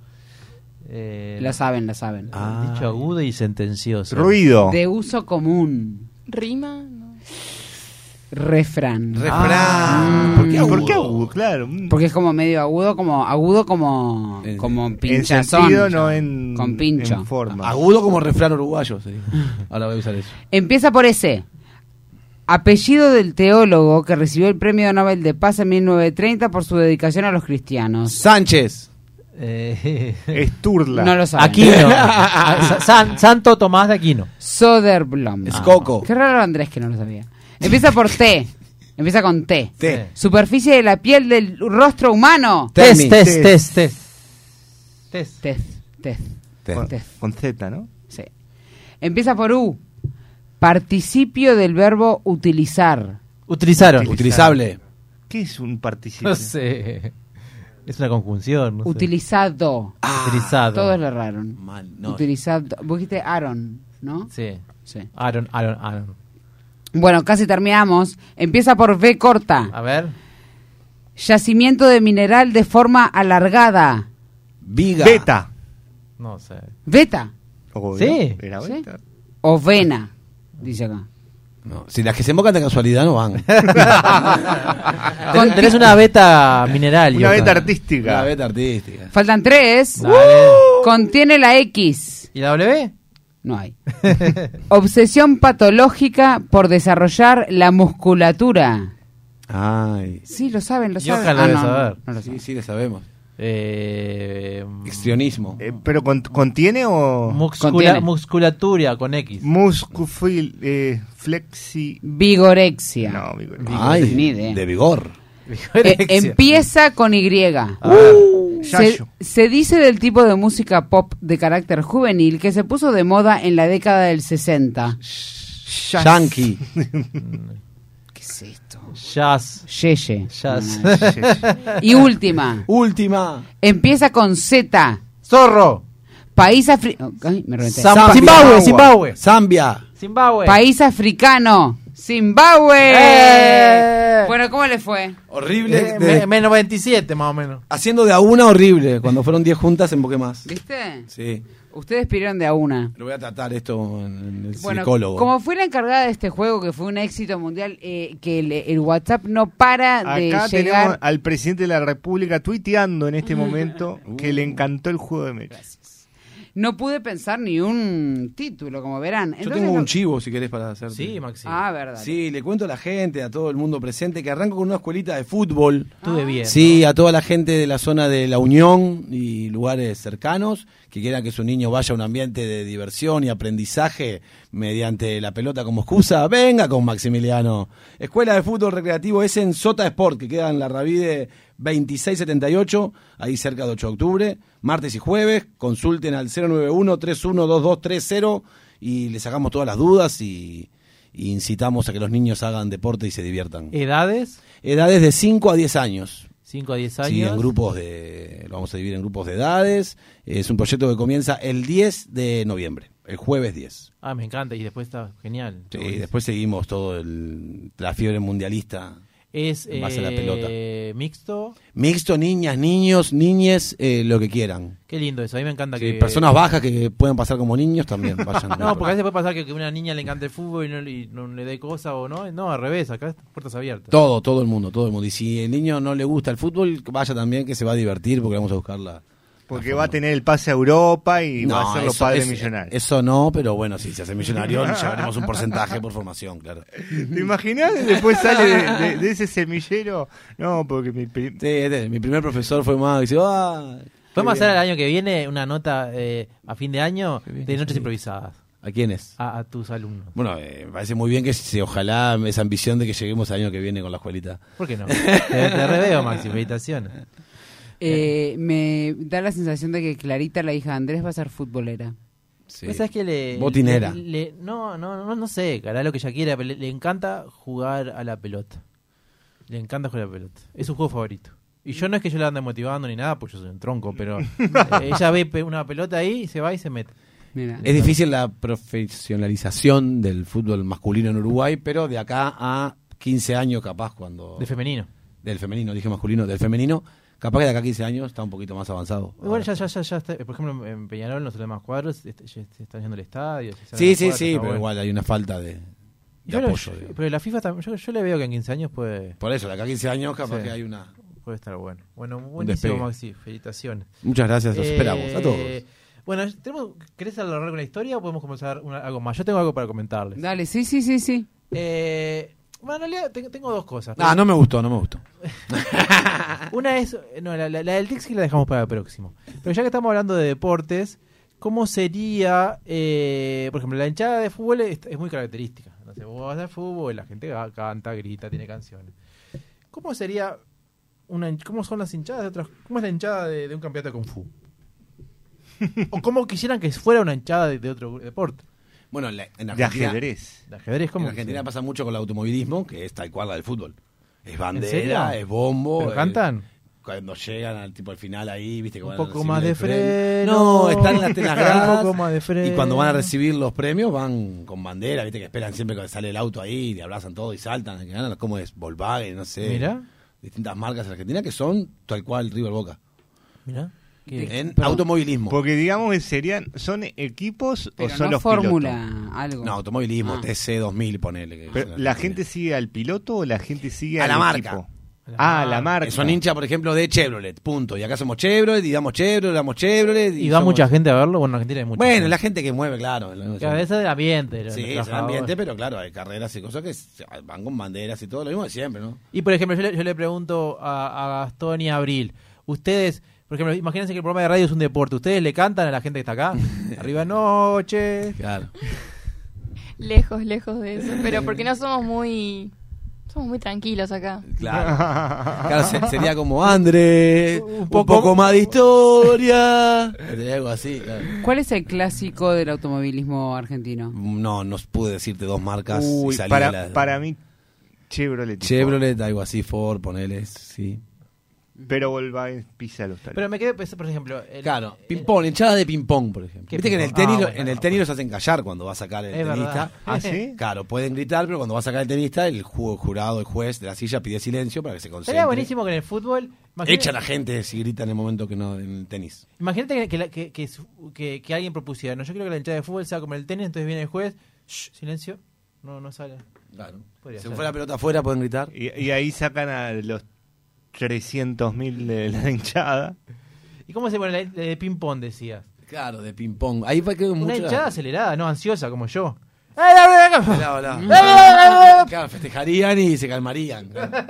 S12: Eh,
S4: Lo saben, lo saben.
S6: Ah.
S12: Dicho agudo y sentencioso.
S5: Ruido.
S4: De uso común.
S20: ¿Rima? No.
S4: Refrán.
S6: Refrán.
S4: Ah.
S6: ¿Por qué agudo?
S5: ¿Por qué agudo? Claro. mm.
S4: Porque es como medio agudo, como agudo como,
S6: En-
S4: como
S5: en
S4: pinchazón.
S5: sentido, no en,
S4: Con pincho.
S5: en forma.
S6: Agudo como refrán uruguayo. sería. Ahora voy a usar eso.
S4: Empieza por S. Apellido del teólogo que recibió el Premio Nobel de Paz en 1930 por su dedicación a los cristianos.
S6: Sánchez.
S12: Eh,
S5: Esturla.
S4: No lo saben.
S12: Aquino. Ah, Sa- San- Santo Tomás de Aquino.
S4: Soderblom.
S6: Es Coco.
S4: Qué raro Andrés que no lo sabía. Empieza por T. Empieza con T.
S6: T.
S4: Superficie de la piel del rostro humano.
S6: Temi.
S12: Test, test, test, test. Test.
S4: Tez. Tez.
S5: Con,
S4: Tez.
S5: con Z, ¿no?
S4: Sí. Empieza por U. Participio del verbo utilizar.
S12: Utilizaron.
S6: Utilizable.
S5: ¿Qué es un participio?
S12: No sé. Es una conjunción. no sé.
S4: Utilizado.
S12: Utilizado.
S4: Todos lo erraron.
S6: Ah, Mal, no.
S4: Utilizado. Vos dijiste Aaron, ¿no?
S12: Sí.
S4: Sí.
S12: Aaron, Aaron, Aaron.
S4: Bueno, casi terminamos. Empieza por V corta.
S12: A ver.
S4: Yacimiento de mineral de forma alargada.
S6: Viga.
S5: Beta.
S12: No sé.
S4: Beta
S5: O-
S4: Oh,
S12: Sí.
S5: ¿Era
S4: Sí.
S5: beta?
S4: o vena, dice acá.
S6: No, Si las que se invocan de casualidad no van.
S3: Ten- tenés una beta mineral.
S6: Una beta
S3: artística.
S6: Una beta artística.
S4: Faltan tres. Contiene la X.
S3: ¿Y la W?
S4: No hay. Obsesión patológica por desarrollar la musculatura.
S6: Ay.
S4: Sí, lo saben, lo
S6: Yo
S4: saben.
S6: ojalá
S4: Ah,
S6: lo
S4: no,
S6: saber. Eh,
S4: no lo
S6: sí, sí, lo sabemos.
S5: Extrionismo.
S6: eh,
S5: ¿Pero con- contiene o...?
S3: Muscula- Musculatura con X.
S5: Muscufil, eh, flexi...
S4: Vigorexia.
S5: No, vigorexia.
S6: Ah.
S4: Ay, Ni idea. de
S6: vigor.
S4: Eh, empieza con Y.
S6: Ah,
S4: se,
S5: Yayo.
S4: se dice del tipo de música pop de carácter juvenil que se puso de moda en la década del 60.
S6: Yankee.
S4: ¿Qué es esto?
S3: Jazz.
S4: Yeye.
S3: Jazz.
S4: Y última.
S6: Última.
S4: Empieza con Z.
S3: Zorro.
S4: País oh, africano.
S3: Zampa- Zimbabue, Zimbabue.
S6: Zambia.
S3: Zimbabue.
S4: País africano. Zimbabue. Eh.
S12: Eh.
S4: Bueno, ¿cómo le fue?
S6: Eh. Horrible.
S3: Me- menos 27 más o menos.
S6: Haciendo de a una horrible. Cuando fueron 10 juntas invoqué más.
S4: ¿Viste?
S6: Sí.
S4: Ustedes pidieron de a una.
S6: Lo voy a tratar esto en el
S4: Bueno,
S6: psicólogo.
S4: como fui la encargada de este juego, que fue un éxito mundial, eh, que el, el WhatsApp no para de
S5: Acá tenemos
S4: llegar.
S5: al presidente de la República tuiteando en este momento
S6: Uh.
S5: que le encantó el juego de mesa.
S4: No pude pensar ni un título, como verán.
S6: Yo
S4: Entonces,
S6: tengo
S4: lo-
S6: un chivo, si querés, para hacer. Sí,
S3: Maxi.
S4: Ah, verdad.
S6: Sí, le cuento a la gente, a todo el mundo presente, que arranco con una escuelita de fútbol.
S3: Estuve bien.
S6: Sí, a toda la gente de la zona de La Unión y lugares cercanos que quieran que su niño vaya a un ambiente de diversión y aprendizaje mediante la pelota como excusa. Venga con Maximiliano. Escuela de Fútbol Recreativo es en Sota Sport, que queda en la Ravide 2678, ahí cerca de 8 de octubre, martes y jueves. Consulten al 091-312230 y le sacamos todas las dudas y- y incitamos a que los niños hagan deporte y se diviertan.
S3: ¿Edades?
S6: Edades de 5 a 10 años.
S3: 5 a 10 años.
S6: Sí, en grupos de, lo vamos a dividir en grupos de edades. Es un proyecto que comienza el 10 de noviembre, el jueves 10.
S3: Ah, me encanta. Y después está genial.
S6: Sí, y después seguimos todo el, la fiebre mundialista
S3: Es
S6: en base a la
S3: eh,
S6: pelota.
S3: mixto.
S6: Mixto, niñas, niños, niñes, eh, lo que quieran.
S3: Qué lindo eso. A mí me encanta
S6: Sí,
S3: que.
S6: personas bajas que puedan pasar como niños también vayan.
S3: No, porque a veces puede pasar que, que una niña le encante el fútbol y no, le- y no le dé cosa o no. No, al revés. Acá puertas abiertas.
S6: Todo, todo el mundo, todo el mundo. Y si el niño no le gusta el fútbol, vaya también que se va a divertir porque vamos a buscarla.
S5: Porque va a tener el pase a Europa y
S6: No,
S5: va a ser los
S6: eso-
S5: padres
S6: es-
S5: millonarios.
S6: Eso no, pero bueno, si se hace millonario, llevaremos un porcentaje por formación, claro.
S5: ¿Te imaginas? Después sale de, de- de ese semillero. No, porque mi, pri-
S6: este, mi primer profesor fue más. Dice, ah,
S3: Podemos
S6: qué
S3: hacer
S6: bien".
S3: el año que viene una nota eh, a fin de año de Noches Improvisadas.
S6: ¿A quiénes?
S3: A, a tus alumnos.
S6: Bueno, eh, me parece muy bien que se, ojalá esa ambición de que lleguemos al año que viene con la escuelita.
S3: ¿Por qué no? te, te reveo, Maxi. Meditaciones.
S4: Eh, me da la sensación de que Clarita, la hija de Andrés, va a ser futbolera.
S3: Pues, ¿sabes qué? Le-
S6: Botinera.
S3: le- le- no, no, no, no sé, hará lo que ella quiera, pero le, le encanta jugar a la pelota. Le encanta jugar a la pelota. Es su juego favorito. Y yo no es que yo la ande motivando ni nada, pues yo soy un tronco, pero eh, ella ve pe- una pelota ahí, se va y se mete.
S6: Es difícil la profesionalización del fútbol masculino en Uruguay, pero de acá a 15 años capaz cuando...
S3: De femenino.
S6: Del femenino, dije masculino, del femenino, capaz que de acá a 15 años está un poquito más avanzado.
S3: Igual ya, ya, ya, ya está- por ejemplo, en Peñarol, en los demás cuadros, este, ya se están yendo al estadio. se salen
S6: Sí,
S3: las
S6: sí,
S3: cuadras,
S6: sí,
S3: está
S6: pero
S3: bueno.
S6: igual hay una falta de, de
S3: Yo lo-
S6: apoyo.
S3: yo-
S6: digamos.
S3: pero la FIFA también, yo, yo le veo que en 15 años puede...
S6: Por eso, de acá a 15 años capaz que hay una-
S3: Puede estar bueno. Bueno, buenísimo,
S6: despegue.
S3: Maxi, felicitaciones.
S6: Muchas gracias, los
S3: Eh,
S6: esperamos, a todos.
S3: Bueno, tenemos- ¿querés alargar con la historia o podemos comenzar una- algo más? Yo tengo algo para comentarles.
S4: Dale, sí, sí, sí, sí.
S3: Eh, bueno, en realidad te- tengo dos cosas.
S6: Ah, no me gustó, no me gustó.
S3: Una es, no, la, la- la del Dixie la dejamos para el próximo. Pero ya que estamos hablando de deportes, ¿cómo sería, eh, por ejemplo, la hinchada de fútbol es, es muy característica? No sé, vos vas al fútbol, la gente ga- canta, grita, tiene canciones. ¿Cómo sería una, hin- cómo son las hinchadas de otras, cómo es la hinchada de, de un campeonato de Kung Fu? ¿O cómo quisieran que fuera una hinchada de, de otro deporte?
S6: Bueno, la- en
S3: De
S6: Argentina,
S3: ajedrez. De ajedrez, ¿cómo
S6: En Argentina
S3: que se-
S6: pasa mucho con el automovilismo, que es tal cual la del fútbol. Es
S3: serio?
S6: bandera, es bombo. eh,
S3: ¿Pero
S6: es-
S3: cantan?
S6: Cuando llegan al tipo al final ahí, viste, que
S3: Un
S6: van a
S3: poco
S6: recibir
S3: más
S6: el
S3: de freno.
S6: premio. No, están las telas
S3: Un
S6: gradas.
S3: poco más de
S6: Y cuando van a
S3: freno.
S6: recibir los premios, van con bandera, viste, que esperan siempre que sale el auto ahí, le abrazan todo y saltan, que ganan. ¿Cómo es? Volkswagen, no sé.
S3: Mirá.
S6: Distintas marcas argentinas que son tal cual River Boca.
S3: Mirá.
S6: En automovilismo.
S5: Porque digamos que serían, son equipos o
S4: Pero
S5: son
S4: no
S5: los pilotos.
S4: fórmula. algo.
S6: No, automovilismo,
S4: Ah.
S6: TC2000, ponele. que
S5: Pero,
S6: es
S5: ¿La gente sigue al piloto o la gente sigue
S6: A
S5: al
S6: la marca.
S5: equipo? Ah, a la marca.
S6: Son hinchas, por ejemplo, de Chevrolet, punto. Y acá somos Chevrolet, y damos Chevrolet, damos Chevrolet.
S3: ¿Y va
S6: somos-
S3: mucha gente a verlo? Bueno, en Argentina hay mucha.
S6: Bueno, la gente que mueve, claro.
S3: Claro, eso es del ambiente, los
S6: Sí, es el
S3: trabajadores.
S6: ambiente, pero claro, hay carreras y cosas que se- van con banderas y todo, lo mismo de siempre, ¿no?
S3: Y por ejemplo, yo le, yo le pregunto a, a Gastón y a Abril, ustedes, por ejemplo, imagínense que el programa de radio es un deporte, ¿ustedes le cantan a la gente que está acá? Arriba noche.
S6: Claro.
S21: Lejos, lejos de eso. Pero porque no somos muy. Somos muy tranquilos acá.
S6: Claro. Claro, se- sería como André, un poco,
S4: poco-
S6: más de historia. Sería algo así, claro.
S4: ¿Cuál es el clásico del automovilismo argentino?
S6: No, no pude decirte dos marcas.
S5: Uy,
S6: y salí
S5: para,
S6: de la-
S5: para mí, Chevrolet. tipo.
S6: Chevrolet, algo así, Ford, ponele, sí.
S5: Pero Volkswagen pisa los talones.
S3: Pero me quedé pensando, por ejemplo, el-
S6: Claro, ping-pong, hinchada de ping-pong, por ejemplo.
S3: ¿Qué
S6: Viste que en el
S3: ping-pong?
S6: tenis,
S3: Ah,
S6: lo-
S3: bueno,
S6: en el tenis los hacen callar cuando va a sacar el
S3: Es verdad.
S6: tenista. Eh,
S3: ¿Ah, sí?
S6: Claro, pueden gritar, pero cuando va a sacar el tenista, el ju- jurado, el juez de la silla pide silencio para que se concentre.
S3: Sería buenísimo que en el fútbol... imagínate-
S6: Echa a la gente si grita en el momento que no en el tenis.
S3: Imagínate que, que la- que- que su- que- que alguien propusiera, no, yo creo que la hinchada de fútbol sea como el tenis, entonces viene el juez, shh, silencio, no, no sale.
S6: Claro.
S3: Podría
S6: Se
S3: ser.
S6: fue la pelota afuera, pueden gritar.
S5: Y, y ahí sacan a los 300.000 de la hinchada.
S3: ¿Y cómo se pone la, la de ping-pong, decías?
S6: Claro, de ping-pong. Ahí va que
S3: Una
S6: mucha-
S3: hinchada acelerada, no ansiosa como yo.
S6: Hola, hola. Claro, festejarían y se calmarían. claro.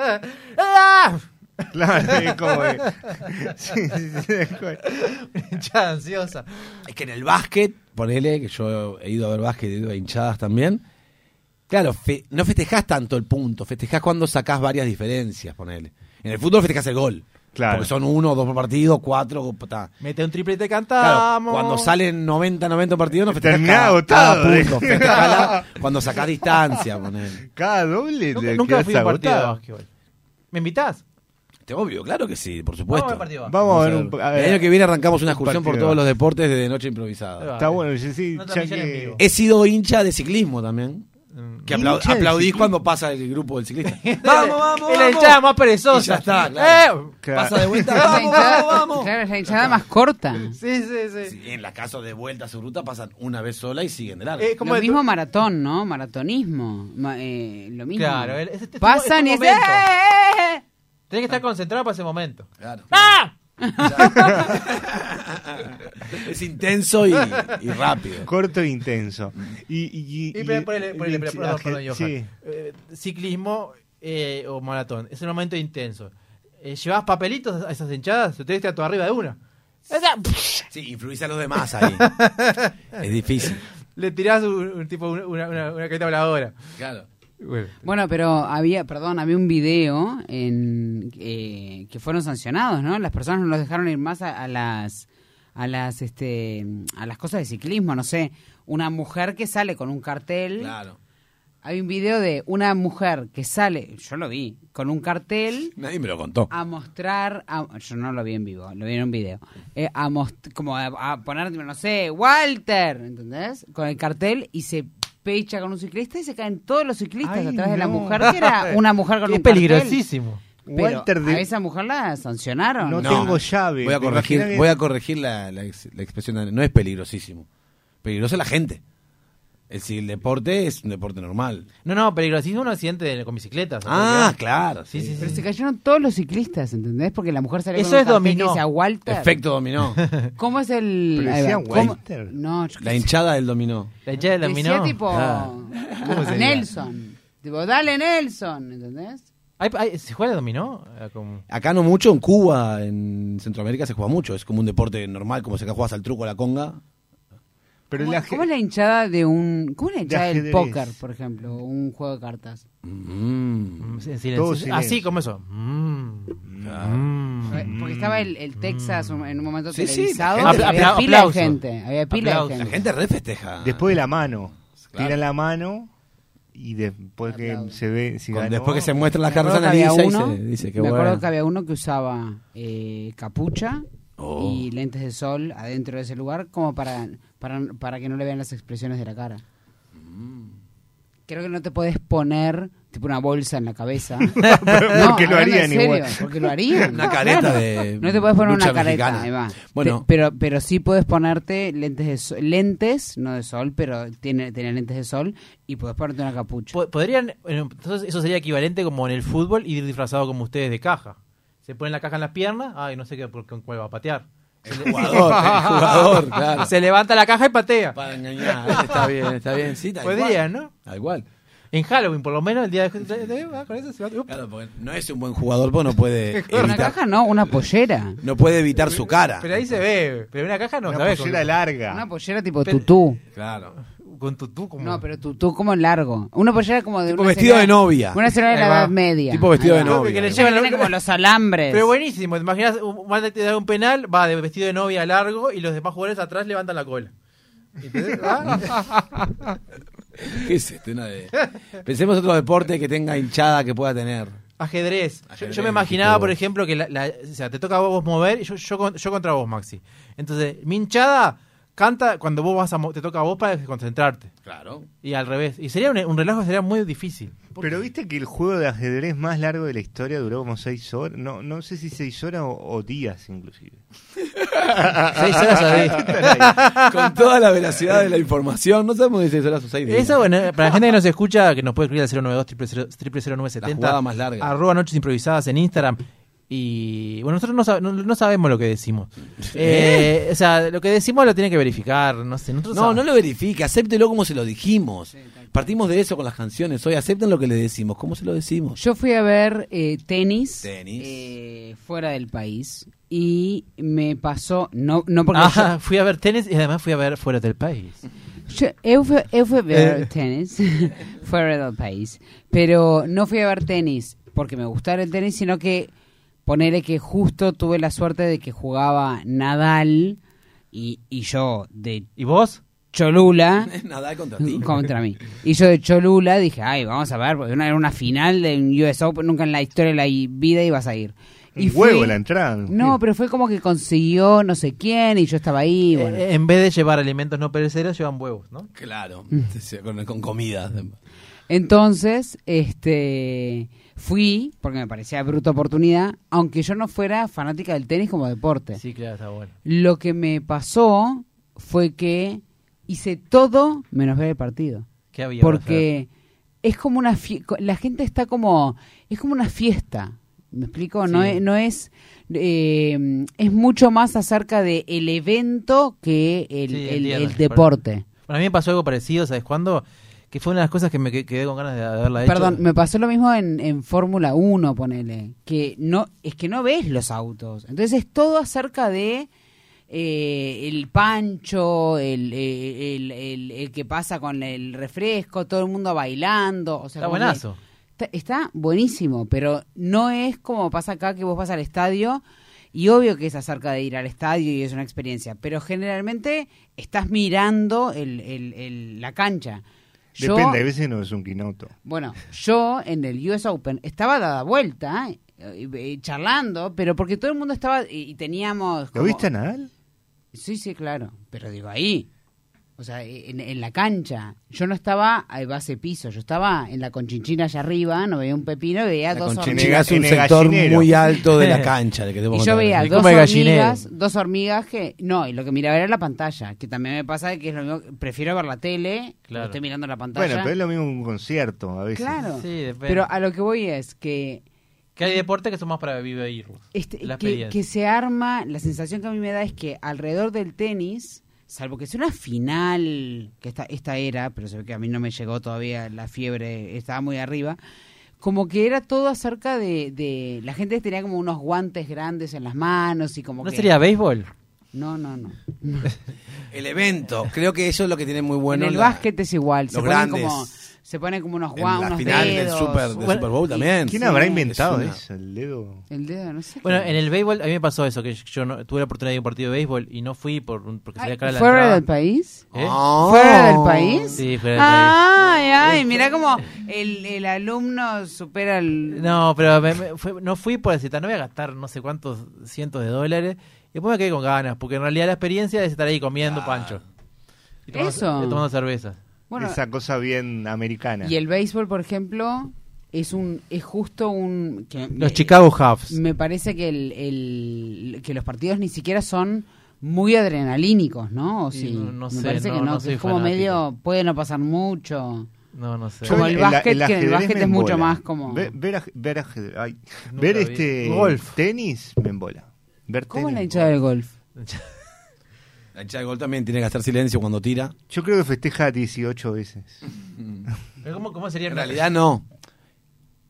S3: ¡Ah!
S5: Claro, es como que-
S3: hinchada ansiosa.
S6: Es que en el básquet, ponele, que yo he ido a ver básquet, he ido a hinchadas también. Claro, fe- no festejás tanto el punto, festejás cuando sacás varias diferencias, ponele. En el fútbol festejás el gol.
S5: Claro.
S6: Porque son uno, dos por partido, cuatro, ta.
S3: Mete un triple y te
S6: Claro,
S3: cantamos.
S6: cuando salen 90, 90 partidos, no festejás
S5: Terminá
S6: cada,
S5: agotado,
S6: cada
S5: eh.
S6: punto. Festejala cuando sacás distancia, ponele.
S5: Cada doble
S3: Nunca,
S5: te
S3: nunca
S5: quedás
S3: fui a un partido de
S5: agotado.
S3: básquetbol. ¿Me invitás?
S6: Te obvio, claro que sí, por
S3: Vamos
S6: supuesto.
S3: a ver partido. de
S5: Vamos a ver un- a ver.
S6: El año que viene arrancamos una excursión
S5: Un
S6: por
S5: partido.
S6: todos los deportes de Noche Improvisada.
S5: Está bueno, yo sí,
S3: No
S5: ya
S3: transmisión
S5: que- Mm.
S3: en vivo.
S6: He sido hincha de ciclismo también. Que aplau-
S5: ¿Hincha de
S6: aplaudís
S5: ciclismo?
S6: cuando pasa el grupo del ciclista.
S3: ¡Vamos, vamos! Es la hinchada más perezosa.
S6: Y ya está, claro.
S3: ¡Eh!
S5: Claro.
S6: Pasa de vuelta,
S4: Es la
S6: vamos,
S4: hinchada-
S6: vamos, vamos.
S4: Claro, es la hinchada más corta.
S3: Sí, sí, sí.
S6: Sí, en la casa de vuelta a su ruta pasan una vez sola y siguen de largo.
S3: Eh, como
S4: Lo
S3: el-
S4: mismo maratón, ¿no? Maratonismo. Ma- eh, lo mismo.
S3: Claro, el- es- es- es
S4: Pasan
S3: un
S4: y es-
S3: momento.
S4: ¡Eh, eh, eh!
S3: Tenés que estar concentrado para ese momento.
S6: Ah. Claro.
S3: ¡Ah!
S6: Es intenso y, y rápido.
S5: Corto e intenso. Y, y,
S3: Y pre- ponele,
S5: y-
S3: ponele,
S5: y-
S3: pre- perdón,
S5: sí.
S3: perdón, Johan. Eh, ciclismo eh, o maratón. Es un momento intenso. Eh, ¿Llevás papelitos a esas hinchadas? Ustedes están todo arriba de una.
S6: Sí, influís a los demás ahí. Es difícil.
S3: Le tirás un, un tipo una, una, una, una careta voladora.
S6: Claro.
S3: Bueno.
S4: Bueno, pero había, perdón, había un video en eh, que fueron sancionados, ¿no? Las personas no los dejaron ir más a, a las a las este a las cosas de ciclismo, no sé, una mujer que sale con un cartel.
S6: Claro.
S4: Hay un video de una mujer que sale, yo lo vi, con un cartel
S6: Nadie me lo contó.
S4: a mostrar, a- yo no lo vi en vivo, lo vi en un video, eh, a most- como a, a poner, no sé, Walter, ¿entendés? Con el cartel y se pecha con un ciclista y se caen todos los ciclistas
S5: Ay,
S4: atrás de la
S5: no.
S4: mujer, que era una mujer con
S3: Es
S4: un cartel.
S3: peligrosísimo.
S4: Pero
S5: Walter de-
S4: a esa mujer la sancionaron.
S5: No,
S6: No.
S5: tengo llave.
S6: Voy a
S5: ¿Te
S6: corregir,
S5: imaginas que-
S6: voy a corregir la, la ex- la expresión. de- No es peligrosísimo. Peligrosa es la gente. El, si el deporte es un deporte normal.
S3: No, no, peligrosísimo un accidente de- con bicicletas.
S6: Ah, claro.
S3: Sí, sí, sí.
S4: Pero se cayeron todos los ciclistas, ¿entendés? Porque la mujer salió
S3: Eso
S4: con un
S3: es
S4: cartel
S3: dominó.
S4: que decía Walter.
S6: Efecto dominó.
S4: ¿Cómo es el...?
S5: Pero
S4: ahí va,
S5: decía
S4: ¿cómo-
S5: Walter.
S4: No, yo qué
S6: La
S4: sé.
S6: hinchada del dominó.
S3: La hinchada de la
S4: Decía
S3: minó.
S4: tipo
S3: Ah.
S5: ¿Cómo sería?
S4: Nelson. Tipo, dale Nelson, ¿entendés?
S3: ¿Hay- hay- ¿Se juega el dominó? Ah, como-
S6: Acá no mucho, en Cuba, en Centroamérica se juega mucho. Es como un deporte normal, como si acá juegas al truco, a la conga.
S5: Pero
S4: ¿Cómo,
S5: la
S4: cómo
S5: ge-
S4: es la hinchada de un... ¿Cómo es la
S5: De
S4: hinchada del
S5: ajedrez.
S4: póker, por ejemplo? o Un juego de cartas.
S6: Mm.
S3: en silencio.
S5: Todo silencio.
S3: Así como eso. Mm. Mm.
S4: Eh, Porque estaba el, el Texas un- en un momento
S6: Sí, sí,
S4: televisado.
S6: la gente-
S4: y había
S3: Apla-
S4: pila
S3: aplauso.
S4: de gente. Había pila
S3: Aplauso.
S4: de
S6: La
S4: gente.
S6: gente re festeja.
S5: Después de la mano.
S6: Claro.
S5: Tira la mano y después que
S4: Aplaude.
S5: se ve. Si
S6: Con-
S5: ganó-
S6: después que se muestran las
S4: Me acuerdo
S6: cartas
S4: que había
S6: analiza y
S4: uno-
S6: se dice que
S4: me
S6: bueno.
S4: acuerdo que había uno que usaba eh, capucha
S6: Oh.
S4: y lentes de sol adentro de ese lugar como para, para,
S6: Mm.
S4: para que no le vean las expresiones de la cara. Creo que no te podés poner tipo una bolsa en la cabeza.
S6: porque
S4: hablando
S6: lo
S4: en
S6: harían
S4: serio,
S6: igual.
S4: Porque lo harían.
S6: Una careta de
S4: No te puedes poner
S6: lucha
S4: una careta,
S6: mexicana.
S4: ahí va.
S6: Bueno.
S4: Pe- pero pero sí puedes ponerte lentes de sol- lentes, no de sol, pero tiene tiene lentes de sol y puedes ponerte una capucha.
S3: Podrían, bueno, entonces eso sería equivalente como en el fútbol ir disfrazado como ustedes de caja. Se ponen la caja en las piernas, ay, no sé qué, por- con cuál va a patear. El
S6: jugador, el jugador, claro.
S3: Se levanta la caja y patea.
S6: Para engañar, está bien, está bien, sí, tal
S3: Podrían,
S6: cual.
S3: ¿no?
S6: Tal cual.
S3: En Halloween, por lo menos, el día de... de- de- ah, con eso se va- Ups.
S6: No es un buen jugador, pues no puede
S4: una
S6: evitar,
S4: caja no, una pollera.
S6: no puede evitar su cara.
S3: Pero ahí se ve, pero en una caja no.
S6: Una
S3: ¿sabes?
S6: pollera
S3: Con-
S6: larga.
S4: Una pollera tipo
S3: Pero-
S4: tutú.
S6: Claro.
S3: Con tutú como...
S4: No, pero tutú como largo. Una pollera como de
S3: Tipo
S4: una
S3: vestido
S4: señora-
S3: de novia.
S4: Una señora de la
S3: Ahí va.
S4: Edad Media.
S6: Tipo vestido
S4: Ahí
S6: de
S4: va.
S6: novia.
S3: que le
S4: Como
S3: llevan
S4: tiene como los alambres.
S3: Pero buenísimo, te imaginas, un Malta te da un penal, va de vestido de novia largo y los demás jugadores atrás levantan la cola. ¿Entendés? Ah.
S6: ¿Qué es esto? Una de- Pensemos otro deporte que tenga hinchada que pueda tener.
S3: Ajedrez. Yo- Yo,
S6: Ajedrez,
S3: me imaginaba,
S6: dijiste
S3: por
S6: vos.
S3: ejemplo, que la, la- o sea, te toca a vos mover, y yo, yo, con- yo contra vos, Maxi. Entonces, mi hinchada canta cuando vos vas a mo- te toca a vos para concentrarte.
S6: Claro.
S3: Y al revés. Y sería un, un relajo que sería muy difícil.
S5: Pero viste que el juego de ajedrez más largo de la historia duró como 6 horas. No, no sé si 6 horas o, o días, inclusive.
S6: Seis horas ahí. Con toda la veracidad de la información, no sabemos si seis horas o seis días.
S3: Eso, bueno, para la gente que nos escucha, que nos puede escribir al 092 000
S6: La
S3: 0970.
S6: jugada más larga.
S3: Arroba noches improvisadas en Instagram. Y bueno, nosotros no, sab- no, no sabemos lo que decimos. Eh, o sea, lo que decimos lo tiene que verificar. No sé, nosotros
S6: No, no lo verifique, acéptelo como se lo dijimos. Partimos de eso con las canciones hoy, acepten lo que le decimos, ¿cómo se lo decimos?
S4: Yo fui a ver eh, tenis,
S6: Tenis.
S4: eh, fuera del país y me pasó, no, no porque
S3: Ah, fui a ver tenis y además fui a ver fuera del país.
S4: yo, yo, eu fui, eu fui a ver
S3: Eh.
S4: tenis fuera del país, pero no fui a ver tenis porque me gustara el tenis, sino que ponerle que justo tuve la suerte de que jugaba Nadal y, y yo de...
S3: ¿Y vos?
S4: Cholula.
S6: Nadal contra ti.
S4: Contra mí. Y yo de Cholula dije, ay, vamos a ver, porque una, era una final de un US Open, nunca en la historia de la i- vida ibas a ir. Y
S5: Un huevo
S4: fui-
S5: la entrada.
S4: No, pero fue como que consiguió no sé quién y yo estaba ahí. bueno.
S3: Eh, En vez de llevar alimentos no pereceros, llevan huevos, ¿no?
S6: Claro,
S4: Mm.
S6: sí, con, con comida.
S4: Entonces, este fui, porque me parecía bruta oportunidad, aunque yo no fuera fanática del tenis como deporte.
S3: Sí, claro, está bueno.
S4: Lo que me pasó fue que hice todo menos ver el partido.
S3: ¿Qué había para
S4: Porque es como una fie- co- la gente está como es como una fiesta. ¿Me explico? No
S3: Sí.
S4: es, no es eh, es mucho más acerca de el evento que el,
S3: Sí,
S4: el-
S3: entiendo.
S4: el deporte.
S3: Bueno, a mí me pasó algo parecido, ¿sabes cuándo? Que fue una de las cosas que me que- quedé con ganas de haberla hecho.
S4: Perdón, me pasó lo mismo en, en Fórmula 1, ponele, que no es que no ves los autos. Entonces es todo acerca de eh, el pancho, el, eh, el- el- el que pasa con el refresco, todo el mundo bailando. O sea,
S3: Está
S4: como que-
S3: buenazo.
S4: Está, está buenísimo, pero no es como pasa acá que vos vas al estadio y obvio que es acerca de ir al estadio y es una experiencia, pero generalmente estás mirando el- el- el- la cancha. Yo-
S5: Depende, a veces no es un quinoto.
S4: bueno, yo en el US Open estaba dada vuelta, eh, eh, charlando, pero porque todo el mundo estaba y, y teníamos...
S5: ¿Lo
S4: como-
S5: viste a Nadal?
S4: Sí, sí, claro, pero digo ahí, o sea, e, en, en la cancha. Yo no estaba a base piso, yo estaba en la conchinchina allá arriba, no veía un pepino, veía dos
S6: Conchinchina
S4: hormigas.
S6: es un
S5: En el
S6: sector
S5: gallinero.
S6: muy alto de la cancha. de que te voy a
S4: Y yo
S6: contar.
S4: veía dos hormigas, dos hormigas que... No, y lo que miraba era la pantalla, que también me pasa que es lo mismo, prefiero ver la tele,
S5: Claro.
S4: claro. estoy mirando la pantalla.
S5: Bueno, pero es lo mismo un concierto a veces.
S4: Claro,
S3: Sí, depende.
S4: pero a lo que voy es que
S3: Que hay deportes que son más para vivirlos.
S4: Este,
S3: La
S4: que,
S3: experiencia.
S4: que se arma, la sensación que a mí me da es que alrededor del tenis, salvo que sea una final, que esta, esta era, pero se ve que a mí no me llegó todavía la fiebre, estaba muy arriba, como que era todo acerca de, de- la gente tenía como unos guantes grandes en las manos y como
S3: ¿No
S4: que...
S3: sería béisbol?
S4: No, no, no.
S6: El evento, creo que eso es lo que tiene muy bueno.
S4: en el
S6: la-
S4: básquet es igual, se
S6: los
S4: ponen,
S6: grandes.
S4: como, se ponen como unos
S6: en la
S4: guantes, unos
S6: final del
S4: dedos.
S6: Super, del
S4: Bueno,
S6: Super Bowl también.
S5: ¿Quién habrá
S4: Sí.
S5: inventado
S6: Es una-
S5: eso? El dedo.
S4: El dedo, no sé.
S3: Bueno, en el béisbol a mí me pasó eso, que yo no, tuve la oportunidad de ir a un partido de béisbol y no fui por, un- porque salía cara la
S4: ¿Fuera
S3: entrada.
S4: del país?
S3: ¿Eh?
S4: ¿Fuera del país?
S3: Sí, fuera del
S4: Ah, Ay, ay, mira como el, el alumno supera el...
S3: país. No, pero me- me- fue- no fui por decir, no voy a gastar no sé cuántos cientos de dólares. Y después me quedé con ganas, porque en realidad la experiencia es estar ahí
S6: Ah.
S3: comiendo pancho. Y tomando,
S4: Eso.
S3: y tomando cerveza.
S4: Bueno,
S5: Esa cosa bien americana.
S4: y el béisbol, por ejemplo, es un es justo un que
S22: Los Chicago Cubs.
S4: me parece que el, el- que los partidos ni siquiera son muy adrenalínicos no o
S12: Y
S4: sí,
S12: no- no
S4: me
S12: sé,
S4: parece que
S12: no-
S4: no,
S12: no
S4: que
S12: soy
S4: es como
S12: fanático.
S4: medio puede no pasar mucho
S12: No, no sé.
S4: como el básquet que en el básquet es mucho más como
S5: Ver, ver, aj- ver aj- ay,
S4: Nunca
S5: ver
S4: vi.
S5: este
S4: Golf.
S5: tenis me embola. Ver
S4: cómo es
S5: tenis,
S4: la hinchada del golf
S6: La hinchada de gol también tiene que hacer silencio cuando tira.
S5: Yo creo que festeja 18 veces.
S12: Pero ¿Cómo, cómo sería
S6: En realidad no.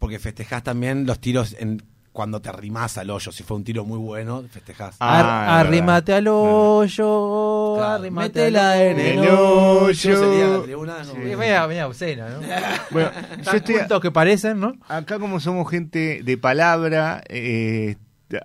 S6: Porque festejás también los tiros en cuando te arrimás al hoyo. Si fue un tiro muy bueno, festejás.
S3: Ah,
S12: Ar- arrímate al hoyo, arrímate métela en el hoyo.
S6: Sería la tribuna,
S12: Sí.
S6: como-
S12: Media, media obscena, ¿no?
S5: Bueno,
S12: Tan cultos que parecen, ¿no?
S5: Acá como somos gente de palabra, eh,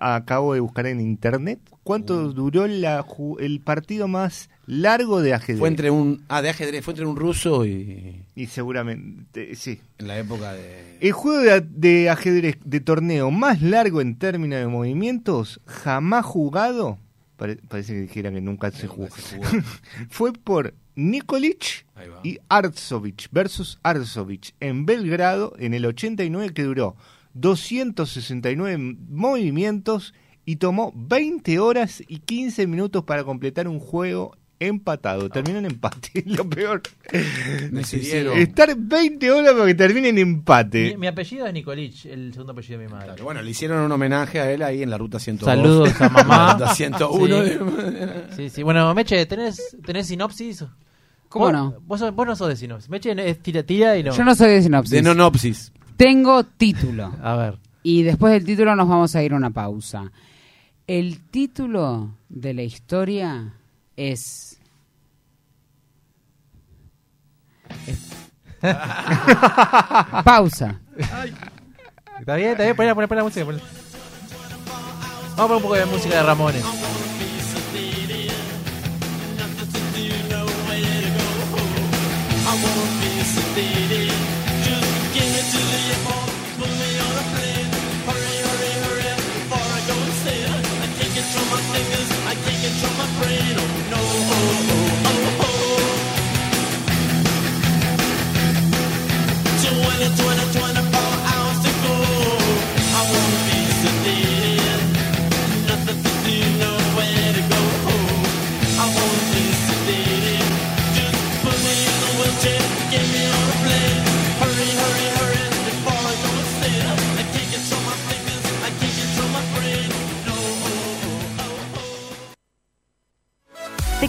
S5: acabo de buscar en internet cuánto duró la ju- el partido más largo de ajedrez.
S6: Fue entre un. Ah, de ajedrez. Fue entre un ruso y.
S5: Y seguramente, sí.
S6: En la época de.
S5: El juego de, a- de ajedrez de torneo más largo en términos de movimientos jamás jugado, pare- parece que dijera que nunca se jugó, fue por Nikolic y Arzovic versus Arzovic en Belgrado en el 89 que duró 269 m- movimientos y tomó 20 horas y 15 minutos para completar un juego empatado. Terminó en empate, lo peor.
S6: Decidieron.
S5: Estar 20 horas para que termine en empate.
S12: Mi, mi apellido es Nicolich, el segundo apellido de mi madre.
S6: Bueno, le hicieron un homenaje a él ahí en la ruta 102.
S12: Saludos a
S6: La
S12: mamá.
S6: ruta 101.
S12: Sí. Sí, sí. Bueno, Meche, ¿tenés, tenés sinopsis?
S4: ¿Cómo
S12: Vos-
S4: no?
S12: Vos, sos- vos no sos de sinopsis. Meche es tira, tira y no.
S4: yo no soy de sinopsis
S6: De nonopsis.
S4: tengo título
S12: A ver.
S4: y después del título nos vamos a ir a una pausa el título de la historia es Pausa.
S12: Está bien, está bien. Poné, poné, poné la música. poné. Vamos a poner un poco de música de Ramones.
S9: Oh,
S8: ¿Te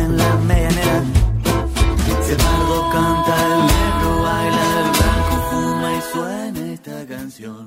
S9: en la medianera. Si el pardo canta, el negro baila, el blanco fuma y suena esta canción.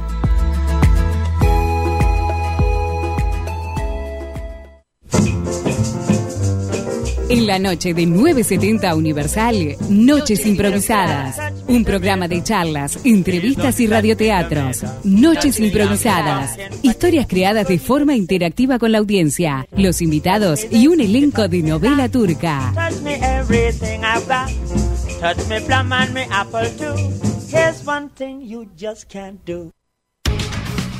S10: En la noche de 970 Universal, Noches Improvisadas. Un programa de charlas, entrevistas y radioteatros. Noches Improvisadas. Historias creadas de forma interactiva con la audiencia, los invitados y un elenco de novela turca.
S11: Touch me everything I've got. Touch me plum and me apple too. Here's one thing you just can't do.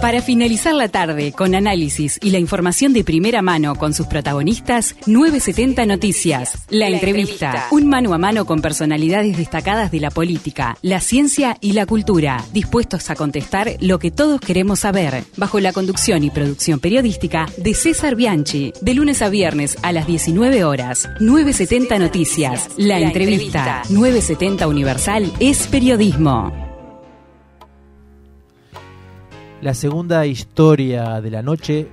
S10: Para finalizar la tarde con análisis y la información de primera mano con sus protagonistas, 970 Noticias, la entrevista, un mano a mano con personalidades destacadas de la política, la ciencia y la cultura, dispuestos a contestar lo que todos queremos saber, bajo la conducción y producción periodística de César Bianchi, de lunes a viernes a las 19 horas, 970 Noticias, la entrevista, 970 Universal es periodismo.
S12: La segunda historia de la noche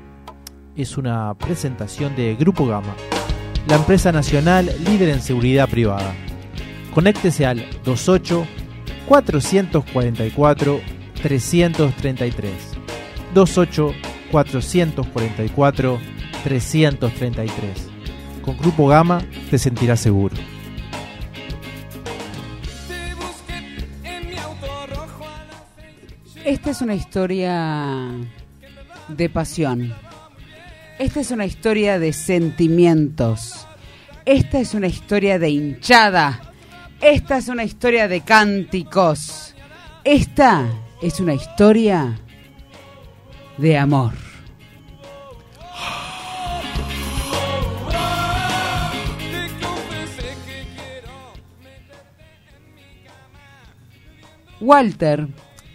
S12: es una presentación de Grupo Gama, la empresa nacional líder en seguridad privada. Conéctese al 28 444 333. 28 444 333. Con Grupo Gama te sentirás seguro.
S4: Esta es una historia de pasión. Esta es una historia de sentimientos. Esta es una historia de hinchada. Esta es una historia de cánticos. Esta es una historia de amor. Walter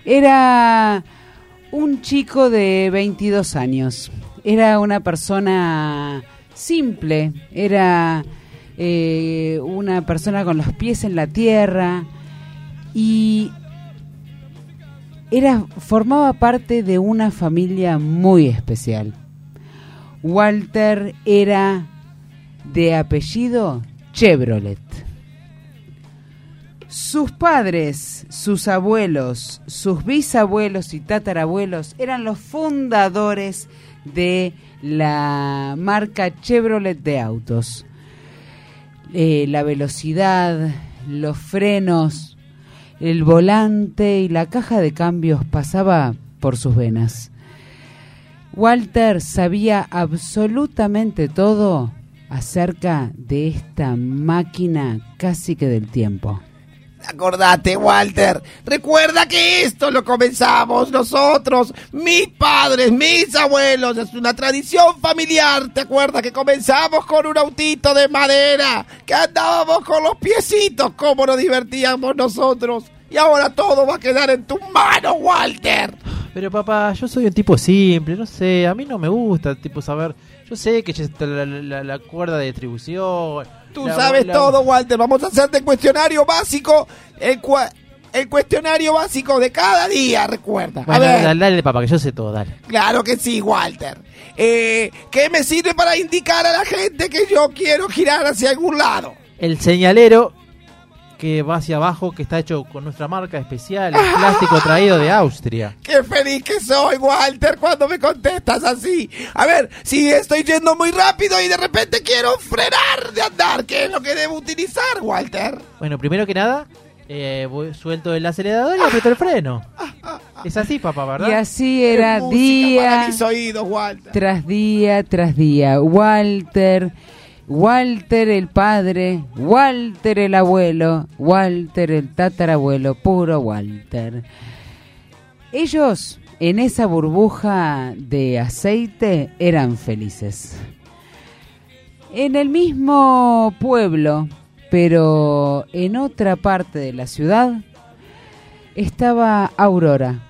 S4: era un chico de 22 años. Era una persona simple, era eh, una persona con los pies en la tierra y era formaba parte de una familia muy especial. Walter era de apellido Chevrolet. Sus padres, sus abuelos, sus bisabuelos y tatarabuelos eran los fundadores de la marca Chevrolet de autos. Eh, la velocidad, los frenos, el volante y la caja de cambios pasaba por sus venas. Walter sabía absolutamente todo acerca de esta máquina casi que del tiempo.
S15: Acordate, Walter. Recuerda que esto lo comenzamos nosotros, mis padres, mis abuelos. Es una tradición familiar. ¿Te acuerdas que comenzamos con un autito de madera? Que andábamos con los piecitos. ¿Cómo nos divertíamos nosotros? Y ahora todo va a quedar en tus manos, Walter.
S12: Pero papá, yo soy un tipo simple, no sé, a mí no me gusta tipo saber, yo sé que ya está la, la- la cuerda de distribución.
S15: Tú
S12: la-
S15: sabes
S12: la-
S15: todo, Walter. Vamos a hacerte el cuestionario básico. El, cua- el cuestionario básico de cada día, recuerda. A
S12: Bueno,
S15: ver.
S12: dale, dale, papá, que yo sé todo, dale.
S15: Claro que sí, Walter. Eh, ¿Qué me sirve para indicar a la gente que yo quiero girar hacia algún lado?
S12: El señalero que va hacia abajo, que está hecho con nuestra marca especial,
S15: Ah.
S12: el plástico traído de Austria.
S15: ¡Qué feliz que soy, Walter, cuando me contestas así! A ver, si estoy yendo muy rápido y de repente quiero frenar de andar, ¿qué es lo que debo utilizar, Walter?
S12: Bueno, primero que nada, eh, voy- suelto el acelerador y aprieto el freno.
S15: Ah,
S12: Es así, papá, ¿verdad?
S4: Y así era día tras día tras día. Walter, Walter el padre, Walter el abuelo, Walter el tatarabuelo, puro Walter. Ellos en esa burbuja de aceite eran felices. En el mismo pueblo, pero en otra parte de la ciudad, estaba Aurora.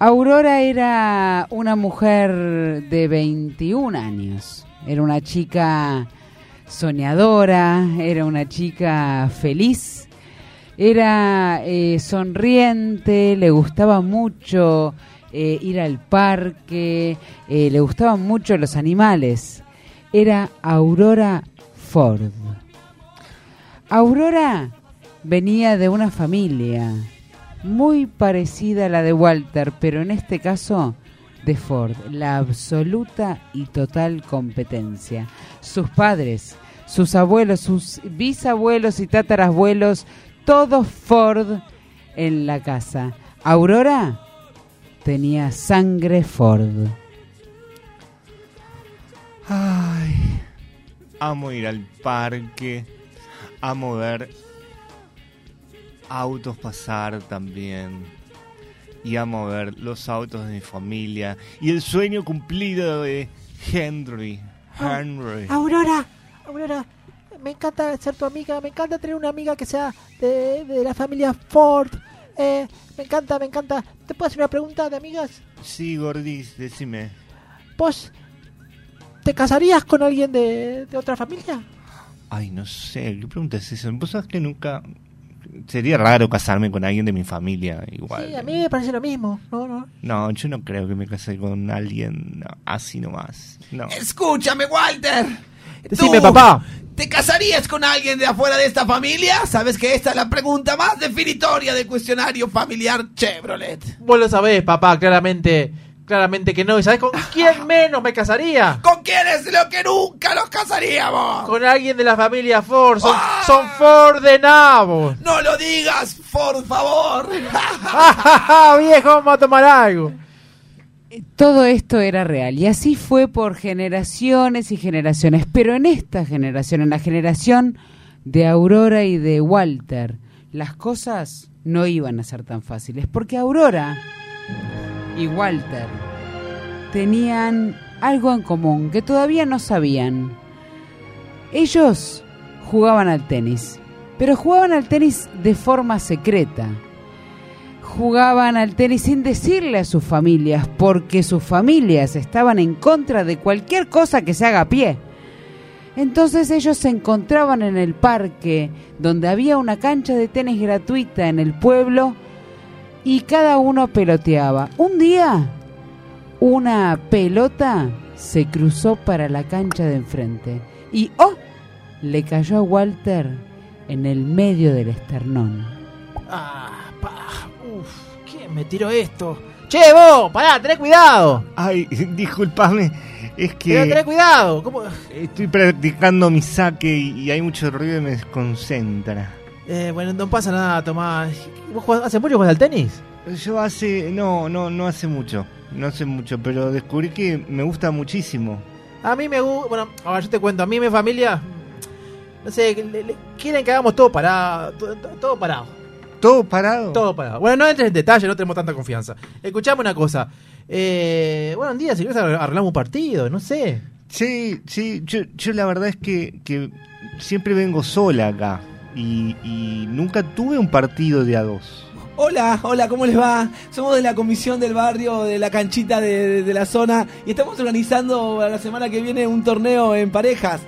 S4: Aurora era una mujer de 21 años. Era una chica soñadora, era una chica feliz, era eh, sonriente, le gustaba mucho eh, ir al parque, eh, le gustaban mucho los animales. Era Aurora Ford. Aurora venía de una familia muy parecida a la de Walter, pero en este caso de Ford, la absoluta y total competencia. Sus padres, sus abuelos, sus bisabuelos y tatarabuelos, todos Ford en la casa. Aurora tenía sangre Ford.
S5: Ay, amo ir al parque, amo ver autos pasar también. Y amo ver los autos de mi familia y el sueño cumplido de Henry. Henry.
S2: Aurora, Aurora, me encanta ser tu amiga, me encanta tener una amiga que sea de, de la familia Ford. Eh, me encanta, me encanta. ¿Te puedo hacer una pregunta de amigas?
S5: Sí, Gordis, decime.
S2: ¿Vos te casarías con alguien de, de otra familia?
S5: Ay, no sé, ¿qué pregunta es esa? Vos sabés que nunca... Sería raro casarme con alguien de mi familia, igual.
S2: Sí, a mí me parece lo mismo. No, no.
S5: No, yo no creo que me case con alguien no, así nomás. No.
S15: Escúchame, Walter.
S5: Decime,
S15: Tú,
S5: papá.
S15: ¿Te casarías con alguien de afuera de esta familia? Sabes que esta es la pregunta más definitoria del cuestionario familiar Chevrolet.
S3: Vos lo sabés, papá, claramente. Claramente que no. ¿Y sabés con quién menos me casaría?
S15: ¿Con quién es lo que nunca nos casaríamos?
S3: Con alguien de la familia Ford. Son,
S15: Ah.
S3: son Ford de nabos.
S15: No lo digas, por favor.
S3: viejo, vamos a tomar algo.
S4: Todo esto era real y así fue por generaciones y generaciones, pero en esta generación, en la generación de Aurora y de Walter, las cosas no iban a ser tan fáciles, porque Aurora y Walter tenían algo en común que todavía no sabían. Ellos jugaban al tenis, pero jugaban al tenis de forma secreta jugaban al tenis sin decirle a sus familias, porque sus familias estaban en contra de cualquier cosa que se haga a pie. Entonces ellos se encontraban en el parque, donde había una cancha de tenis gratuita en el pueblo, y cada uno peloteaba. Un día, una pelota se cruzó para la cancha de enfrente, y ¡oh! le cayó a Walter en el medio del esternón.
S2: Ah, pa, uf, ¿quién me tiró esto? Che, vos, pará, tenés cuidado.
S5: Ay, disculpame, es que...
S2: Pero tenés cuidado. ¿Cómo?
S5: Estoy practicando mi saque y, y hay mucho ruido y me desconcentra.
S3: Eh, bueno, no pasa nada, Tomás. ¿Vos jugás- hace mucho que jugás al tenis?
S5: Yo hace... No, no, no hace mucho. No hace mucho, pero descubrí que me gusta muchísimo.
S3: A mí me gusta. Bueno, ahora yo te cuento. A mí, mi familia. No sé, le- le- quieren que hagamos todo parado. to- to- Todo, parado.
S5: ¿Todo parado?
S3: Todo parado. Bueno, no entres en detalle, no tenemos tanta confianza. Escuchame una cosa. Eh, bueno, un día, si querés, arregl- arreglamos un partido, no sé.
S5: Sí, sí, yo, yo la verdad es que, que siempre vengo sola acá y, y nunca tuve un partido de a dos.
S13: Hola, hola, ¿cómo les va? Somos de la comisión del barrio, de la canchita de, de- de la zona, y estamos organizando para la semana que viene un torneo en parejas.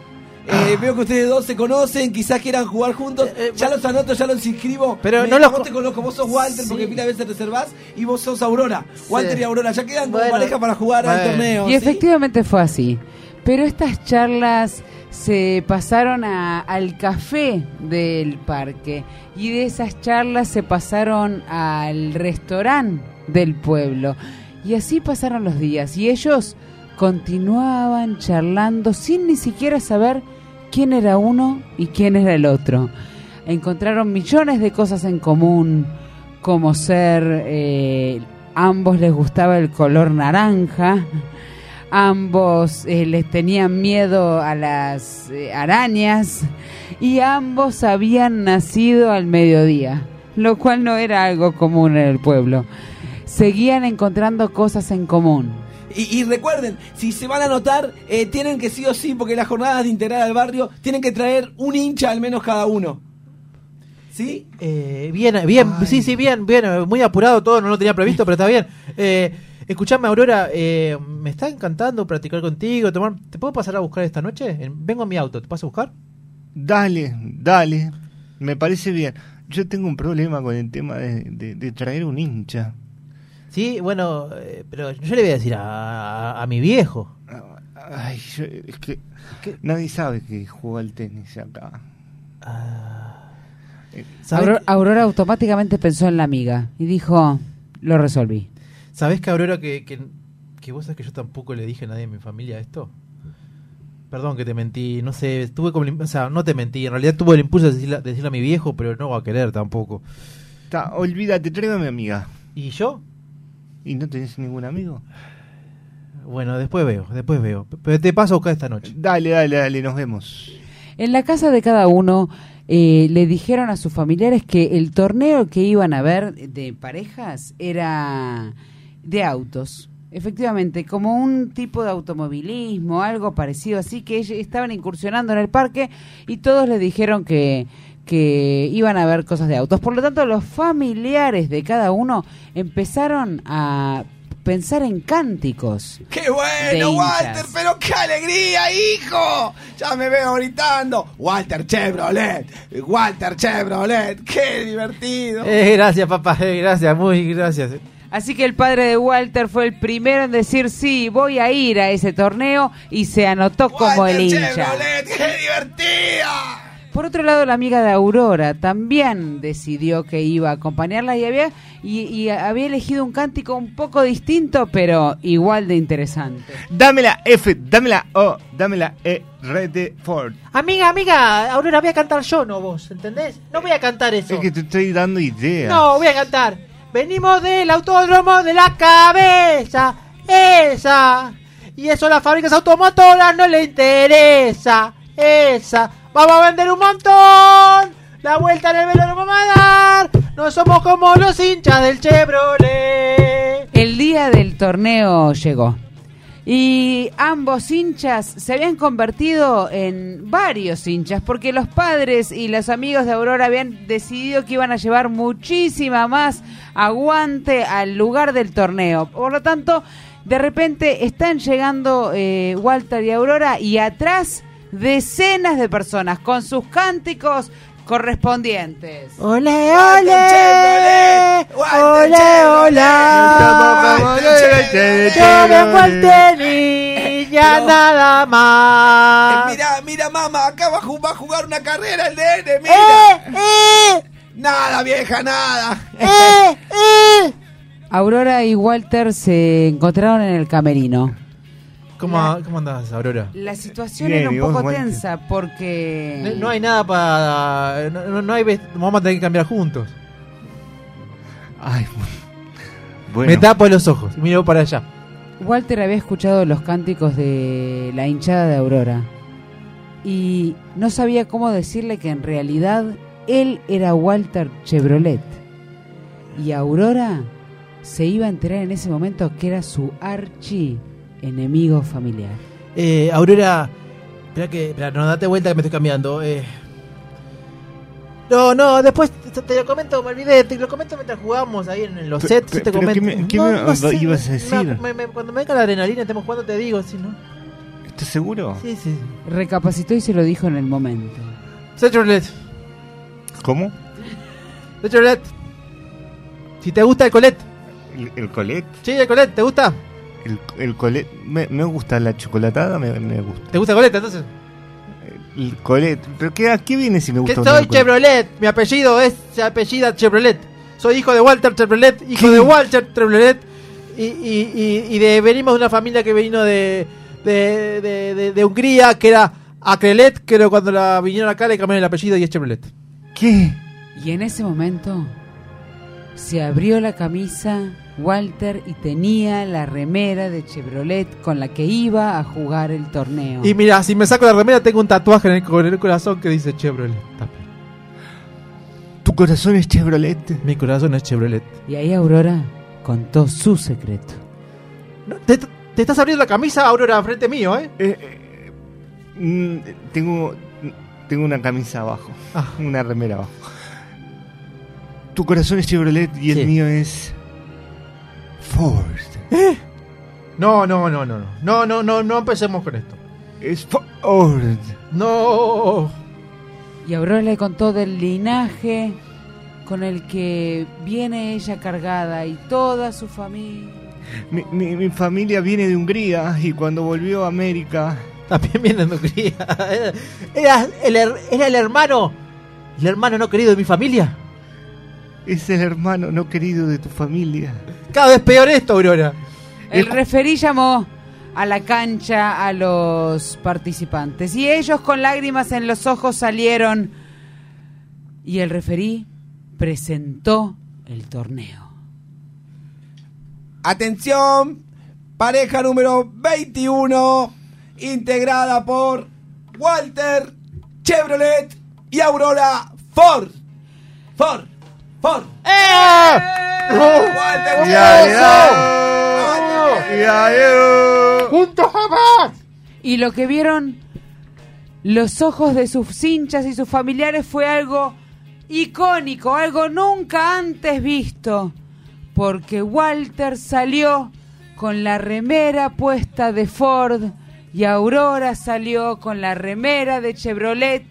S6: Ah.
S13: Eh, Veo que ustedes dos se conocen, quizás quieran jugar juntos.
S6: Eh,
S13: ya los anoto, ya los inscribo.
S3: Pero
S13: Me-
S3: no los
S13: vos
S3: co-
S13: te conozco, vos sos Walter, porque pila veces reservás, y vos sos Aurora. Walter y Aurora, ya quedan como
S4: Bueno.
S13: pareja para jugar al torneo.
S4: Y efectivamente fue así. Pero estas charlas se pasaron a- al café del parque y de esas charlas se pasaron al restaurante del pueblo. Y así pasaron los días y ellos continuaban charlando sin ni siquiera saber quién era uno y quién era el otro. Encontraron millones de cosas en común, como ser, eh, ambos les gustaba el color naranja, ambos eh, les tenían miedo a las eh, arañas y ambos habían nacido al mediodía, lo cual no era algo común en el pueblo. Seguían encontrando cosas en común.
S13: Y, y recuerden, si se van a anotar, eh, tienen que sí o sí, porque las jornadas de integrar al barrio, tienen que traer un hincha al menos cada uno. ¿Sí?
S3: Eh, bien, bien, sí, sí, bien, bien. eh, Muy apurado todo, no lo tenía previsto, pero está bien. Eh, escuchame, Aurora, eh, me está encantando practicar contigo. Tomar, ¿Te puedo pasar a buscar esta noche? En- Vengo a mi auto, ¿te paso a buscar?
S5: Dale, dale, me parece bien. Yo tengo un problema con el tema de, de- de traer un hincha.
S3: Sí, bueno, eh, pero yo le voy a decir a, a- a mi viejo.
S5: Ay, yo- es que nadie sabe que juega al tenis acá.
S3: Ah. ¿Sabe-
S4: Aurora, Aurora automáticamente pensó en la amiga y dijo, lo resolví.
S3: ¿Sabés que Aurora que, que, que vos sabés que yo tampoco le dije a nadie de mi familia esto? Perdón que te mentí, no sé, tuve como, el im- o sea, no te mentí, en realidad tuve el impulso de decirle, de decirle a mi viejo, pero no va a querer tampoco.
S5: Está, olvídate, tráeme a mi amiga.
S3: ¿Y yo?
S5: ¿Y no tenés ningún amigo?
S3: Bueno, después veo, después veo. Pero te paso acá esta noche.
S5: Dale, dale, dale, nos vemos.
S4: En la casa de cada uno eh, le dijeron a sus familiares que el torneo que iban a ver de parejas era de autos. Efectivamente, como un tipo de automovilismo, algo parecido así, que ellos estaban incursionando en el parque y todos le dijeron que, que iban a ver cosas de autos. Por lo tanto, los familiares de cada uno empezaron a pensar en cánticos.
S15: ¡Qué
S4: de
S15: bueno,
S4: hinchas.
S15: Walter! ¡Pero qué alegría, hijo! Ya me veo gritando. Walter Chevrolet, Walter Chevrolet, qué divertido.
S3: Eh, gracias, papá, eh, gracias, muy gracias.
S4: Así que el padre de Walter fue el primero en decir sí, voy a ir a ese torneo y se anotó como el hincha.
S15: Chevrolet, qué divertida.
S4: Por otro lado, la amiga de Aurora también decidió que iba a acompañarla y había y, y había elegido un cántico un poco distinto, pero igual de interesante.
S5: Dame la F, dame la O, dame la E, Red de Ford.
S2: Amiga, amiga, Aurora, voy a cantar yo, no vos, ¿entendés? No voy a cantar eso.
S5: Es que te estoy dando ideas.
S2: No, voy a cantar. Venimos del autódromo de la cabeza, esa. Y eso a las fábricas automotoras no le interesa, esa. Vamos a vender un montón. La vuelta en el velódromo vamos a dar. No somos como los hinchas del Chevrolet.
S4: El día del torneo llegó. Y ambos hinchas se habían convertido en varios hinchas, porque los padres y los amigos de Aurora habían decidido que iban a llevar muchísima más aguante al lugar del torneo. Por lo tanto, de repente están llegando eh, Walter y Aurora y atrás decenas de personas con sus cánticos correspondientes.
S2: Ole, ole. Ole, ole. Yo me fui al tenis, ya nada
S4: Ah.
S2: más.
S15: Mira, mira, mamá, acá va a ju- va a jugar una carrera el nene,
S4: ¡Eh,
S15: mira. Nada, vieja, nada.
S4: Aurora y Walter se encontraron en el camerino.
S3: ¿Cómo, ¿cómo andás, Aurora?
S5: Eh,
S4: La situación
S3: Bien,
S4: era
S3: ¿y
S4: un
S3: vos,
S4: poco
S3: Walter?
S4: tensa porque...
S3: No, no hay nada para... No, no- no hay... vest- Vamos a tener que cambiar juntos.
S5: Ay,
S3: bueno. Me tapo los ojos y miro para allá.
S4: Walter había escuchado los cánticos de la hinchada de Aurora y no sabía cómo decirle que en realidad él era Walter Chevrolet y Aurora se iba a enterar en ese momento que era su archi enemigo familiar.
S3: Eh, Aurora, espera que, espera, no date vuelta que me estoy cambiando. Eh,
S2: No, no, después te, te lo comento, me olvidé, te lo comento mientras jugamos ahí en los
S5: Pe-
S2: sets,
S5: pe-
S2: te
S5: pero
S2: comento.
S5: ¿qué me- qué me ibas a decir?
S2: no, me- me- cuando me venga la adrenalina, estemos jugando, te digo, si no.
S5: ¿Estás seguro?
S2: Sí, sí.
S4: Recapacitó y se lo dijo en el momento.
S3: Chevrolet,
S5: ¿Cómo?
S3: Chevrolet. Si te gusta el colet.
S5: ¿El, el colet?
S3: Sí, el colet, ¿te gusta?
S5: El, el colet. Me, me gusta la chocolatada, me, me gusta.
S3: ¿Te gusta el colet entonces?
S5: El colet. ¿Pero qué, a qué viene si me
S3: Que
S5: gusta o no
S3: soy
S5: el colet?
S3: Chevrolet, mi apellido es se apellida Chevrolet. Soy hijo de Walter Chevrolet, hijo de Walter Chevrolet. Y, y- y- y de, venimos de una familia que vino de, de, de- de- de Hungría, que era Acrelet, pero cuando la vinieron acá le cambiaron el apellido y es Chevrolet.
S5: ¿Qué?
S4: Y en ese momento se abrió la camisa Walter y tenía la remera de Chevrolet con la que iba a jugar el torneo.
S3: Y mira, si me saco la remera tengo un tatuaje en el, co- en el corazón que dice Chevrolet.
S5: Tu corazón es Chevrolet.
S3: Mi corazón es Chevrolet.
S4: Y ahí Aurora contó su secreto.
S3: Te estás abriendo la camisa, Aurora, frente mío, ¿eh?
S5: Mm, tengo, tengo una camisa abajo.
S2: Ah.
S5: Una remera abajo. Tu corazón es Chevrolet y el mío es. Ford.
S3: ¿Eh? No, no, no, no, no. No, no, no, no empecemos con esto.
S5: Es Ford.
S3: No.
S4: Y Aurora le contó del linaje con el que viene ella cargada y toda su familia.
S5: Mi, mi- mi familia viene de Hungría y cuando volvió a América.
S3: También viene de Hungría.
S2: Era el, her- era el hermano
S3: ¿El hermano no querido de mi familia?
S5: Es el hermano no querido de tu familia.
S3: Cada vez peor esto, Aurora.
S4: El referí llamó a la cancha a los participantes y ellos con lágrimas en los ojos salieron y el referí presentó el torneo.
S15: Atención, pareja número 21, integrada por Walter Chevrolet y Aurora Ford. Ford, Ford.
S4: ¡Eh!
S15: ¡Walter
S1: Ya,
S4: ¡Juntos jamás! Y lo que vieron los ojos de sus hinchas y sus familiares fue algo icónico, algo nunca antes visto. Porque Walter salió con la remera puesta de Ford y Aurora salió con la remera de Chevrolet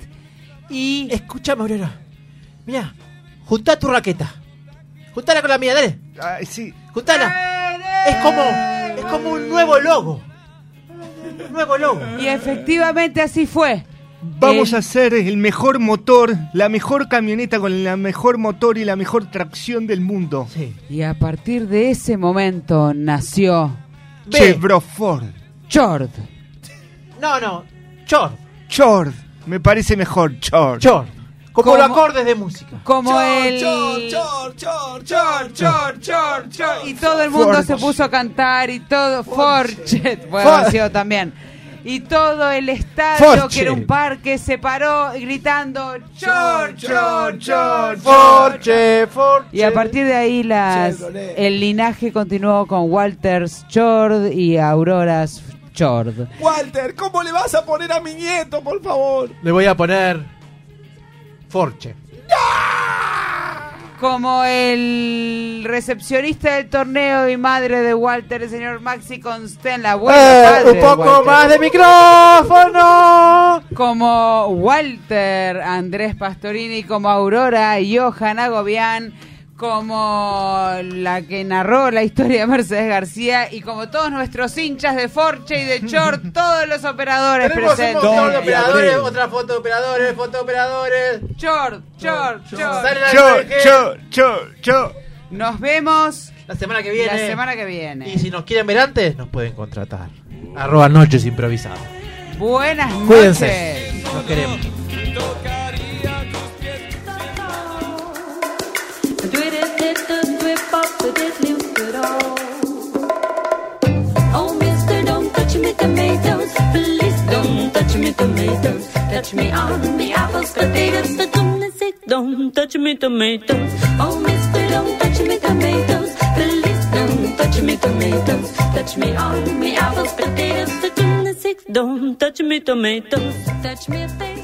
S4: y...
S3: Escúchame, Aurora. Mira, juntá tu raqueta. Juntala con la mía, dale.
S5: sí.
S3: Juntala. Es como, es como un nuevo logo. Un nuevo logo.
S4: Y efectivamente así fue.
S5: Vamos a hacer el mejor motor, la mejor camioneta con la mejor motor y la mejor tracción del mundo.
S4: Y a partir de ese momento nació
S5: Chevroford.
S4: Chord.
S3: No, no. Chord.
S5: Chord. Me parece mejor, Chord.
S3: Chord. Como, los acordes de música.
S4: Como el...
S15: Chor, chor, chor, chor, chor, chor.
S4: Y todo el mundo
S15: Forch.
S4: se puso a cantar y todo. Forchet, bueno,
S15: For-
S4: nació también. Y todo el estadio,
S15: Forchet.
S4: que era un parque, se paró gritando Chor, Chor, Chor,
S3: Forche, Forche.
S4: Y a partir de ahí las,
S3: Chevrolet.
S4: el linaje continuó con Walters Chord y Auroras Chord.
S15: Walter, ¿cómo le vas a poner a mi nieto, por favor?
S3: Le voy a poner Forche.
S4: Como el recepcionista del torneo y madre de Walter, el señor Maxi Constella. Bueno,
S3: Eh,
S4: padre
S3: un
S4: de
S3: poco
S4: Walter.
S3: más de micrófono.
S4: Como Walter Andrés Pastorini, como Aurora Johan Agobián, como la que narró la historia de Mercedes García y como todos nuestros hinchas de Forche y de Chor, todos los operadores
S3: Tenemos un
S4: presentes.
S3: montón de operadores,
S4: Chor,
S3: otra foto de operadores, foto de operadores.
S4: Chor, Chor,
S3: Sale la
S4: Chor.
S3: imagen.
S4: Nos vemos
S3: la semana que viene.
S4: La semana que viene.
S3: Y si nos quieren ver antes, nos pueden contratar. Arroba noches improvisadas.
S4: Buenas
S3: Cuídense.
S4: noches.
S3: Nos queremos.
S1: Oh, mister, don't touch me tomatoes. Please don't touch me tomatoes. Touch me on the apples, potatoes. The goodness sake, don't touch me tomatoes. Oh, mister, don't touch me tomatoes. Please don't touch me tomatoes. Touch me on the apples, potatoes. The goodness sake, don't touch me tomatoes. Touch me, baby.